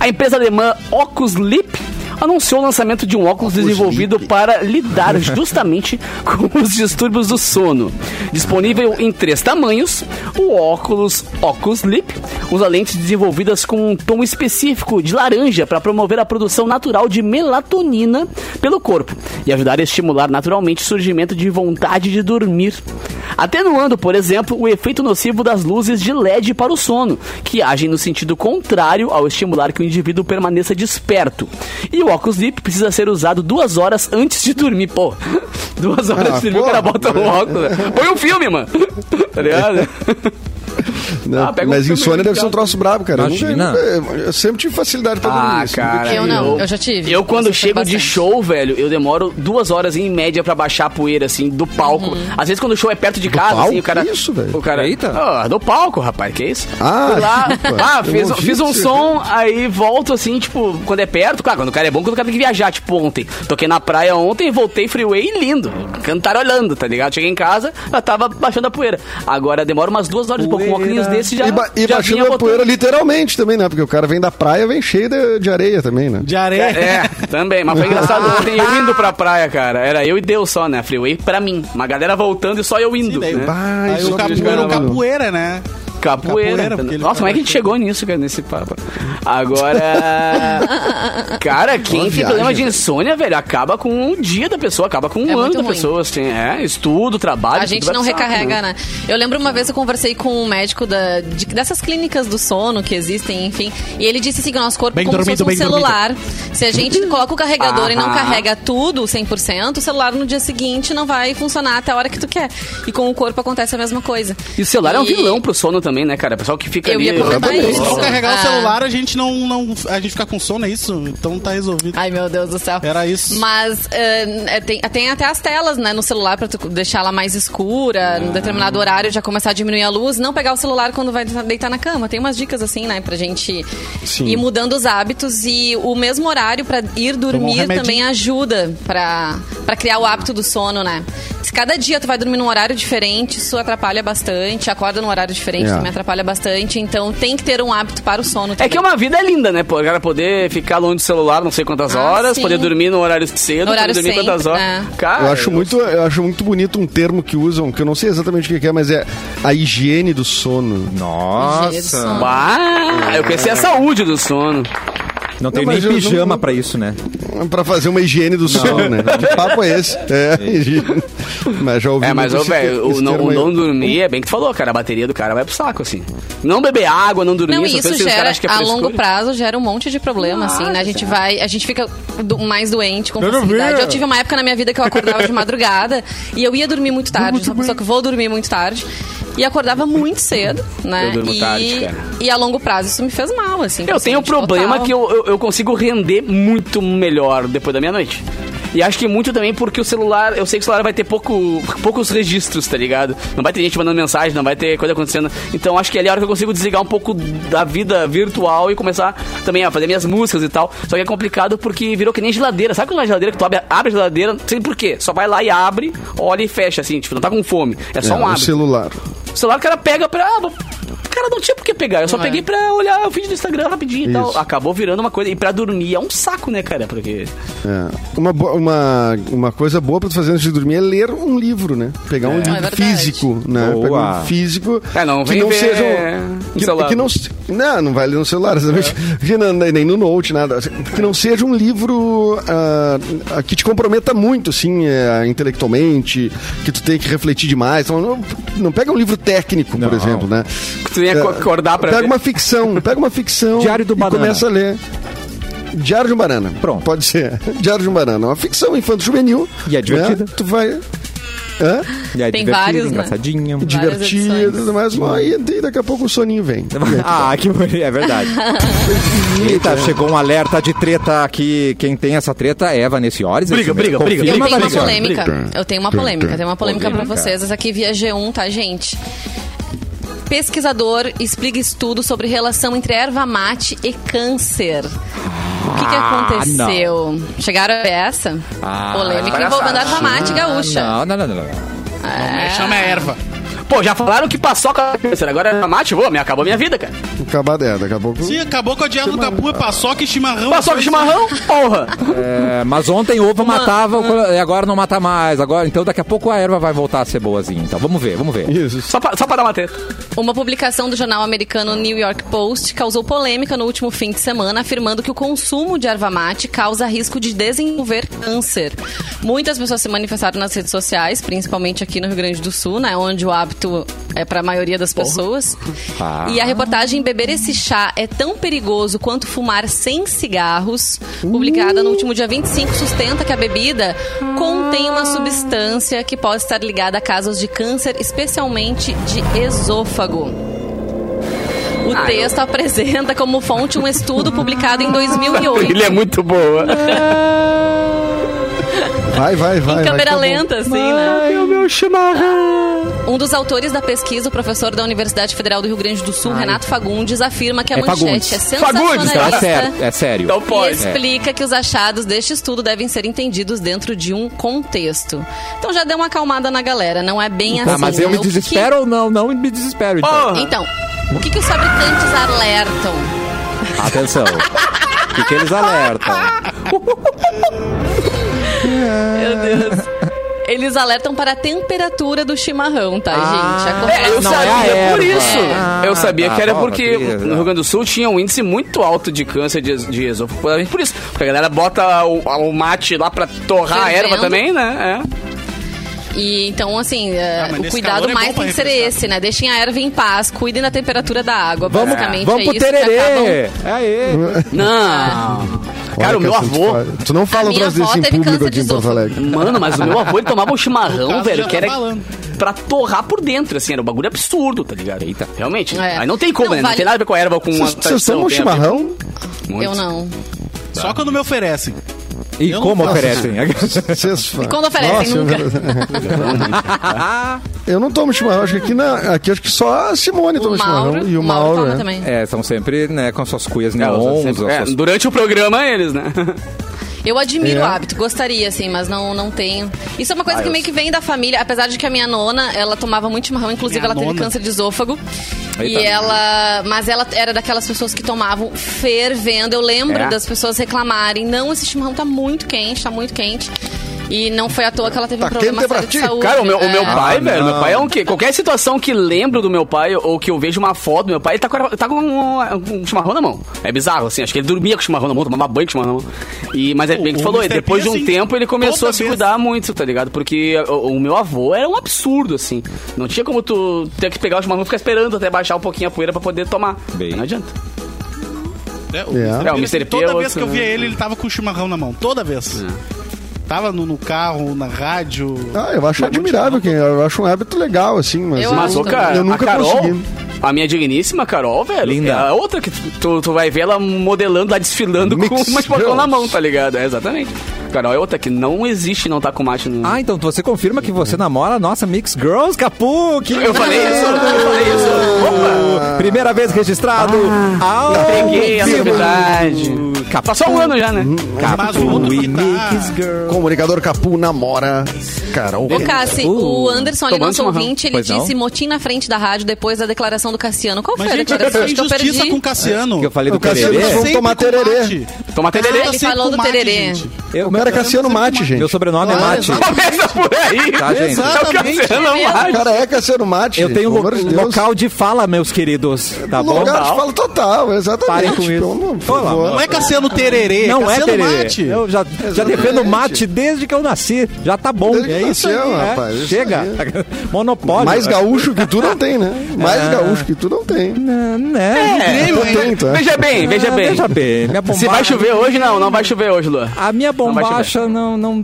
[SPEAKER 2] A empresa alemã Oculus Lip anunciou o lançamento de um óculos desenvolvido para lidar [LAUGHS] justamente com os distúrbios do sono. Disponível em três tamanhos, o óculos Oculus Lip usa lentes desenvolvidas com um tom específico de laranja para promover a produção natural de melatonina pelo corpo e ajudar a estimular naturalmente o surgimento de vontade de dormir. Atenuando, por exemplo, o efeito nocivo das luzes de LED para o sono, que agem no sentido contrário ao estimular que o indivíduo permaneça desperto. E o óculos Deep precisa ser usado duas horas antes de dormir. Pô, [LAUGHS] duas horas antes de dormir, o cara [LAUGHS]
[SPEAKER 5] porra.
[SPEAKER 2] bota o óculos. né? Põe um filme, mano. Tá ligado?
[SPEAKER 5] Né?
[SPEAKER 2] Ah, pega um
[SPEAKER 5] Mas
[SPEAKER 2] filme
[SPEAKER 5] insônia deve ser um
[SPEAKER 2] legal.
[SPEAKER 5] troço brabo, cara. Eu nunca-
[SPEAKER 6] Imagina.
[SPEAKER 5] Eu, eu sempre tive facilidade pra dormir. assim,
[SPEAKER 2] Ah,
[SPEAKER 5] isso, nunca
[SPEAKER 2] cara.
[SPEAKER 5] tive.
[SPEAKER 3] Eu não, eu já tive.
[SPEAKER 2] Eu, quando
[SPEAKER 3] Eu sofri
[SPEAKER 2] chego de
[SPEAKER 3] bastante.
[SPEAKER 2] show, velho, eu demoro duas horas em média pra baixar a poeira, assim, do palco.
[SPEAKER 3] Uhum.
[SPEAKER 2] Às vezes, quando o show é perto de casa,
[SPEAKER 5] palco?
[SPEAKER 2] assim, o cara.
[SPEAKER 5] Isso, velho?
[SPEAKER 2] O cara.
[SPEAKER 6] Eita.
[SPEAKER 2] Ah, do palco, rapaz, que isso?
[SPEAKER 5] Ah,
[SPEAKER 2] Fui lá,
[SPEAKER 5] desculpa.
[SPEAKER 2] ah,
[SPEAKER 5] Eu
[SPEAKER 2] fiz,
[SPEAKER 5] não ouvi
[SPEAKER 2] fiz um
[SPEAKER 5] isso.
[SPEAKER 2] som, aí volto, assim, tipo, quando é perto, claro, quando o cara é bom, quando o cara tem que viajar, tipo, ontem. Toquei na praia ontem, voltei freeway lindo, cantarolhando, tá ligado? Cheguei em casa, eu tava baixando a poeira. Agora demora umas duas horas e pouco, um óculos desse já.
[SPEAKER 5] E, ba e
[SPEAKER 2] já vinha
[SPEAKER 5] baixando a
[SPEAKER 2] botando.
[SPEAKER 5] poeira literalmente também, né? Porque o cara vem da praia, vem cheio de, de areia também, né?
[SPEAKER 4] De areia.
[SPEAKER 2] É, também, mas foi engraçado
[SPEAKER 4] [LAUGHS]
[SPEAKER 2] ontem eu indo pra praia, cara. Era eu e Deus só, né? Freeway pra mim. Uma galera voltando e só eu indo.
[SPEAKER 4] daí
[SPEAKER 2] né?
[SPEAKER 5] Bah,
[SPEAKER 4] Aí
[SPEAKER 5] isso
[SPEAKER 4] o
[SPEAKER 5] não
[SPEAKER 4] capoeira é um
[SPEAKER 5] acredito, mano.
[SPEAKER 4] capoeira, né?
[SPEAKER 2] Capoeira.
[SPEAKER 4] Capoeira, porque ele
[SPEAKER 2] Nossa, como é que a gente chegou nisso, cara, nesse papo?
[SPEAKER 4] [LAUGHS]
[SPEAKER 2] Agora. cara, quem
[SPEAKER 5] Uma
[SPEAKER 2] tem
[SPEAKER 5] viagem,
[SPEAKER 2] problema de
[SPEAKER 5] velho.
[SPEAKER 2] insônia, velho, acaba com um dia da pessoa, acaba com um
[SPEAKER 3] É
[SPEAKER 2] ano
[SPEAKER 3] muito
[SPEAKER 2] da
[SPEAKER 3] ruim.
[SPEAKER 2] pessoa. Assim, é, estudo, trabalho.
[SPEAKER 3] A
[SPEAKER 2] tudo
[SPEAKER 3] gente
[SPEAKER 2] vai
[SPEAKER 3] não
[SPEAKER 2] pro saco,
[SPEAKER 3] recarrega,
[SPEAKER 2] né?
[SPEAKER 3] né? Eu lembro uma vez eu conversei com um médico da, de- dessas clínicas do sono que existem, enfim. E ele disse assim que o nosso corpo é
[SPEAKER 4] Bem
[SPEAKER 3] como
[SPEAKER 4] dormido,
[SPEAKER 3] se fosse um
[SPEAKER 4] bem dormido.
[SPEAKER 3] celular. Se a
[SPEAKER 5] [LAUGHS]
[SPEAKER 3] gente coloca o carregador e
[SPEAKER 5] Ah.
[SPEAKER 3] não
[SPEAKER 2] Aham.
[SPEAKER 3] carrega tudo 100%, o celular no dia seguinte não vai funcionar até a hora que tu quer. E com o corpo acontece a mesma coisa.
[SPEAKER 2] E o celular é um
[SPEAKER 3] E-
[SPEAKER 2] vilão pro sono também, né, cara? O pessoal que fica
[SPEAKER 3] Eu
[SPEAKER 2] ali.
[SPEAKER 3] ia comentar
[SPEAKER 5] Exatamente.
[SPEAKER 3] isso.
[SPEAKER 4] Se não carregar
[SPEAKER 3] Ah.
[SPEAKER 4] o celular, a gente não, não. A gente fica com sono, é isso? Então tá resolvido.
[SPEAKER 3] Ai, meu Deus do céu.
[SPEAKER 4] Era isso.
[SPEAKER 3] Mas eh, é, tem, tem até as telas, né, no celular pra tu deixar ela mais escura,
[SPEAKER 4] Ah.
[SPEAKER 3] num determinado horário já começar a diminuir a luz, não pegar o celular quando vai deitar na cama. Tem umas dicas assim, né, pra gente ir mudando os hábitos e o mesmo horário pra ir dormir
[SPEAKER 4] um remedinho.
[SPEAKER 3] também ajuda pra pra criar o hábito do sono, né? Se cada dia tu vai dormir num horário diferente, isso atrapalha bastante, acorda num horário diferente,
[SPEAKER 5] É.
[SPEAKER 3] também atrapalha bastante, então tem que ter um hábito para o sono também.
[SPEAKER 2] É que é uma vida linda, né? Pô, o cara poder ficar longe do celular não sei quantas
[SPEAKER 3] Ah,
[SPEAKER 2] horas,
[SPEAKER 3] sim.
[SPEAKER 2] poder dormir no horário cedo,
[SPEAKER 3] No horário
[SPEAKER 2] poder dormir
[SPEAKER 3] sempre,
[SPEAKER 2] quantas horas.
[SPEAKER 3] né?
[SPEAKER 2] Cara,
[SPEAKER 5] Eu acho, muito, eu acho muito bonito um termo que usam, que eu não sei exatamente o que é, mas é a higiene do sono.
[SPEAKER 3] Higiene do
[SPEAKER 6] Nossa.
[SPEAKER 3] sono.
[SPEAKER 2] Bah, eu pensei a saúde do sono.
[SPEAKER 6] Não tem
[SPEAKER 5] Não,
[SPEAKER 6] nem
[SPEAKER 5] mas eu não-
[SPEAKER 6] pijama pra isso, né?
[SPEAKER 5] Pra fazer uma higiene do sono, né? Que papo é esse? É, higiene. Mas já ouvi
[SPEAKER 2] É, mas, ô,
[SPEAKER 5] muito esse
[SPEAKER 2] velho,
[SPEAKER 5] ter-
[SPEAKER 2] o
[SPEAKER 5] esse
[SPEAKER 2] não,
[SPEAKER 5] termo
[SPEAKER 2] o
[SPEAKER 5] aí.
[SPEAKER 2] não dormir é bem que tu falou, cara. A bateria do cara vai pro saco, assim. Não beber água, não dormir,
[SPEAKER 3] Não,
[SPEAKER 2] essas
[SPEAKER 3] e isso
[SPEAKER 2] coisas que os
[SPEAKER 3] gera,
[SPEAKER 2] caras acham que é
[SPEAKER 3] a
[SPEAKER 2] frescura.
[SPEAKER 3] longo prazo, gera um monte de problema, assim, né? A gente vai, a gente fica do- mais doente com
[SPEAKER 4] Quero
[SPEAKER 3] facilidade.
[SPEAKER 4] ver.
[SPEAKER 3] Eu tive uma época na minha vida que eu acordava de madrugada e eu ia dormir muito tarde, sou uma pessoa que vou dormir muito tarde. E acordava muito cedo, né?
[SPEAKER 2] Eu durmo
[SPEAKER 3] e,
[SPEAKER 2] tarde, cara.
[SPEAKER 3] e a longo prazo isso me fez mal, assim.
[SPEAKER 2] Eu tenho um problema que eu, eu, eu consigo render muito melhor depois da meia-noite. E acho que muito também porque o celular, eu sei que o celular vai ter pouco, poucos registros, tá ligado? Não vai ter gente mandando mensagem, não vai ter coisa acontecendo. Então acho que ali é a hora que eu consigo desligar um pouco da vida virtual e começar também a fazer minhas músicas e tal. Só que é complicado porque virou que nem geladeira. Sabe quando é geladeira que tu abre, abre a geladeira, não sei por quê. Só vai lá e abre, olha e fecha, assim, tipo, não tá com fome. É
[SPEAKER 5] É,
[SPEAKER 2] só um
[SPEAKER 5] o
[SPEAKER 2] hábito.
[SPEAKER 5] celular.
[SPEAKER 2] O celular o cara pega pra. ah, vou- O cara não tinha por que pegar. Eu só
[SPEAKER 3] Não é.
[SPEAKER 2] peguei pra olhar o vídeo do Instagram rapidinho e tal.
[SPEAKER 5] Isso.
[SPEAKER 2] Acabou virando uma coisa. E pra dormir é um saco, né, cara? Porque.
[SPEAKER 5] É. Uma, bo- uma, uma coisa boa pra tu fazer antes de dormir é ler um livro, né? Pegar um livro
[SPEAKER 3] verdade.
[SPEAKER 5] físico, né?
[SPEAKER 6] Boa.
[SPEAKER 5] Pegar um físico
[SPEAKER 2] É, não
[SPEAKER 5] que
[SPEAKER 2] vem
[SPEAKER 5] não
[SPEAKER 2] ver
[SPEAKER 5] seja
[SPEAKER 2] no
[SPEAKER 5] um, que,
[SPEAKER 2] celular. É.
[SPEAKER 5] que não se- não, não vai ler no celular, exatamente. Que não- nem nem no note, nada. Que não seja um livro ah, que te comprometa muito, assim, eh, intelectualmente, que tu tem que refletir demais. Então, não, não pega um livro técnico, por
[SPEAKER 6] Não.
[SPEAKER 5] exemplo, né?
[SPEAKER 2] Tu tem que
[SPEAKER 5] É,
[SPEAKER 2] acordar pra.
[SPEAKER 5] Pega
[SPEAKER 2] ver.
[SPEAKER 5] uma ficção, pega uma
[SPEAKER 6] [LAUGHS]
[SPEAKER 5] ficção
[SPEAKER 6] Diário do
[SPEAKER 5] e
[SPEAKER 6] Banana.
[SPEAKER 5] começa a ler. Diário de um Banana.
[SPEAKER 6] Pronto.
[SPEAKER 5] Pode ser. [LAUGHS] Diário de um Banana. Uma ficção infanto-juvenil.
[SPEAKER 6] E é divertida.
[SPEAKER 5] né? Tu vai... Hã?
[SPEAKER 6] E aí,
[SPEAKER 3] Tem
[SPEAKER 6] divertido,
[SPEAKER 3] vários, né?
[SPEAKER 6] engraçadinho.
[SPEAKER 3] Várias
[SPEAKER 5] Divertida,
[SPEAKER 3] edições.
[SPEAKER 5] tudo mais. Mas e daqui a pouco o soninho vem.
[SPEAKER 6] Ah, que bonito. É
[SPEAKER 2] [LAUGHS]
[SPEAKER 6] verdade. Eita, chegou um alerta de treta aqui. Quem tem essa treta é Vanessa Iores.
[SPEAKER 2] Briga,
[SPEAKER 6] Isso mesmo.
[SPEAKER 2] briga, briga.
[SPEAKER 3] Eu
[SPEAKER 6] Confirma,
[SPEAKER 3] tenho uma
[SPEAKER 6] Vanessa Iores.
[SPEAKER 3] polêmica. Eu tenho uma polêmica. Tenho uma polêmica pra
[SPEAKER 6] Polêmica.
[SPEAKER 3] vocês. Essa aqui via G1, tá, gente? Pesquisador explica estudo sobre relação entre erva mate e câncer. O que, que aconteceu? Chegaram a ver essa?
[SPEAKER 6] Ah,
[SPEAKER 3] polêmica
[SPEAKER 2] palhaçada.
[SPEAKER 3] envolvendo erva mate gaúcha.
[SPEAKER 6] Não, não, não, não. não.
[SPEAKER 3] É.
[SPEAKER 4] Chama a erva.
[SPEAKER 2] Pô, já falaram que paçoca é câncer. Agora é mate, pô, me acabou a minha vida, cara.
[SPEAKER 5] Acabar dela, é, daqui a pouco...
[SPEAKER 4] Sim, acabou com a dieta do Capu, é paçoca e chimarrão.
[SPEAKER 2] Paçoca e chimarrão, porra.
[SPEAKER 6] É, mas ontem ovo matava, o- e agora não mata mais. Agora, então daqui a pouco a erva vai voltar a ser boazinha. Então vamos ver, vamos ver.
[SPEAKER 5] Isso.
[SPEAKER 2] Só pra, só pra dar uma treta.
[SPEAKER 3] Uma publicação do jornal americano New York Post causou polêmica no último fim de semana, afirmando que o consumo de erva mate causa risco de desenvolver câncer. Muitas pessoas se manifestaram nas redes sociais, principalmente aqui no Rio Grande do Sul, né, onde o hábito é para a maioria das pessoas.
[SPEAKER 6] Ah.
[SPEAKER 3] E a reportagem Beber esse chá é tão perigoso quanto fumar 100 cigarros, publicada no último dia 25, sustenta que a bebida contém uma substância que pode estar ligada a casos de câncer, especialmente de esôfago. O texto apresenta como fonte um estudo publicado em 2008.
[SPEAKER 2] [LAUGHS] Ele é muito boa.
[SPEAKER 5] Vai, vai, vai.
[SPEAKER 3] Em
[SPEAKER 5] vai,
[SPEAKER 3] câmera
[SPEAKER 5] tá bom.
[SPEAKER 3] lenta, assim, né?
[SPEAKER 5] Ai, o meu chimarrão.
[SPEAKER 3] Um dos autores da pesquisa, o professor da Universidade Federal do Rio Grande do Sul, Renato Fagundes, afirma que a
[SPEAKER 6] É
[SPEAKER 3] manchete
[SPEAKER 6] Fagundes.
[SPEAKER 3] é
[SPEAKER 2] Fagundes,
[SPEAKER 3] sensacionalista.
[SPEAKER 6] Tá sério, é sério.
[SPEAKER 2] Então
[SPEAKER 3] E
[SPEAKER 2] pode.
[SPEAKER 3] explica que os achados deste estudo devem ser entendidos dentro de um contexto. Então já deu uma acalmada na galera, não é bem
[SPEAKER 1] Tá,
[SPEAKER 3] assim.
[SPEAKER 6] Ah, mas eu
[SPEAKER 3] né?
[SPEAKER 6] me
[SPEAKER 3] O que que-
[SPEAKER 6] desespero ou não? Não me desespero, então.
[SPEAKER 2] Porra.
[SPEAKER 3] Então, o que, que os fabricantes alertam?
[SPEAKER 2] Ah.
[SPEAKER 6] Atenção. O que, que eles
[SPEAKER 3] [LAUGHS]
[SPEAKER 6] alertam?
[SPEAKER 3] Meu Deus. Eles alertam para a temperatura do chimarrão, tá, gente?
[SPEAKER 2] É,
[SPEAKER 3] A
[SPEAKER 2] eu
[SPEAKER 3] correlação-
[SPEAKER 2] sabia
[SPEAKER 6] é a
[SPEAKER 2] por
[SPEAKER 6] erva.
[SPEAKER 2] isso.
[SPEAKER 6] Ah,
[SPEAKER 2] eu sabia
[SPEAKER 6] tá,
[SPEAKER 2] que era
[SPEAKER 6] bola,
[SPEAKER 2] porque
[SPEAKER 6] beleza.
[SPEAKER 2] no Rio Grande do Sul tinha um índice muito alto de câncer de, de esôfago. Provavelmente por isso. Porque a galera bota o, o mate lá pra torrar a erva também,
[SPEAKER 3] Fervendo.
[SPEAKER 2] né? É.
[SPEAKER 3] E então, assim, é,
[SPEAKER 4] mas
[SPEAKER 3] o
[SPEAKER 4] nesse calor
[SPEAKER 3] cuidado
[SPEAKER 4] é
[SPEAKER 3] mais
[SPEAKER 4] bom pra
[SPEAKER 3] tem que ser
[SPEAKER 4] refrescar.
[SPEAKER 3] esse, né? Deixem a erva em paz, cuidem da temperatura da água.
[SPEAKER 6] Vamos,
[SPEAKER 3] Basicamente
[SPEAKER 6] vamos
[SPEAKER 3] é
[SPEAKER 6] pro
[SPEAKER 3] isso. que acabam-
[SPEAKER 6] tererê. É Aê.
[SPEAKER 2] Não. Cara, o meu
[SPEAKER 5] Cassiano, tu
[SPEAKER 2] avô.
[SPEAKER 5] fala- Tu não fala
[SPEAKER 3] A
[SPEAKER 5] um
[SPEAKER 3] minha
[SPEAKER 5] troço
[SPEAKER 3] avó
[SPEAKER 5] desse em
[SPEAKER 3] teve
[SPEAKER 5] público
[SPEAKER 3] câncer
[SPEAKER 5] aqui
[SPEAKER 3] de
[SPEAKER 5] em Porto
[SPEAKER 3] esôfago.
[SPEAKER 5] Alegem.
[SPEAKER 2] Mano, mas o meu avô ele tomava um chimarrão,
[SPEAKER 4] caso,
[SPEAKER 2] velho,
[SPEAKER 4] já
[SPEAKER 2] que
[SPEAKER 4] tá
[SPEAKER 2] era
[SPEAKER 4] falando.
[SPEAKER 2] pra torrar por dentro, assim, era um bagulho absurdo, tá ligado? Eita, realmente.
[SPEAKER 3] É.
[SPEAKER 2] Aí não tem como,
[SPEAKER 3] Não,
[SPEAKER 2] né? Não
[SPEAKER 3] vale-
[SPEAKER 2] tem nada a ver com a erva ou com a
[SPEAKER 5] Vocês
[SPEAKER 2] tradição,
[SPEAKER 5] tomam um
[SPEAKER 2] tem a ver
[SPEAKER 5] chimarrão?
[SPEAKER 2] muito.
[SPEAKER 3] Eu não.
[SPEAKER 4] Só quando me oferecem.
[SPEAKER 6] E
[SPEAKER 4] Eu não
[SPEAKER 6] como
[SPEAKER 4] faço
[SPEAKER 6] oferecem?
[SPEAKER 5] Vocês fa-
[SPEAKER 3] quando oferecem,
[SPEAKER 5] Nossa,
[SPEAKER 2] [LAUGHS]
[SPEAKER 5] Eu, eu não tomo chimarrão, acho que aqui, na, aqui acho que só a Simone
[SPEAKER 3] O
[SPEAKER 5] toma
[SPEAKER 3] Mauro,
[SPEAKER 5] chimarrão. E o
[SPEAKER 3] Mauro
[SPEAKER 5] Mauro,
[SPEAKER 3] toma
[SPEAKER 5] né?
[SPEAKER 3] também.
[SPEAKER 6] [LAUGHS] É, são sempre né, com suas cuias
[SPEAKER 2] É,
[SPEAKER 6] neons. as
[SPEAKER 2] é,
[SPEAKER 6] suas-
[SPEAKER 2] durante o programa eles, né? [LAUGHS]
[SPEAKER 3] Eu admiro
[SPEAKER 5] É.
[SPEAKER 3] o hábito, gostaria, assim, mas não, não tenho. Isso é uma coisa que meio que vem da família, apesar de que a minha nona, ela tomava muito chimarrão, inclusive
[SPEAKER 4] Minha
[SPEAKER 3] ela teve
[SPEAKER 4] nona.
[SPEAKER 3] câncer de esôfago.
[SPEAKER 6] Eita.
[SPEAKER 3] E ela. Mas ela era daquelas pessoas que tomavam fervendo. Eu lembro
[SPEAKER 2] É?
[SPEAKER 3] das pessoas reclamarem: não, esse chimarrão tá muito quente, tá muito quente. E não foi à toa que ela teve
[SPEAKER 5] Tá
[SPEAKER 3] um problema
[SPEAKER 5] quente pra
[SPEAKER 3] sério de
[SPEAKER 5] ti.
[SPEAKER 3] saúde.
[SPEAKER 2] Cara, o meu, o meu
[SPEAKER 3] É.
[SPEAKER 4] Ah,
[SPEAKER 2] pai, velho, meu
[SPEAKER 5] não.
[SPEAKER 2] pai é um que. Qualquer situação que lembro do meu pai ou que eu vejo uma foto do meu pai, ele tá com, a- tá com um, um chimarrão na mão. É bizarro, assim. Acho que ele dormia com o chimarrão na mão, tomava banho com o chimarrão na mão. E, mas é bem que tu
[SPEAKER 4] o
[SPEAKER 2] falou,
[SPEAKER 4] Mr.
[SPEAKER 2] depois de um
[SPEAKER 4] P, assim,
[SPEAKER 2] tempo ele começou
[SPEAKER 4] toda
[SPEAKER 2] a se
[SPEAKER 4] vez.
[SPEAKER 2] cuidar muito, tá ligado? Porque o, o meu avô era um absurdo, assim. Não tinha como tu ter que pegar o chimarrão e ficar esperando até baixar um pouquinho a poeira pra poder tomar.
[SPEAKER 6] Bem.
[SPEAKER 2] Não adianta.
[SPEAKER 4] É, o Mr.
[SPEAKER 5] É.
[SPEAKER 2] É, o
[SPEAKER 4] P,
[SPEAKER 2] Mr. P
[SPEAKER 4] Toda
[SPEAKER 2] é
[SPEAKER 4] vez
[SPEAKER 2] outro,
[SPEAKER 4] que eu via
[SPEAKER 2] né?
[SPEAKER 4] ele, ele tava com o chimarrão na mão. Toda vez.
[SPEAKER 3] É.
[SPEAKER 4] Tava no, no carro, na rádio.
[SPEAKER 5] Ah, eu acho admirável, quem, eu acho um hábito legal, assim, mas
[SPEAKER 3] Eu
[SPEAKER 5] eu,
[SPEAKER 2] Mas, ô,
[SPEAKER 3] também.
[SPEAKER 2] cara,
[SPEAKER 5] eu nunca
[SPEAKER 2] a Carol,
[SPEAKER 5] consegui.
[SPEAKER 2] a minha digníssima Carol, velho,
[SPEAKER 6] Linda.
[SPEAKER 2] é a outra que tu, tu vai ver ela modelando, lá desfilando
[SPEAKER 5] Mix
[SPEAKER 2] com uma espocão
[SPEAKER 5] girls.
[SPEAKER 2] na mão, tá ligado? É, exatamente. Carol é outra que não existe não tá com mate no...
[SPEAKER 6] Ah, então você confirma que você namora a nossa Mix Girls, Capu! Que
[SPEAKER 2] eu falei isso, eu falei isso. Opa!
[SPEAKER 6] [LAUGHS] Primeira vez registrado. Ao
[SPEAKER 2] Ah, Peguei a
[SPEAKER 6] vivo.
[SPEAKER 2] novidade.
[SPEAKER 6] Capu.
[SPEAKER 2] Passou um ano já, né?
[SPEAKER 4] Mas o outro
[SPEAKER 6] Capu
[SPEAKER 4] que
[SPEAKER 6] e
[SPEAKER 4] tá-
[SPEAKER 6] Mix Girls.
[SPEAKER 5] Comunicador Capu namora Carol.
[SPEAKER 3] Ô, Cassi,
[SPEAKER 6] Uh,
[SPEAKER 3] o Anderson, ali,
[SPEAKER 2] tomando
[SPEAKER 3] nosso
[SPEAKER 2] chimarrão.
[SPEAKER 3] ouvinte, ele
[SPEAKER 6] Pois não?
[SPEAKER 3] disse motim na frente da rádio depois da declaração do Cassiano. Qual
[SPEAKER 4] Mas,
[SPEAKER 3] foi a
[SPEAKER 4] gente,
[SPEAKER 3] declaração?
[SPEAKER 4] essa
[SPEAKER 3] Acho que eu perdi.
[SPEAKER 4] injustiça com o Cassiano.
[SPEAKER 5] É
[SPEAKER 6] Que eu falei do
[SPEAKER 5] O Cassiano
[SPEAKER 6] tererê?
[SPEAKER 5] Vamos tomar tererê.
[SPEAKER 2] Toma até dele.
[SPEAKER 3] ele falou do tererê.
[SPEAKER 6] Eu-
[SPEAKER 5] O cara é Cassiano Mate, gente.
[SPEAKER 6] Meu sobrenome é
[SPEAKER 5] Claro,
[SPEAKER 6] Mate.
[SPEAKER 5] exato.
[SPEAKER 2] Começa por aí.
[SPEAKER 6] Tá, gente?
[SPEAKER 4] Exatamente.
[SPEAKER 2] É o Cassiano
[SPEAKER 5] O
[SPEAKER 2] Mate.
[SPEAKER 5] cara é Cassiano Mate.
[SPEAKER 6] Eu tenho um
[SPEAKER 5] pelo
[SPEAKER 6] lo-
[SPEAKER 5] amor de Deus. Um
[SPEAKER 6] local de fala, meus queridos. Tá bom?
[SPEAKER 5] Lugar de fala total, exatamente. tipo,
[SPEAKER 6] Parem com isso.
[SPEAKER 5] Pelo amor de
[SPEAKER 6] Olha lá,
[SPEAKER 5] Deus.
[SPEAKER 4] Não é Cassiano [LAUGHS] tererê,
[SPEAKER 6] Não é
[SPEAKER 4] Cassiano
[SPEAKER 6] tererê.
[SPEAKER 4] Mate.
[SPEAKER 6] Eu já, já defendo mate desde que eu nasci. Já tá bom.
[SPEAKER 5] Desde que
[SPEAKER 6] é isso
[SPEAKER 5] nasceu,
[SPEAKER 6] aí, é.
[SPEAKER 5] rapaz, isso
[SPEAKER 6] Chega. [LAUGHS] Monopólio.
[SPEAKER 5] Mais gaúcho que tu não tem, né? Mais
[SPEAKER 6] Ah.
[SPEAKER 5] gaúcho que tu não tem.
[SPEAKER 6] Né, né?
[SPEAKER 5] Eu tenho, tá?
[SPEAKER 2] Veja bem, É, veja
[SPEAKER 6] Ah,
[SPEAKER 2] bem.
[SPEAKER 6] Veja bem. Minha bombacha,
[SPEAKER 2] Se vai chover hoje, não. Não vai chover hoje, Luan.
[SPEAKER 6] A minha
[SPEAKER 2] vai
[SPEAKER 6] bombacha não... não,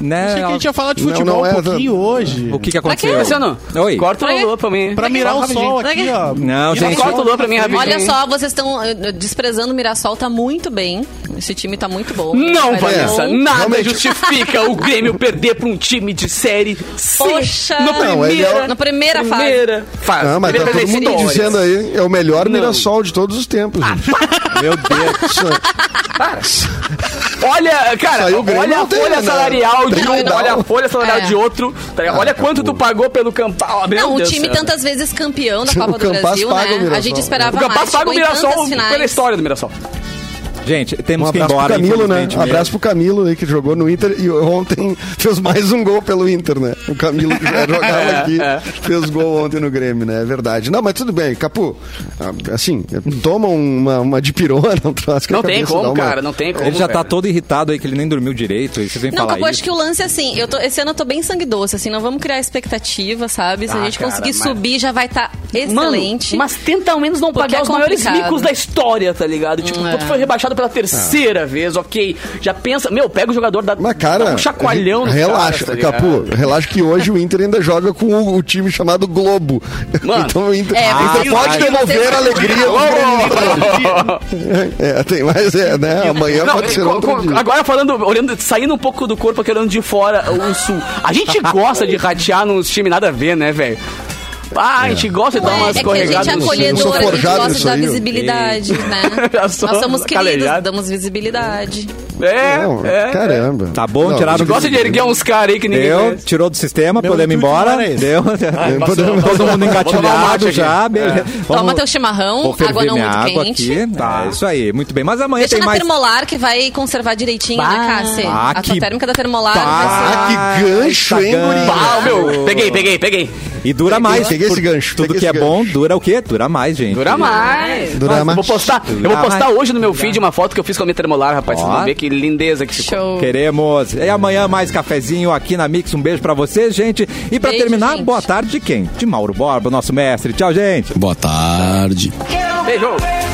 [SPEAKER 6] né,
[SPEAKER 4] Achei que a gente ia falar de
[SPEAKER 5] Não,
[SPEAKER 4] futebol
[SPEAKER 5] não é
[SPEAKER 4] um pouquinho hoje.
[SPEAKER 6] O que que aconteceu?
[SPEAKER 2] Cassiano,
[SPEAKER 6] Oi.
[SPEAKER 2] corta
[SPEAKER 3] Pra
[SPEAKER 2] o
[SPEAKER 3] quê?
[SPEAKER 2] Luan pra mim.
[SPEAKER 4] Pra mirar o sol
[SPEAKER 3] Pra
[SPEAKER 4] aqui,
[SPEAKER 3] quê?
[SPEAKER 4] ó.
[SPEAKER 6] Não,
[SPEAKER 4] Mira
[SPEAKER 6] gente.
[SPEAKER 4] o sol
[SPEAKER 2] Corta o Luan pra mim rapidinho.
[SPEAKER 3] Olha só, vocês estão eh, desprezando o Mirassol, tá muito bem. Esse time tá muito bom.
[SPEAKER 2] Não,
[SPEAKER 3] Vai dar
[SPEAKER 2] Vanessa,
[SPEAKER 3] bom.
[SPEAKER 2] nada
[SPEAKER 5] Realmente.
[SPEAKER 2] justifica o Grêmio perder pra um time de série C.
[SPEAKER 3] Poxa.
[SPEAKER 2] na
[SPEAKER 5] Não, ele é
[SPEAKER 2] primeira,
[SPEAKER 5] o-
[SPEAKER 3] Na primeira fase.
[SPEAKER 2] primeira fase.
[SPEAKER 5] Ah, mas tá
[SPEAKER 2] Primeira
[SPEAKER 5] todo
[SPEAKER 2] vez
[SPEAKER 5] mundo
[SPEAKER 2] em
[SPEAKER 5] dizendo
[SPEAKER 2] história.
[SPEAKER 5] aí, é o melhor
[SPEAKER 2] Não.
[SPEAKER 5] Mirassol de todos os tempos. gente.
[SPEAKER 6] Meu Deus.
[SPEAKER 5] [LAUGHS]
[SPEAKER 2] Olha, cara,
[SPEAKER 5] Saiu o Grêmio,
[SPEAKER 2] olha a
[SPEAKER 5] não tem,
[SPEAKER 2] folha
[SPEAKER 5] né?
[SPEAKER 2] salarial de
[SPEAKER 5] Não,
[SPEAKER 2] um,
[SPEAKER 5] não.
[SPEAKER 2] olha a folha salarial
[SPEAKER 3] É.
[SPEAKER 2] de outro. tá
[SPEAKER 5] Ah,
[SPEAKER 2] ligado? olha quanto tu pagou pelo Campal.
[SPEAKER 3] Não, o time tantas vezes campeão da
[SPEAKER 5] [LAUGHS] O
[SPEAKER 3] Copa do
[SPEAKER 5] Campas
[SPEAKER 3] Brasil,
[SPEAKER 5] paga o
[SPEAKER 3] né?
[SPEAKER 5] Mirassol.
[SPEAKER 3] A gente
[SPEAKER 2] O
[SPEAKER 3] esperava
[SPEAKER 2] Campaz
[SPEAKER 3] mais.
[SPEAKER 2] paga o
[SPEAKER 3] chegou tipo, em
[SPEAKER 2] Mirassol
[SPEAKER 3] tantas
[SPEAKER 2] pela
[SPEAKER 3] finais.
[SPEAKER 2] história do Mirassol.
[SPEAKER 6] Gente,
[SPEAKER 5] Um
[SPEAKER 6] temos que ir
[SPEAKER 5] abraço pro
[SPEAKER 6] embora.
[SPEAKER 5] Camilo, né?
[SPEAKER 6] infelizmente, mesmo.
[SPEAKER 5] Abraço pro Camilo aí que jogou no Inter e ontem [LAUGHS] fez mais um gol pelo Inter, né? O Camilo que já jogava aqui fez gol ontem no Grêmio, né? É verdade. Não, mas tudo bem, Capu. Assim, toma uma, uma de [LAUGHS] pirona, um troço que a
[SPEAKER 2] Não tem
[SPEAKER 5] cabeça
[SPEAKER 2] como,
[SPEAKER 5] dá uma-
[SPEAKER 2] cara, não tem como.
[SPEAKER 6] Ele já tá
[SPEAKER 2] velho.
[SPEAKER 6] todo irritado aí, que ele nem dormiu direito. E você vem
[SPEAKER 3] Não,
[SPEAKER 6] falar
[SPEAKER 3] Capu,
[SPEAKER 6] isso.
[SPEAKER 3] acho que o lance é assim, eu tô, esse ano eu tô bem sangue doce, assim, não vamos criar expectativa, sabe? Se
[SPEAKER 2] Ah,
[SPEAKER 3] a gente
[SPEAKER 2] cara,
[SPEAKER 3] conseguir
[SPEAKER 2] mas-
[SPEAKER 3] subir, já vai estar Excelente.
[SPEAKER 2] Mano, mas tenta ao menos não
[SPEAKER 3] Porque
[SPEAKER 2] pagar
[SPEAKER 3] é
[SPEAKER 2] os maiores
[SPEAKER 3] complicado.
[SPEAKER 2] micos da história, tá ligado? Tipo,
[SPEAKER 3] É.
[SPEAKER 2] tu foi rebaixado pela terceira vez, ok. Já pensa. Meu, pega o jogador da.
[SPEAKER 5] É. Mas, cara.
[SPEAKER 2] dá um chacoalhão no
[SPEAKER 5] re- Relaxa,
[SPEAKER 2] cara, tá ligado?
[SPEAKER 5] Capu. Relaxa que hoje o Inter ainda joga com o, o time chamado Globo.
[SPEAKER 2] [LAUGHS] Mano,
[SPEAKER 5] então o Inter,
[SPEAKER 3] é,
[SPEAKER 5] o Inter
[SPEAKER 3] mas-
[SPEAKER 5] pode
[SPEAKER 3] mas-
[SPEAKER 5] devolver
[SPEAKER 2] [LAUGHS]
[SPEAKER 5] a alegria do Grêmio. [LAUGHS] É, tem mais, é, né? Amanhã
[SPEAKER 2] Não,
[SPEAKER 5] pode ser
[SPEAKER 2] co-
[SPEAKER 5] outro
[SPEAKER 2] co-
[SPEAKER 5] dia.
[SPEAKER 2] agora falando, olhando, saindo um pouco do corpo, aqui, olhando de fora o sul. A
[SPEAKER 5] [LAUGHS]
[SPEAKER 2] gente gosta de ratear nos times nada a ver, né, velho? Ah, a gente gosta de dar umas
[SPEAKER 3] é que a gente é
[SPEAKER 2] escorregadas. no-
[SPEAKER 5] acolhe- Eu sou
[SPEAKER 3] acolhedora, a gente
[SPEAKER 5] forjado
[SPEAKER 3] gosta de
[SPEAKER 5] nisso
[SPEAKER 3] dar
[SPEAKER 5] aí, eu-
[SPEAKER 3] visibilidade, né?
[SPEAKER 2] [LAUGHS] Já
[SPEAKER 3] Nós
[SPEAKER 2] sou
[SPEAKER 3] somos queridos,
[SPEAKER 2] calejado.
[SPEAKER 3] damos visibilidade.
[SPEAKER 2] É,
[SPEAKER 5] Não,
[SPEAKER 2] é.
[SPEAKER 5] caramba.
[SPEAKER 1] Tá bom,
[SPEAKER 5] Não,
[SPEAKER 1] tiraram
[SPEAKER 2] Tu gosta de erguer uns caras aí que ninguém
[SPEAKER 1] Deu,
[SPEAKER 2] conhece.
[SPEAKER 1] tirou do sistema,
[SPEAKER 4] Meu
[SPEAKER 1] podemos ir
[SPEAKER 4] intuito
[SPEAKER 1] embora.
[SPEAKER 4] não era
[SPEAKER 6] [LAUGHS]
[SPEAKER 4] esse.
[SPEAKER 1] Deu.
[SPEAKER 2] passou,
[SPEAKER 1] Todo mundo
[SPEAKER 2] Vou tomar um mate
[SPEAKER 1] engatilhado
[SPEAKER 2] aqui.
[SPEAKER 1] já. beleza. Vamos-
[SPEAKER 3] Toma teu chimarrão,
[SPEAKER 1] um Vou ferver
[SPEAKER 3] água Um, não
[SPEAKER 1] minha
[SPEAKER 3] muito
[SPEAKER 1] água
[SPEAKER 3] quente.
[SPEAKER 1] aqui. Tá, isso aí. Muito bem. Mas amanhã
[SPEAKER 3] Deixa
[SPEAKER 1] tem
[SPEAKER 3] na
[SPEAKER 1] mais...
[SPEAKER 3] termolar que vai conservar direitinho, né, Cássia?
[SPEAKER 1] Ah,
[SPEAKER 3] a tua
[SPEAKER 1] que tá.
[SPEAKER 3] térmica da termolar. vai ser-
[SPEAKER 5] Ah, que gancho, hein, guri?
[SPEAKER 2] Pau, meu. Peguei, peguei, peguei.
[SPEAKER 1] E dura mais.
[SPEAKER 5] peguei esse
[SPEAKER 1] por-
[SPEAKER 5] gancho,
[SPEAKER 1] Tudo
[SPEAKER 5] peguei
[SPEAKER 1] que é
[SPEAKER 5] esse
[SPEAKER 1] bom dura o quê? Dura mais, gente.
[SPEAKER 2] Dura mais.
[SPEAKER 5] Dura
[SPEAKER 2] Nossa,
[SPEAKER 5] mais.
[SPEAKER 2] Vou postar, eu vou
[SPEAKER 1] Dura
[SPEAKER 2] postar
[SPEAKER 1] mais.
[SPEAKER 2] hoje no meu feed uma foto que eu fiz com a minha tremolar, rapaz. Vocês
[SPEAKER 1] Ó.
[SPEAKER 2] vão ver que lindeza que ficou.
[SPEAKER 3] Show.
[SPEAKER 1] Queremos. E amanhã mais cafezinho aqui na Mix. Um beijo pra vocês, gente. E pra
[SPEAKER 3] Beijo,
[SPEAKER 1] terminar,
[SPEAKER 3] gente.
[SPEAKER 1] boa tarde de quem? De Mauro Borba, nosso mestre. Tchau, gente.
[SPEAKER 7] Boa tarde.
[SPEAKER 2] Beijo.